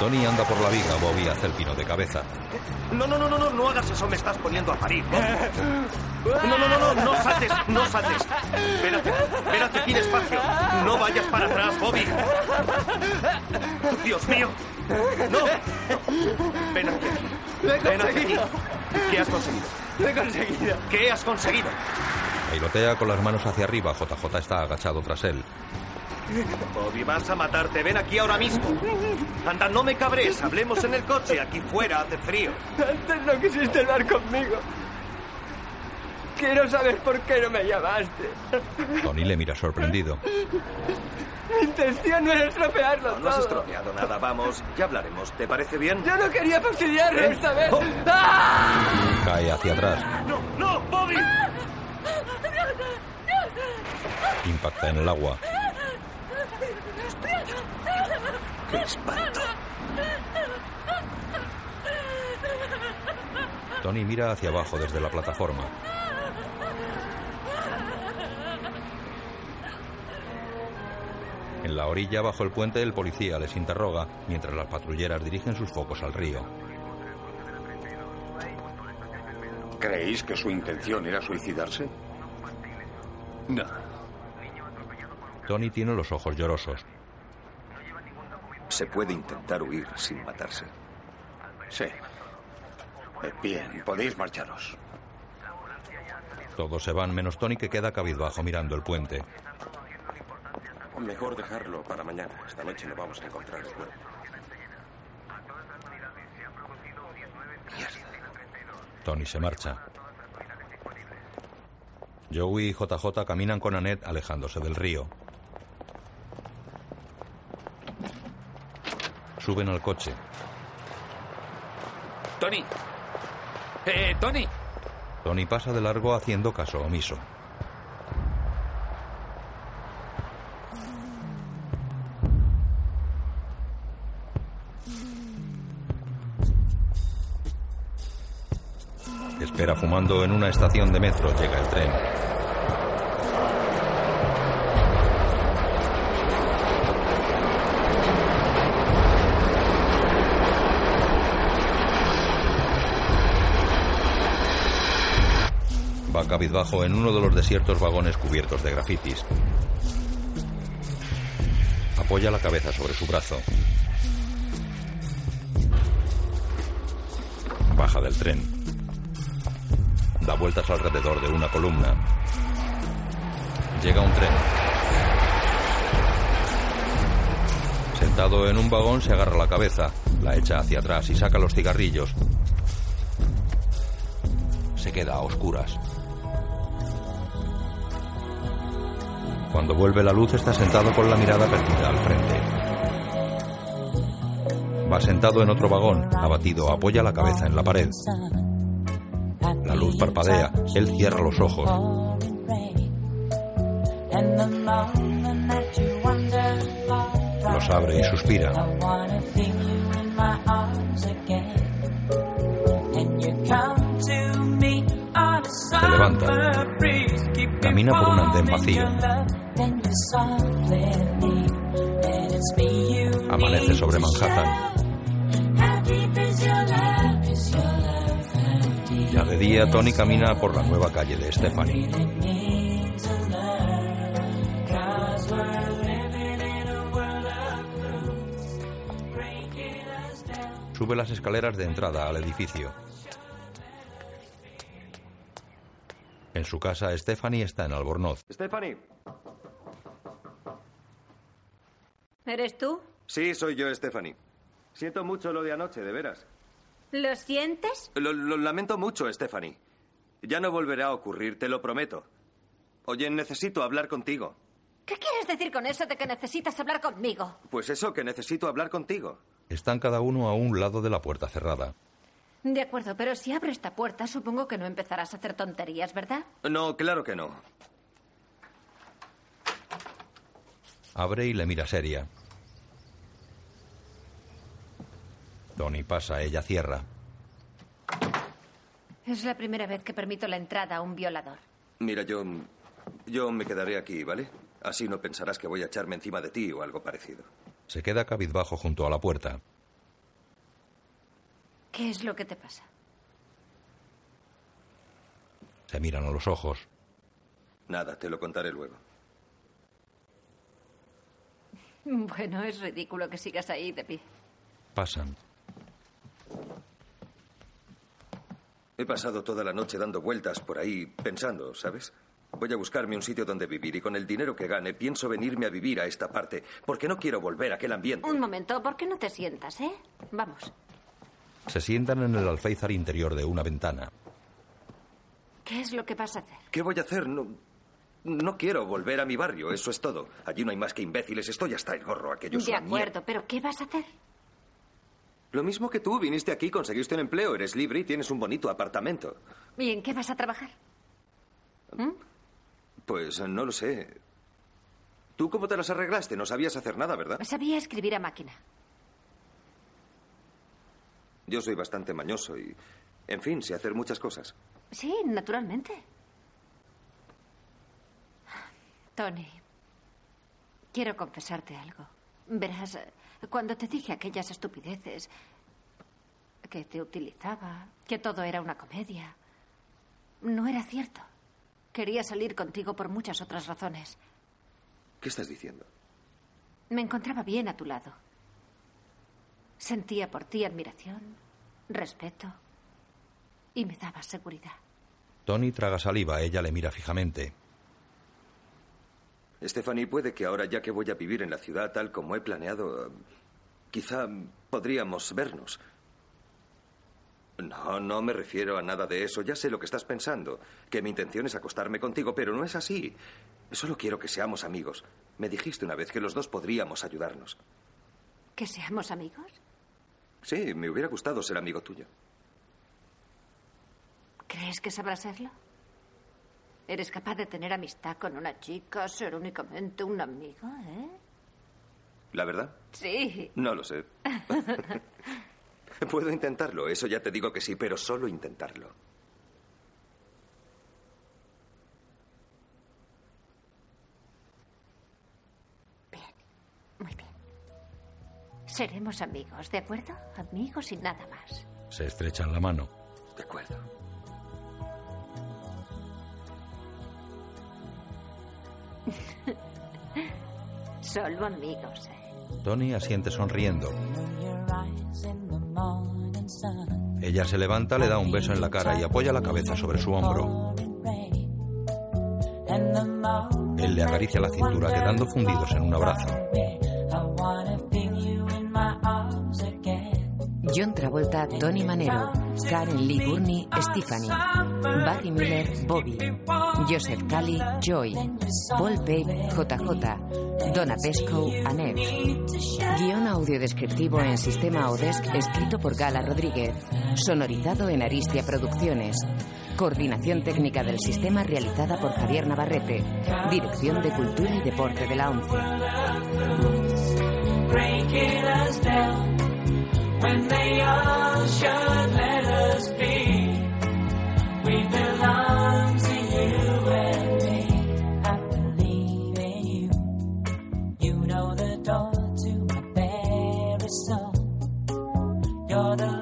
Tony anda por la viga, Bobby hace el pino de cabeza. No, no, no, no, no, no hagas eso, me estás poniendo a parir. Bobby. No, no, no, no, no saltes, no saltes. Ven hacia, ven hacia aquí despacio. No vayas para atrás, Bobby. Dios mío. No. no. Ven hacia aquí. Lo he Ven hacia aquí. conseguido. ¿Qué has conseguido? Lo he conseguido. ¿Qué has conseguido? Bailotea con las manos hacia arriba. JJ está agachado tras él. Bobby, vas a matarte. Ven aquí ahora mismo. Anda, no me cabres. Hablemos en el coche. Aquí fuera hace frío. Antes no quisiste hablar conmigo. Quiero saber por qué no me llamaste. Tony le mira sorprendido. Mi intención no era estropearlo No has todo. estropeado nada. Vamos, ya hablaremos. ¿Te parece bien? Yo no quería fastidiarlo ¿Eh? esta vez. Oh. ¡Ah! Cae hacia atrás. ¡No, no, Bobby! Impacta en el agua. ¡Qué espanto! Tony mira hacia abajo desde la plataforma. En la orilla, bajo el puente, el policía les interroga mientras las patrulleras dirigen sus focos al río. ¿Creéis que su intención era suicidarse? No. Tony tiene los ojos llorosos. Se puede intentar huir sin matarse. Sí. Eh, Bien, podéis marcharos. Todos se van menos Tony que queda cabizbajo mirando el puente. Mejor dejarlo para mañana. Esta noche no vamos a encontrar el cuerpo. Tony se marcha. Joey y JJ caminan con Annette alejándose del río. Suben al coche. Tony. Eh, Tony. Tony pasa de largo haciendo caso omiso. Espera fumando en una estación de metro, llega el tren. Va cabizbajo en uno de los desiertos vagones cubiertos de grafitis. Apoya la cabeza sobre su brazo. Baja del tren. Da vueltas alrededor de una columna. Llega un tren. Sentado en un vagón se agarra la cabeza, la echa hacia atrás y saca los cigarrillos. Se queda a oscuras. Cuando vuelve la luz está sentado con la mirada perdida al frente. Va sentado en otro vagón, abatido, apoya la cabeza en la pared. La luz parpadea, él cierra los ojos. Los abre y suspira. Se levanta. Camina por un andén vacío. Amanece sobre Manhattan. Ya de día, Tony camina por la nueva calle de Stephanie. Sube las escaleras de entrada al edificio. En su casa, Stephanie está en Albornoz. Stephanie. ¿Eres tú? Sí, soy yo, Stephanie. Siento mucho lo de anoche, de veras. ¿Lo sientes? Lo, lo lamento mucho, Stephanie. Ya no volverá a ocurrir, te lo prometo. Oye, necesito hablar contigo. ¿Qué quieres decir con eso de que necesitas hablar conmigo? Pues eso, que necesito hablar contigo. Están cada uno a un lado de la puerta cerrada. De acuerdo, pero si abro esta puerta, supongo que no empezarás a hacer tonterías, ¿verdad? No, claro que no. Abre y le mira seria. Tony pasa, ella cierra. Es la primera vez que permito la entrada a un violador. Mira, yo. Yo me quedaré aquí, ¿vale? Así no pensarás que voy a echarme encima de ti o algo parecido. Se queda cabizbajo junto a la puerta. ¿Qué es lo que te pasa? Se miran a los ojos. Nada, te lo contaré luego. Bueno, es ridículo que sigas ahí de pie. Pasan. He pasado toda la noche dando vueltas por ahí, pensando, ¿sabes? Voy a buscarme un sitio donde vivir y con el dinero que gane pienso venirme a vivir a esta parte, porque no quiero volver a aquel ambiente. Un momento, ¿por qué no te sientas, eh? Vamos. Se sientan en el alféizar interior de una ventana. ¿Qué es lo que vas a hacer? ¿Qué voy a hacer? No, no quiero volver a mi barrio, eso es todo. Allí no hay más que imbéciles, estoy hasta el gorro, aquello es de una mierda. acuerdo, pero ¿qué vas a hacer? Lo mismo que tú, viniste aquí, conseguiste un empleo, eres libre y tienes un bonito apartamento. ¿Y en qué vas a trabajar? Pues no lo sé. ¿Tú cómo te las arreglaste? No sabías hacer nada, ¿verdad? Sabía escribir a máquina. Yo soy bastante mañoso y, en fin, sé hacer muchas cosas. Sí, naturalmente. Tony, quiero confesarte algo. Verás, eh, cuando te dije aquellas estupideces, que te utilizaba, que todo era una comedia, no era cierto. Quería salir contigo por muchas otras razones. ¿Qué estás diciendo? Me encontraba bien a tu lado. Sentía por ti admiración, respeto y me daba seguridad. Tony traga saliva, ella le mira fijamente. Stephanie, puede que ahora, ya que voy a vivir en la ciudad tal como he planeado, eh, quizá podríamos vernos. No, no me refiero a nada de eso. Ya sé lo que estás pensando. Que mi intención es acostarme contigo, pero no es así. Solo quiero que seamos amigos. Me dijiste una vez que los dos podríamos ayudarnos. ¿Que seamos amigos? Sí, me hubiera gustado ser amigo tuyo. ¿Crees que sabrás serlo? ¿Eres capaz de tener amistad con una chica, ser únicamente un amigo, eh? ¿La verdad? Sí. No lo sé. Puedo intentarlo, eso ya te digo que sí, pero solo intentarlo. Seremos amigos, ¿de acuerdo? Amigos y nada más. Se estrechan la mano. De acuerdo. Solo amigos. eh. Tony asiente sonriendo. Ella se levanta, le da un beso en la cara y apoya la cabeza sobre su hombro. Él le acaricia la cintura quedando fundidos en un abrazo. John Travolta, Tony Manero, Karen Lee Gurney, Stephanie, Barry Miller, Bobby, Joseph Cali, Joy, Paul Pape, JJ, Donna Pesco, Annette. Guión audiodescriptivo en sistema Odesk escrito por Gala Rodríguez, sonorizado en Aristia Producciones. Coordinación técnica del sistema realizada por Javier Navarrete, Dirección de Cultura y Deporte de la ONCE. Breaking us down when they all should let us be. We belong to you and me. I believe in you. You know the door to my very soul. You're the